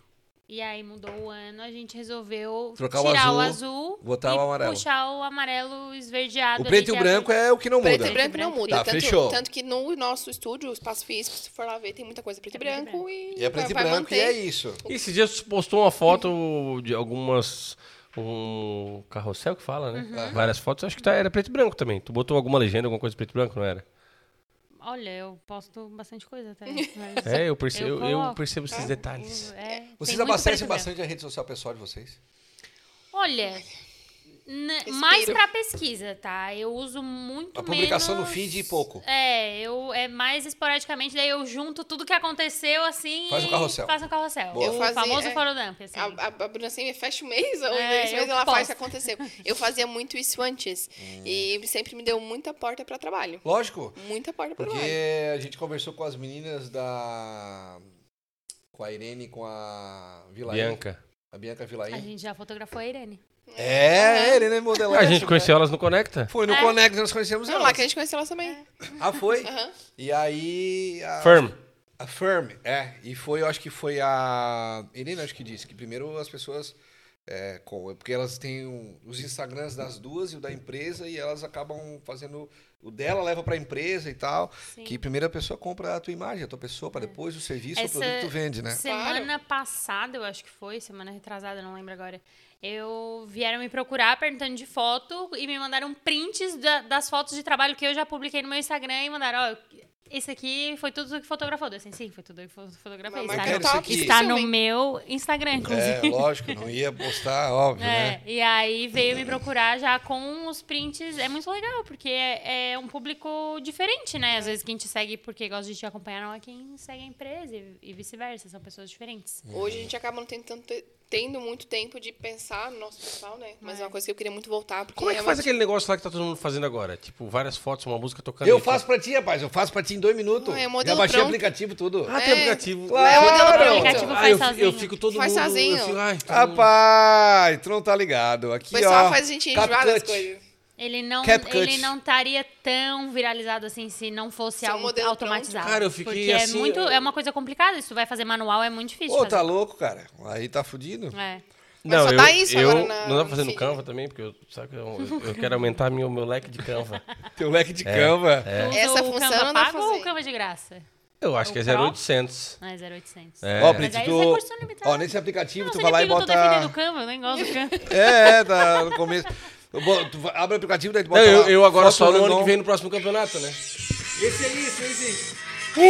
[SPEAKER 3] E aí mudou o ano, a gente resolveu
[SPEAKER 1] Trocar o
[SPEAKER 3] tirar o
[SPEAKER 1] azul,
[SPEAKER 3] azul,
[SPEAKER 1] botar
[SPEAKER 3] e
[SPEAKER 1] o amarelo.
[SPEAKER 3] puxar o amarelo esverdeado.
[SPEAKER 1] o preto e
[SPEAKER 3] ali,
[SPEAKER 1] o
[SPEAKER 3] que
[SPEAKER 1] branco é o que não
[SPEAKER 4] Preto
[SPEAKER 1] muda.
[SPEAKER 4] e branco não muda.
[SPEAKER 1] Tá,
[SPEAKER 4] tanto,
[SPEAKER 1] fechou.
[SPEAKER 4] tanto que no nosso estúdio, o espaço físico, se for lá ver, tem muita coisa preto e branco. E,
[SPEAKER 1] E é preto e
[SPEAKER 4] vai- vai
[SPEAKER 1] branco e é
[SPEAKER 4] manter.
[SPEAKER 1] isso.
[SPEAKER 2] E Esses dias tu postou uma foto de algumas. Um carrossel que fala, né? Várias fotos, acho que tá, era preto e branco também. Tu botou alguma legenda, alguma coisa preto e branco, não era?
[SPEAKER 3] Olha, eu posto bastante coisa até.
[SPEAKER 2] É, eu percebo, eu,
[SPEAKER 3] Eu coloco.
[SPEAKER 2] percebo esses detalhes.
[SPEAKER 1] É. Vocês abastecem bastante a rede social pessoal de vocês?
[SPEAKER 3] Olha, n-
[SPEAKER 4] Respiro.
[SPEAKER 3] mais pra pesquisa, tá? Eu uso muito
[SPEAKER 1] A publicação no
[SPEAKER 3] menos-
[SPEAKER 1] feed e pouco.
[SPEAKER 3] É, eu é mais esporadicamente, daí eu junto tudo que aconteceu assim
[SPEAKER 1] Faz um
[SPEAKER 3] e
[SPEAKER 1] carrossel.
[SPEAKER 3] Faço um carrossel.
[SPEAKER 1] Boa.
[SPEAKER 4] Eu
[SPEAKER 3] O
[SPEAKER 4] fazia-
[SPEAKER 3] famoso
[SPEAKER 4] é.
[SPEAKER 3] forodump, assim.
[SPEAKER 4] A, a, a Bruna sempre fecha o mês, ou
[SPEAKER 3] É,
[SPEAKER 4] esse mês
[SPEAKER 3] eu
[SPEAKER 4] ela faz
[SPEAKER 3] posto.
[SPEAKER 4] acontecer. Eu fazia muito isso antes. E sempre me deu muita porta pra trabalho.
[SPEAKER 1] Lógico,
[SPEAKER 4] Muita porta pra
[SPEAKER 1] porque
[SPEAKER 4] trabalho.
[SPEAKER 1] a gente conversou com as meninas da... Com a Irene e com a Vilaim.
[SPEAKER 2] Bianca.
[SPEAKER 1] A Bianca
[SPEAKER 3] A
[SPEAKER 1] Vilaim.
[SPEAKER 3] gente já fotografou a Irene.
[SPEAKER 1] É, a Irene é modelagem.
[SPEAKER 2] A gente conheceu elas no Conecta.
[SPEAKER 1] Foi no
[SPEAKER 3] É.
[SPEAKER 1] Conect, nós conhecemos
[SPEAKER 4] Não,
[SPEAKER 1] ela.
[SPEAKER 4] lá que a gente conheceu ela também.
[SPEAKER 1] Ah, foi?
[SPEAKER 4] Aham.
[SPEAKER 1] E aí... A...
[SPEAKER 2] Firm.
[SPEAKER 1] A Firm, é. E foi, eu acho que foi a. Irene, acho que disse que primeiro as pessoas. É, com, é porque elas têm um- os Instagrams das duas e o da empresa e elas acabam fazendo. O dela leva pra empresa e tal.
[SPEAKER 3] Sim.
[SPEAKER 1] Que primeiro a pessoa compra a tua imagem, a tua pessoa,
[SPEAKER 4] É.
[SPEAKER 1] pra depois o serviço,
[SPEAKER 3] Essa-
[SPEAKER 1] o produto que tu vende, né?
[SPEAKER 3] Semana passada, eu acho que foi, semana retrasada, não lembro agora. Eu vieram me procurar perguntando de foto e me mandaram prints da- das fotos de trabalho que eu já publiquei no meu Instagram e mandaram, ó, esse aqui foi tudo tu que fotografou. Eu disse, assim, sim, foi tudo eu que fo- fotografei.
[SPEAKER 4] Mas
[SPEAKER 3] Está,
[SPEAKER 1] marca
[SPEAKER 3] no,
[SPEAKER 1] isso aqui.
[SPEAKER 3] está no
[SPEAKER 4] Sim.
[SPEAKER 3] meu Instagram,
[SPEAKER 1] É,
[SPEAKER 3] inclusive.
[SPEAKER 1] lógico, não ia postar, óbvio,
[SPEAKER 3] É,
[SPEAKER 1] né?
[SPEAKER 3] e aí veio me procurar já com os prints. É muito legal, porque é, é um público diferente, né? Às vezes quem te segue porque gosta de te acompanhar não é quem segue a empresa e, e vice-versa. São pessoas diferentes.
[SPEAKER 4] Hoje a gente acaba não tendo, tanto- tendo muito tempo de pensar no nosso pessoal, né? Mas é uma coisa que eu queria muito voltar. Porque
[SPEAKER 2] Como é que faz aquele negócio lá que tá todo mundo fazendo agora? Tipo, várias fotos, uma música tocando.
[SPEAKER 1] Eu
[SPEAKER 2] e-
[SPEAKER 1] faço pra ti, rapaz, eu faço pra ti em dois minutos.
[SPEAKER 4] Ah, é modelo
[SPEAKER 1] Já baixei o
[SPEAKER 4] pronto.
[SPEAKER 1] aplicativo, tudo.
[SPEAKER 2] Ah, tem aplicativo.
[SPEAKER 1] claro.
[SPEAKER 4] é
[SPEAKER 2] Ah,
[SPEAKER 1] modelo
[SPEAKER 2] eu-
[SPEAKER 3] aplicativo
[SPEAKER 2] ah,
[SPEAKER 3] faz
[SPEAKER 2] eu, fi-
[SPEAKER 3] sozinho.
[SPEAKER 2] Eu fico todo
[SPEAKER 4] Faz
[SPEAKER 2] mundo...
[SPEAKER 4] sozinho.
[SPEAKER 2] Eu fico, ai, todo
[SPEAKER 1] Rapaz, tu não tá ligado. Aqui,
[SPEAKER 4] O pessoal
[SPEAKER 1] ó,
[SPEAKER 4] faz a gente enjoar
[SPEAKER 1] CapCut.
[SPEAKER 4] das coisas.
[SPEAKER 3] Ele não,
[SPEAKER 1] CapCut.
[SPEAKER 3] ele não estaria tão viralizado assim se não fosse
[SPEAKER 4] Se o
[SPEAKER 3] algo
[SPEAKER 4] modelo
[SPEAKER 3] automatizado.
[SPEAKER 2] pronto. Cara, eu fiquei
[SPEAKER 3] porque
[SPEAKER 2] assim,
[SPEAKER 3] é muito,
[SPEAKER 2] eu-
[SPEAKER 3] é uma coisa complicada. Se tu vai fazer manual, é muito difícil.
[SPEAKER 1] Ô,
[SPEAKER 3] fazer.
[SPEAKER 1] tá louco, cara. Aí tá fudido.
[SPEAKER 3] É.
[SPEAKER 2] Não,
[SPEAKER 4] Mas só
[SPEAKER 2] eu,
[SPEAKER 4] dá isso
[SPEAKER 2] eu
[SPEAKER 4] agora na-
[SPEAKER 2] não dá pra
[SPEAKER 4] no
[SPEAKER 2] fazer no
[SPEAKER 4] feed,
[SPEAKER 2] Canva também, porque eu, sabe, que eu, eu quero aumentar meu, meu leque de Canva.
[SPEAKER 1] Teu um leque de cama.
[SPEAKER 2] É,
[SPEAKER 3] Tu usa
[SPEAKER 4] Essa
[SPEAKER 3] o
[SPEAKER 4] função
[SPEAKER 3] Canva
[SPEAKER 4] não dá pra
[SPEAKER 3] pago ou o
[SPEAKER 4] fazer.
[SPEAKER 3] Canva de graça?
[SPEAKER 2] Eu acho
[SPEAKER 3] O
[SPEAKER 2] que é
[SPEAKER 3] Pro?
[SPEAKER 2] 0800.
[SPEAKER 3] Ah, é 0800.
[SPEAKER 2] É.
[SPEAKER 1] Ó,
[SPEAKER 3] Mas
[SPEAKER 1] Prit,
[SPEAKER 3] aí
[SPEAKER 1] tu...
[SPEAKER 3] os recursos são limitados.
[SPEAKER 1] Ó, nesse aplicativo,
[SPEAKER 3] Não,
[SPEAKER 1] tu
[SPEAKER 3] você tá
[SPEAKER 1] vai
[SPEAKER 3] me
[SPEAKER 1] lá e
[SPEAKER 3] perguntou definir
[SPEAKER 1] bota...
[SPEAKER 3] do câmbio, eu nem gosto do câmbio.
[SPEAKER 1] É, tá no começo. Tu bo- tu vai- abre o aplicativo, daí tu bota
[SPEAKER 2] Não, eu,
[SPEAKER 1] lá,
[SPEAKER 2] eu agora
[SPEAKER 1] foto
[SPEAKER 2] só no ano
[SPEAKER 1] random.
[SPEAKER 2] que vem no próximo campeonato, né?
[SPEAKER 5] Esse aí, esse aí, esse aí.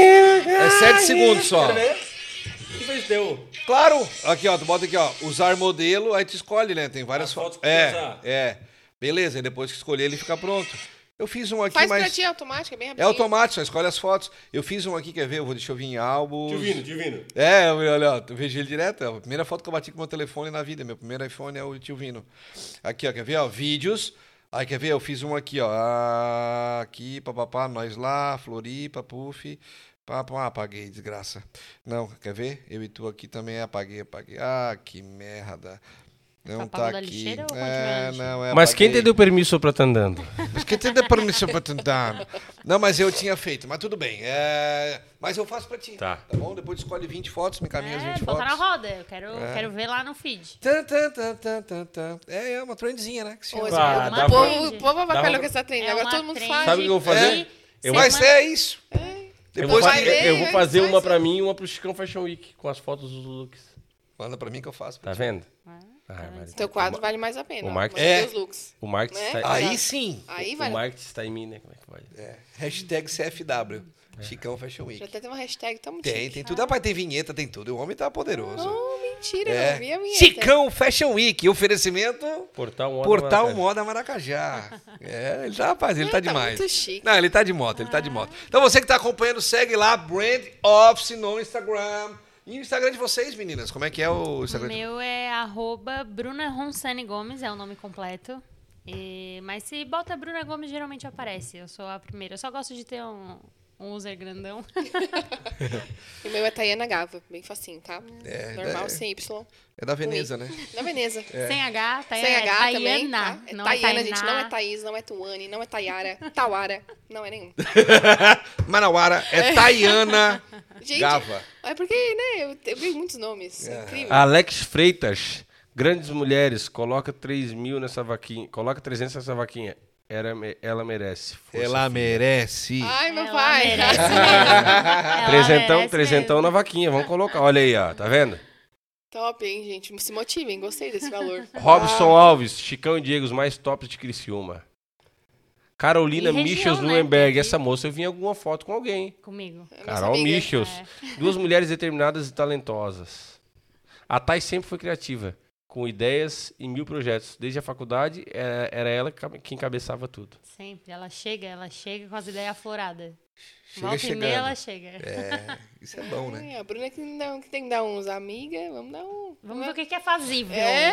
[SPEAKER 1] É 7 segundos só.
[SPEAKER 2] Que fez teu?
[SPEAKER 1] Claro! Aqui, ó, tu bota aqui, ó, usar modelo, aí tu escolhe, né? Tem várias
[SPEAKER 2] As fotos
[SPEAKER 1] fotos.
[SPEAKER 2] que tu
[SPEAKER 1] É,
[SPEAKER 2] usar.
[SPEAKER 1] é. Beleza, e depois que escolher, ele fica pronto. Eu fiz um aqui,
[SPEAKER 4] Faz pra
[SPEAKER 1] mas...
[SPEAKER 4] ti, é automático, é bem
[SPEAKER 1] É
[SPEAKER 4] rapidinho.
[SPEAKER 1] automático, só escolhe as fotos. Eu fiz um aqui, quer ver? Eu vou, deixa eu vir em álbum.
[SPEAKER 2] Divino, divino.
[SPEAKER 1] É, eu- olha, ó, eu vejo ele direto. ó, A primeira foto que eu bati com o meu telefone na vida. Meu primeiro iPhone é o tio Vino. Aqui, ó, quer ver? Ó, vídeos. Aí, quer ver? Eu fiz um aqui, ó. Ah, Aqui, papapá, nós lá, Floripa, puff. Pá, pá, ah, apaguei, desgraça. Não, quer ver? Eu e tu aqui também apaguei, apaguei. Ah, que merda. Não
[SPEAKER 3] Apagou
[SPEAKER 1] tá
[SPEAKER 3] da
[SPEAKER 1] aqui.
[SPEAKER 3] lixeira ou continua na
[SPEAKER 1] é,
[SPEAKER 3] lixeira?
[SPEAKER 1] não, é,
[SPEAKER 2] Mas quem
[SPEAKER 1] apaguei.
[SPEAKER 2] te deu permisso pra tá andando?
[SPEAKER 1] Mas quem te deu permissão pra tu dar? Não, mas eu tinha feito, mas tudo bem. É, Mas eu faço pra ti.
[SPEAKER 2] Tá.
[SPEAKER 1] bom? Depois tu escolhe 20 fotos, me encaminha as
[SPEAKER 3] É,
[SPEAKER 1] 20
[SPEAKER 3] botar na
[SPEAKER 1] fotos.
[SPEAKER 3] roda. Eu quero,
[SPEAKER 2] É.
[SPEAKER 3] quero ver lá no feed.
[SPEAKER 1] Tan, tan, tan, tan, tan, tan. É, é uma trendzinha, né? Que se
[SPEAKER 4] Hoje,
[SPEAKER 1] chama.
[SPEAKER 2] Ah,
[SPEAKER 4] o
[SPEAKER 2] dá
[SPEAKER 4] povo,
[SPEAKER 3] pra-
[SPEAKER 4] o povo
[SPEAKER 2] dá
[SPEAKER 4] avacalhou
[SPEAKER 2] pra-
[SPEAKER 4] com essa trend.
[SPEAKER 3] É
[SPEAKER 4] Agora
[SPEAKER 3] uma
[SPEAKER 4] todo mundo
[SPEAKER 3] trend
[SPEAKER 4] faz.
[SPEAKER 2] Sabe o que eu vou fazer? Eu vou-
[SPEAKER 1] Mas
[SPEAKER 3] semana-
[SPEAKER 1] é isso.
[SPEAKER 2] Eu
[SPEAKER 1] Depois
[SPEAKER 2] vou,
[SPEAKER 1] que-
[SPEAKER 2] fazer,
[SPEAKER 4] ver,
[SPEAKER 2] eu vou
[SPEAKER 4] vai
[SPEAKER 2] fazer
[SPEAKER 4] ver.
[SPEAKER 2] uma pra mim e uma pro Chicão Fashion Week, com as fotos dos looks.
[SPEAKER 1] Manda pra mim que eu faço.
[SPEAKER 2] Tá
[SPEAKER 1] pra ti.
[SPEAKER 2] vendo? Ah,
[SPEAKER 3] tá
[SPEAKER 2] vai.
[SPEAKER 4] Teu quadro vale mais a pena.
[SPEAKER 2] o
[SPEAKER 4] ó,
[SPEAKER 2] Marcos-
[SPEAKER 4] manter
[SPEAKER 1] É.
[SPEAKER 4] os looks.
[SPEAKER 2] O marketing
[SPEAKER 4] Né?
[SPEAKER 2] está
[SPEAKER 1] Aí sim.
[SPEAKER 4] Aí
[SPEAKER 2] o
[SPEAKER 4] vale.
[SPEAKER 2] marketing está em mim, né? Como é que vai?
[SPEAKER 1] É. Hashtag CFW. Chicão Fashion
[SPEAKER 4] Já
[SPEAKER 1] Week.
[SPEAKER 4] até tem uma hashtag tão muito
[SPEAKER 1] Tem,
[SPEAKER 4] chique.
[SPEAKER 1] tem tudo. Dá pra ter vinheta, tem tudo. O homem tá poderoso.
[SPEAKER 4] Oh, mentira, eu
[SPEAKER 1] É.
[SPEAKER 4] não vi a minha.
[SPEAKER 1] Chicão Fashion Week. Oferecimento...
[SPEAKER 2] Portal um é Moda
[SPEAKER 1] Portal um.
[SPEAKER 2] Maracajá.
[SPEAKER 1] Moda Maracajá. É, ele tá, rapaz, ele tá
[SPEAKER 4] tá
[SPEAKER 1] demais.
[SPEAKER 4] muito chique.
[SPEAKER 1] Não, ele tá de moto, ele tá de moto. Então você que tá acompanhando, segue lá, Brand Office no Instagram. E o Instagram de vocês, meninas, como é que é o
[SPEAKER 3] O
[SPEAKER 1] Instagram? de-
[SPEAKER 3] meu é arroba Bruna Ronsani Gomes, é o nome completo. E- mas se bota Bruna Gomes, geralmente aparece. Eu sou a primeira. Eu só gosto de ter um, um user grandão.
[SPEAKER 4] E o meu é Tayana Gava, bem facinho, tá?
[SPEAKER 1] É,
[SPEAKER 4] Normal,
[SPEAKER 1] é.
[SPEAKER 4] sem Y.
[SPEAKER 1] É da Veneza, né?
[SPEAKER 4] Na Veneza.
[SPEAKER 3] Sem H, tá,
[SPEAKER 4] Sem
[SPEAKER 3] é
[SPEAKER 4] H
[SPEAKER 3] Tayana.
[SPEAKER 4] também, tá? É
[SPEAKER 3] Não
[SPEAKER 4] Tayana,
[SPEAKER 3] é
[SPEAKER 4] gente. Não é Thaís, não é Tuane, não é Tayara, Tawara. Não é nenhum.
[SPEAKER 1] Manauara é Tayana
[SPEAKER 4] Gente,
[SPEAKER 1] Gava.
[SPEAKER 4] é porque, né, eu, eu vi muitos nomes. É incrível.
[SPEAKER 2] Alex Freitas, grandes mulheres, coloca 3 mil nessa vaquinha, coloca 300 nessa vaquinha. Era, me- ela merece. Força.
[SPEAKER 1] merece.
[SPEAKER 4] Ai, meu
[SPEAKER 3] Ela
[SPEAKER 4] pai.
[SPEAKER 3] merece mesmo. Ela
[SPEAKER 2] Trezentão,
[SPEAKER 3] merece
[SPEAKER 2] trezentão na vaquinha, vamos colocar. Olha aí, ó, tá vendo?
[SPEAKER 4] Top, hein, gente? Se motivem, gostei desse valor.
[SPEAKER 2] Robson
[SPEAKER 3] Ah.
[SPEAKER 2] Alves, Chicão e Diego, os mais tops de Criciúma. Carolina
[SPEAKER 3] E região,
[SPEAKER 2] Michels
[SPEAKER 3] né,
[SPEAKER 2] Nurenberg,
[SPEAKER 3] porque-
[SPEAKER 2] essa moça eu vi em alguma foto com alguém.
[SPEAKER 3] mesmo. Comigo.
[SPEAKER 4] Ah, nossa
[SPEAKER 2] Carol
[SPEAKER 4] amiga.
[SPEAKER 2] Michels.
[SPEAKER 3] né?
[SPEAKER 2] Duas mulheres determinadas e talentosas. A Thay sempre foi criativa, com ideias e mil projetos. Desde a faculdade, era, era ela que que encabeçava tudo.
[SPEAKER 3] Sempre. Ela chega, ela chega com as ideias afloradas.
[SPEAKER 1] Chega
[SPEAKER 3] Volta e meia,
[SPEAKER 1] chegando.
[SPEAKER 3] ela chega.
[SPEAKER 1] É, isso é bom, né?
[SPEAKER 4] É, a Bruna que, dá, que tem que dar uns amiga, vamos dar um.
[SPEAKER 3] Vamos ver o que que é fazível.
[SPEAKER 4] É,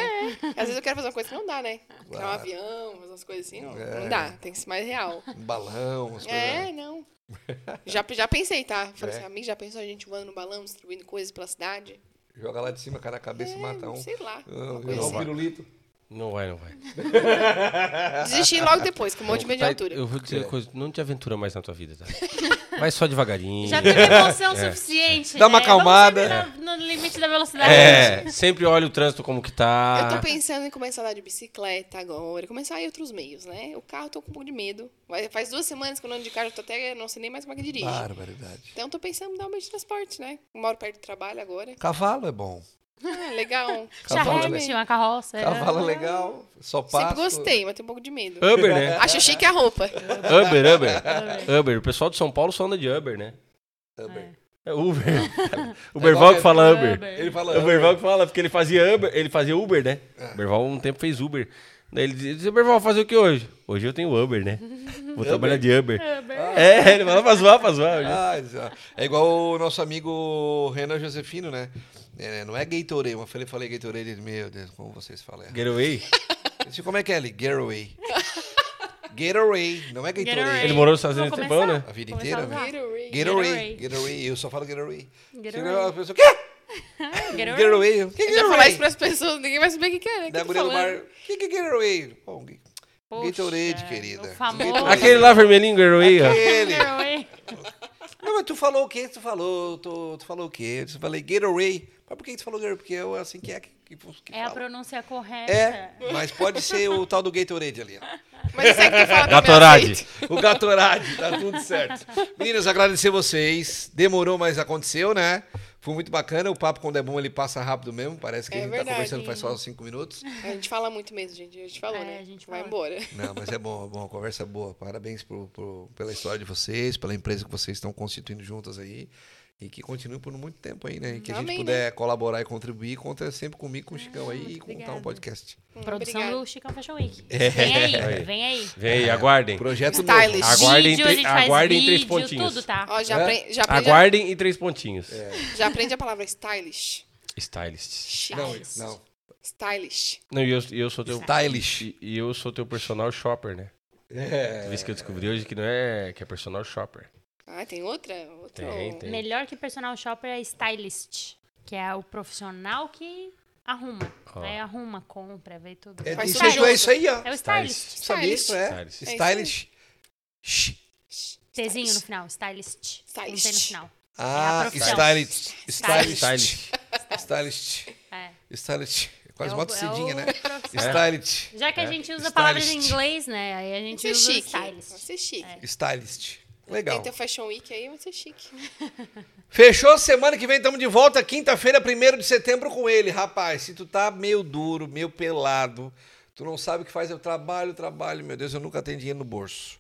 [SPEAKER 4] às vezes eu quero fazer uma coisa que não dá, né? Tirar um
[SPEAKER 1] Claro.
[SPEAKER 4] avião, fazer umas coisas assim, não,
[SPEAKER 1] É.
[SPEAKER 4] não dá, tem que ser mais real.
[SPEAKER 1] Um balão, umas
[SPEAKER 4] É,
[SPEAKER 1] coisas.
[SPEAKER 4] não. Já, já pensei, tá? Falei
[SPEAKER 1] É.
[SPEAKER 4] assim, amigo, já pensou a gente voando no balão, distribuindo coisas pela cidade?
[SPEAKER 1] Joga lá de cima, cai na cabeça
[SPEAKER 4] É,
[SPEAKER 1] e mata um.
[SPEAKER 4] Sei lá.
[SPEAKER 1] Ah,
[SPEAKER 4] uma coisa
[SPEAKER 1] Joga um
[SPEAKER 4] assim.
[SPEAKER 1] pirulito.
[SPEAKER 2] Não vai, não vai.
[SPEAKER 4] Desisti logo depois, com um monte de medo de
[SPEAKER 2] Thay,
[SPEAKER 4] altura.
[SPEAKER 2] Eu vou dizer
[SPEAKER 1] É.
[SPEAKER 2] uma coisa, não te aventura mais na tua vida, tá? Vai só devagarinho.
[SPEAKER 3] Já teve emoção suficiente.
[SPEAKER 1] É. Dá uma
[SPEAKER 3] né? Vamos
[SPEAKER 1] acalmada. É.
[SPEAKER 3] sempre na- No limite da velocidade.
[SPEAKER 2] É, sempre olha o trânsito como que
[SPEAKER 4] Eu
[SPEAKER 2] tá.
[SPEAKER 4] tô pensando em começar a andar de bicicleta agora, começar a ir outros meios, né? O carro eu tô com um pouco de medo. Vai- Faz duas semanas que eu não ando de carro, eu tô até não sei nem mais como é que dirige.
[SPEAKER 1] Barbaridade.
[SPEAKER 4] Então eu tô pensando em dar um meio de transporte, né? Moro perto do trabalho agora.
[SPEAKER 1] Cavalo é bom.
[SPEAKER 4] Ah, legal.
[SPEAKER 1] Cavalo
[SPEAKER 4] Sempre
[SPEAKER 3] Charrete, uma carroça.
[SPEAKER 1] Cavalo é legal. Só passa.
[SPEAKER 4] gostei, mas tenho um pouco de medo.
[SPEAKER 2] Uber, né?
[SPEAKER 4] Acho chique a roupa.
[SPEAKER 2] Uber, Uber. Uber. O pessoal de São Paulo só anda de Uber, né? É Uber.
[SPEAKER 3] É
[SPEAKER 2] O Berval que fala Uber.
[SPEAKER 3] né?
[SPEAKER 1] Ele fala.
[SPEAKER 2] O Berval que fala, porque ele fazia Uber, ele fazia Uber, né? O Berval um tempo fez Uber. Daí ele dizia, Berval, fazer o que hoje? Hoje eu tenho Uber, né? Vou trabalhar de Uber. É, ele fala pra zoar, pra zoar.
[SPEAKER 1] Ah, exa- é igual o nosso amigo Renan Josefino, né? É, não é Gatorade, uma vez eu falei Gatorade, ele, meu Deus, como vocês falam. errado."
[SPEAKER 2] Getaway.
[SPEAKER 1] Eu disse, como é que é ele? Gatorade. Gatorade, não é Gatorade.
[SPEAKER 2] Ele morou nos Estados Unidos
[SPEAKER 3] Vamos
[SPEAKER 2] tempão, né?
[SPEAKER 3] começar?
[SPEAKER 1] A vida
[SPEAKER 3] Começar
[SPEAKER 1] inteira,
[SPEAKER 3] a
[SPEAKER 1] né?
[SPEAKER 3] usar.
[SPEAKER 4] Gatorade.
[SPEAKER 1] Gatorade,
[SPEAKER 3] Gatorade.
[SPEAKER 1] Gatorade, eu só falo Gatorade.
[SPEAKER 3] Gatorade.
[SPEAKER 1] Chega a pessoa, quê?
[SPEAKER 2] né?
[SPEAKER 3] Gatorade.
[SPEAKER 1] Gatorade. O que é
[SPEAKER 4] Eu já falar
[SPEAKER 1] Gatorade?
[SPEAKER 4] isso pras pessoas, ninguém vai saber o que que é, né?
[SPEAKER 1] Da
[SPEAKER 4] Que
[SPEAKER 1] guria
[SPEAKER 4] eu
[SPEAKER 1] do
[SPEAKER 4] tô
[SPEAKER 1] bar,
[SPEAKER 4] falando.
[SPEAKER 1] o que que é Gatorade? Bom,
[SPEAKER 3] Poxa,
[SPEAKER 1] Gatorade, querida.
[SPEAKER 3] o famoso-
[SPEAKER 1] Gatorade.
[SPEAKER 2] Aquele lá vermelhinho, Getaway, ó.
[SPEAKER 1] Aquele.
[SPEAKER 3] Gatorade.
[SPEAKER 1] Não, mas tu falou o quê? Tu falou, tu, tu falou o quê? Eu falei Gatorade. Mas por que tu falou Gatorade? Porque eu, assim, que é que, que, que
[SPEAKER 3] É a
[SPEAKER 1] fala.
[SPEAKER 3] pronúncia correta.
[SPEAKER 1] É, mas pode ser o tal do Gatorade ali. ó.
[SPEAKER 4] Mas isso é que tu fala pra minha
[SPEAKER 2] Gatorade.
[SPEAKER 4] frente.
[SPEAKER 1] O Gatorade, tá tudo certo. Meninas, agradecer vocês. Demorou, mas aconteceu, né? Foi muito bacana. O papo quando é bom, ele passa rápido mesmo. Parece que
[SPEAKER 4] É
[SPEAKER 1] a gente tá
[SPEAKER 4] verdade,
[SPEAKER 1] conversando faz
[SPEAKER 4] hein?
[SPEAKER 1] só cinco minutos.
[SPEAKER 4] A gente fala muito mesmo, gente. A gente falou,
[SPEAKER 3] É,
[SPEAKER 4] né?
[SPEAKER 3] a gente
[SPEAKER 4] Vai
[SPEAKER 3] fala.
[SPEAKER 4] embora.
[SPEAKER 1] Não, mas é bom, é bom. Conversa boa. Parabéns pro- pro- pela história de vocês, pela empresa que vocês estão constituindo juntas aí. E que continue por muito tempo aí, né? E que a gente
[SPEAKER 4] Amém,
[SPEAKER 1] puder colaborar e contribuir, conta sempre comigo, com o Chicão aí e contar um
[SPEAKER 6] obrigada.
[SPEAKER 1] podcast.
[SPEAKER 3] Produção
[SPEAKER 4] Obrigada.
[SPEAKER 3] do Chicão Fashion Week. Vem aí, vem aí.
[SPEAKER 2] Vem É. aí, aguardem.
[SPEAKER 1] Projeto
[SPEAKER 4] Stylist.
[SPEAKER 1] novo.
[SPEAKER 2] Aguardem,
[SPEAKER 3] Vídeo, a gente
[SPEAKER 2] tre-
[SPEAKER 3] faz
[SPEAKER 2] aguardem
[SPEAKER 3] vídeo,
[SPEAKER 2] três pontinhos.
[SPEAKER 3] tudo, tá?
[SPEAKER 4] Ó, já,
[SPEAKER 1] É?
[SPEAKER 4] apre- já, aprende, a-
[SPEAKER 2] Aguardem e três pontinhos.
[SPEAKER 4] já aprende a palavra stylish.
[SPEAKER 2] Stylist.
[SPEAKER 4] Chique.
[SPEAKER 1] Não, não.
[SPEAKER 4] Stylish.
[SPEAKER 2] Não, e eu, e eu sou teu.
[SPEAKER 1] Stylish.
[SPEAKER 2] E, e eu sou teu personal shopper, né?
[SPEAKER 1] É.
[SPEAKER 2] Por isso que eu descobri hoje que não é. que é personal shopper.
[SPEAKER 4] Ah, tem outra? Outra.
[SPEAKER 2] Tem, tem.
[SPEAKER 3] Melhor que personal shopper é stylist, que é o profissional que arruma.
[SPEAKER 2] Ó.
[SPEAKER 3] Aí arruma, compra, vê tudo.
[SPEAKER 1] É,
[SPEAKER 4] Faz
[SPEAKER 1] isso,
[SPEAKER 4] tudo
[SPEAKER 1] aí, é
[SPEAKER 4] junto.
[SPEAKER 1] isso aí, ó.
[SPEAKER 3] É o
[SPEAKER 2] Stylist.
[SPEAKER 3] stylist.
[SPEAKER 1] Sabia isso, é?
[SPEAKER 2] Stylist.
[SPEAKER 4] É
[SPEAKER 1] Stylish. Shh.
[SPEAKER 3] Tzinho no final, stylist. Não tem no
[SPEAKER 4] Stylist.
[SPEAKER 3] final. É a
[SPEAKER 1] Ah,
[SPEAKER 3] profissão.
[SPEAKER 1] stylist. Stylist.
[SPEAKER 2] Stylist.
[SPEAKER 1] Stylist.
[SPEAKER 3] É.
[SPEAKER 1] Stylist. É quase
[SPEAKER 3] É o-
[SPEAKER 1] uma tocidinha,
[SPEAKER 3] é o
[SPEAKER 1] né?
[SPEAKER 3] profissional.
[SPEAKER 1] Stylist.
[SPEAKER 3] Já que a
[SPEAKER 2] É.
[SPEAKER 3] gente usa palavras em
[SPEAKER 1] Stylist.
[SPEAKER 3] inglês, né? Aí a gente
[SPEAKER 4] Vai ser
[SPEAKER 3] usa É.
[SPEAKER 4] chique. Vai
[SPEAKER 3] stylist.
[SPEAKER 4] ser chique.
[SPEAKER 1] É. Stylist. Legal.
[SPEAKER 4] Tem teu Fashion Week aí, vai ser chique.
[SPEAKER 1] Fechou? Semana que vem estamos de volta, quinta-feira, 1 de setembro com ele. Rapaz, se tu tá meio duro, meio pelado, tu não sabe o que faz, eu trabalho, trabalho, meu Deus, eu nunca tenho dinheiro no bolso.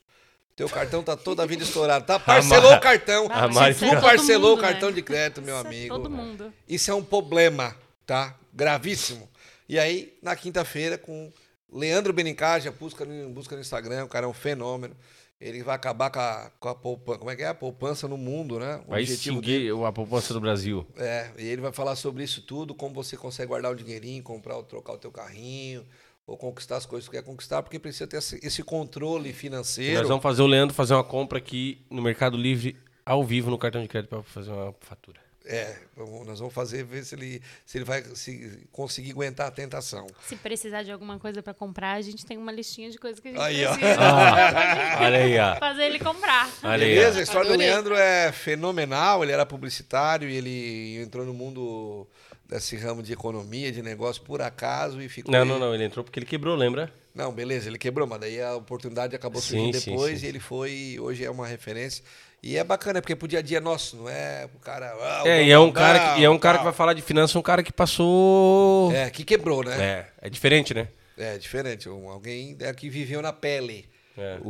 [SPEAKER 1] Teu cartão tá toda a vida estourado, tá? Parcelou
[SPEAKER 2] Mari-
[SPEAKER 1] o cartão.
[SPEAKER 2] a Mari
[SPEAKER 1] Tu
[SPEAKER 2] ficou-
[SPEAKER 3] Todo
[SPEAKER 1] parcelou
[SPEAKER 3] mundo,
[SPEAKER 1] o
[SPEAKER 3] né?
[SPEAKER 1] cartão de crédito, meu
[SPEAKER 3] Isso é
[SPEAKER 1] amigo.
[SPEAKER 3] todo mundo.
[SPEAKER 1] Isso é um problema, tá? Gravíssimo. E aí, na quinta-feira, com Leandro Benincádia, busca no, busca no Instagram, o cara é um fenômeno. Ele vai acabar com a, com a poupança. Como é que é? A poupança no mundo, né? O
[SPEAKER 2] Vai
[SPEAKER 1] objetivo
[SPEAKER 2] extinguir a poupança do Brasil.
[SPEAKER 1] é, e ele vai falar sobre isso tudo, como você consegue guardar o dinheirinho, comprar ou trocar o teu carrinho, ou conquistar as coisas que quer conquistar, porque precisa ter esse, esse controle financeiro.
[SPEAKER 2] Nós vamos fazer o Leandro fazer uma compra aqui no Mercado Livre, ao vivo, no cartão de crédito, pra fazer uma fatura.
[SPEAKER 1] É, vamos- nós vamos fazer, ver se ele, se ele vai se conseguir aguentar a tentação.
[SPEAKER 3] Se precisar de alguma coisa pra comprar, a gente tem uma listinha de coisas que a gente
[SPEAKER 1] Aí, ó.
[SPEAKER 3] precisa.
[SPEAKER 2] Ah, Olha aí, ó.
[SPEAKER 3] Fazer ele comprar.
[SPEAKER 2] Olha aí,
[SPEAKER 1] Beleza?
[SPEAKER 2] ó.
[SPEAKER 1] A história
[SPEAKER 4] Adorei.
[SPEAKER 1] do Leandro é fenomenal. Ele era publicitário e ele entrou no mundo desse ramo de economia, de negócio, por acaso e ficou.
[SPEAKER 2] Não,
[SPEAKER 1] aí.
[SPEAKER 2] não, não. Ele entrou porque ele quebrou, lembra?
[SPEAKER 1] Não, beleza, ele quebrou, mas daí a oportunidade acabou
[SPEAKER 2] Sim,
[SPEAKER 1] surgindo
[SPEAKER 2] sim,
[SPEAKER 1] depois
[SPEAKER 2] sim,
[SPEAKER 1] e ele foi, hoje é uma referência. E é bacana, porque pro dia a dia nosso, não é o cara. ah, o
[SPEAKER 2] É, e é um cara, que, e é um cara que vai falar de finança, um cara que passou.
[SPEAKER 1] É, que quebrou, né?
[SPEAKER 2] É, é diferente, né?
[SPEAKER 1] É, diferente. um- Alguém é, que viveu na pele
[SPEAKER 2] É.
[SPEAKER 1] o,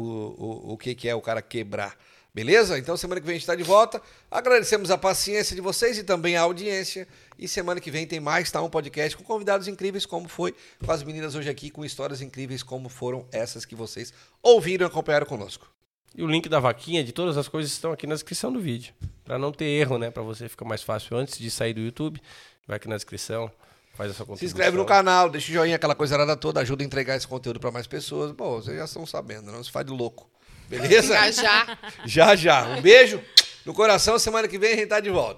[SPEAKER 1] o, o que, que é o cara quebrar. Beleza? Então semana que vem a gente está de volta. Agradecemos a paciência de vocês e também a audiência. E semana que vem tem mais, tá? Um podcast com convidados incríveis, como foi com as meninas hoje aqui, com histórias incríveis, como foram essas que vocês ouviram e acompanharam conosco.
[SPEAKER 2] E o link da vaquinha, de todas as coisas, estão aqui na descrição do vídeo. Pra não ter erro, né? Pra você fica mais fácil antes de sair do YouTube. Vai aqui na descrição, faz a sua
[SPEAKER 1] Se
[SPEAKER 2] contribuição.
[SPEAKER 1] inscreve no canal, deixa o joinha, aquela coisa arada toda, ajuda a entregar esse conteúdo para mais pessoas. Bom, vocês já estão sabendo, né? não se faz de louco. Beleza?
[SPEAKER 4] Engajar.
[SPEAKER 1] já, já. Um beijo no coração, semana que vem a gente tá de volta.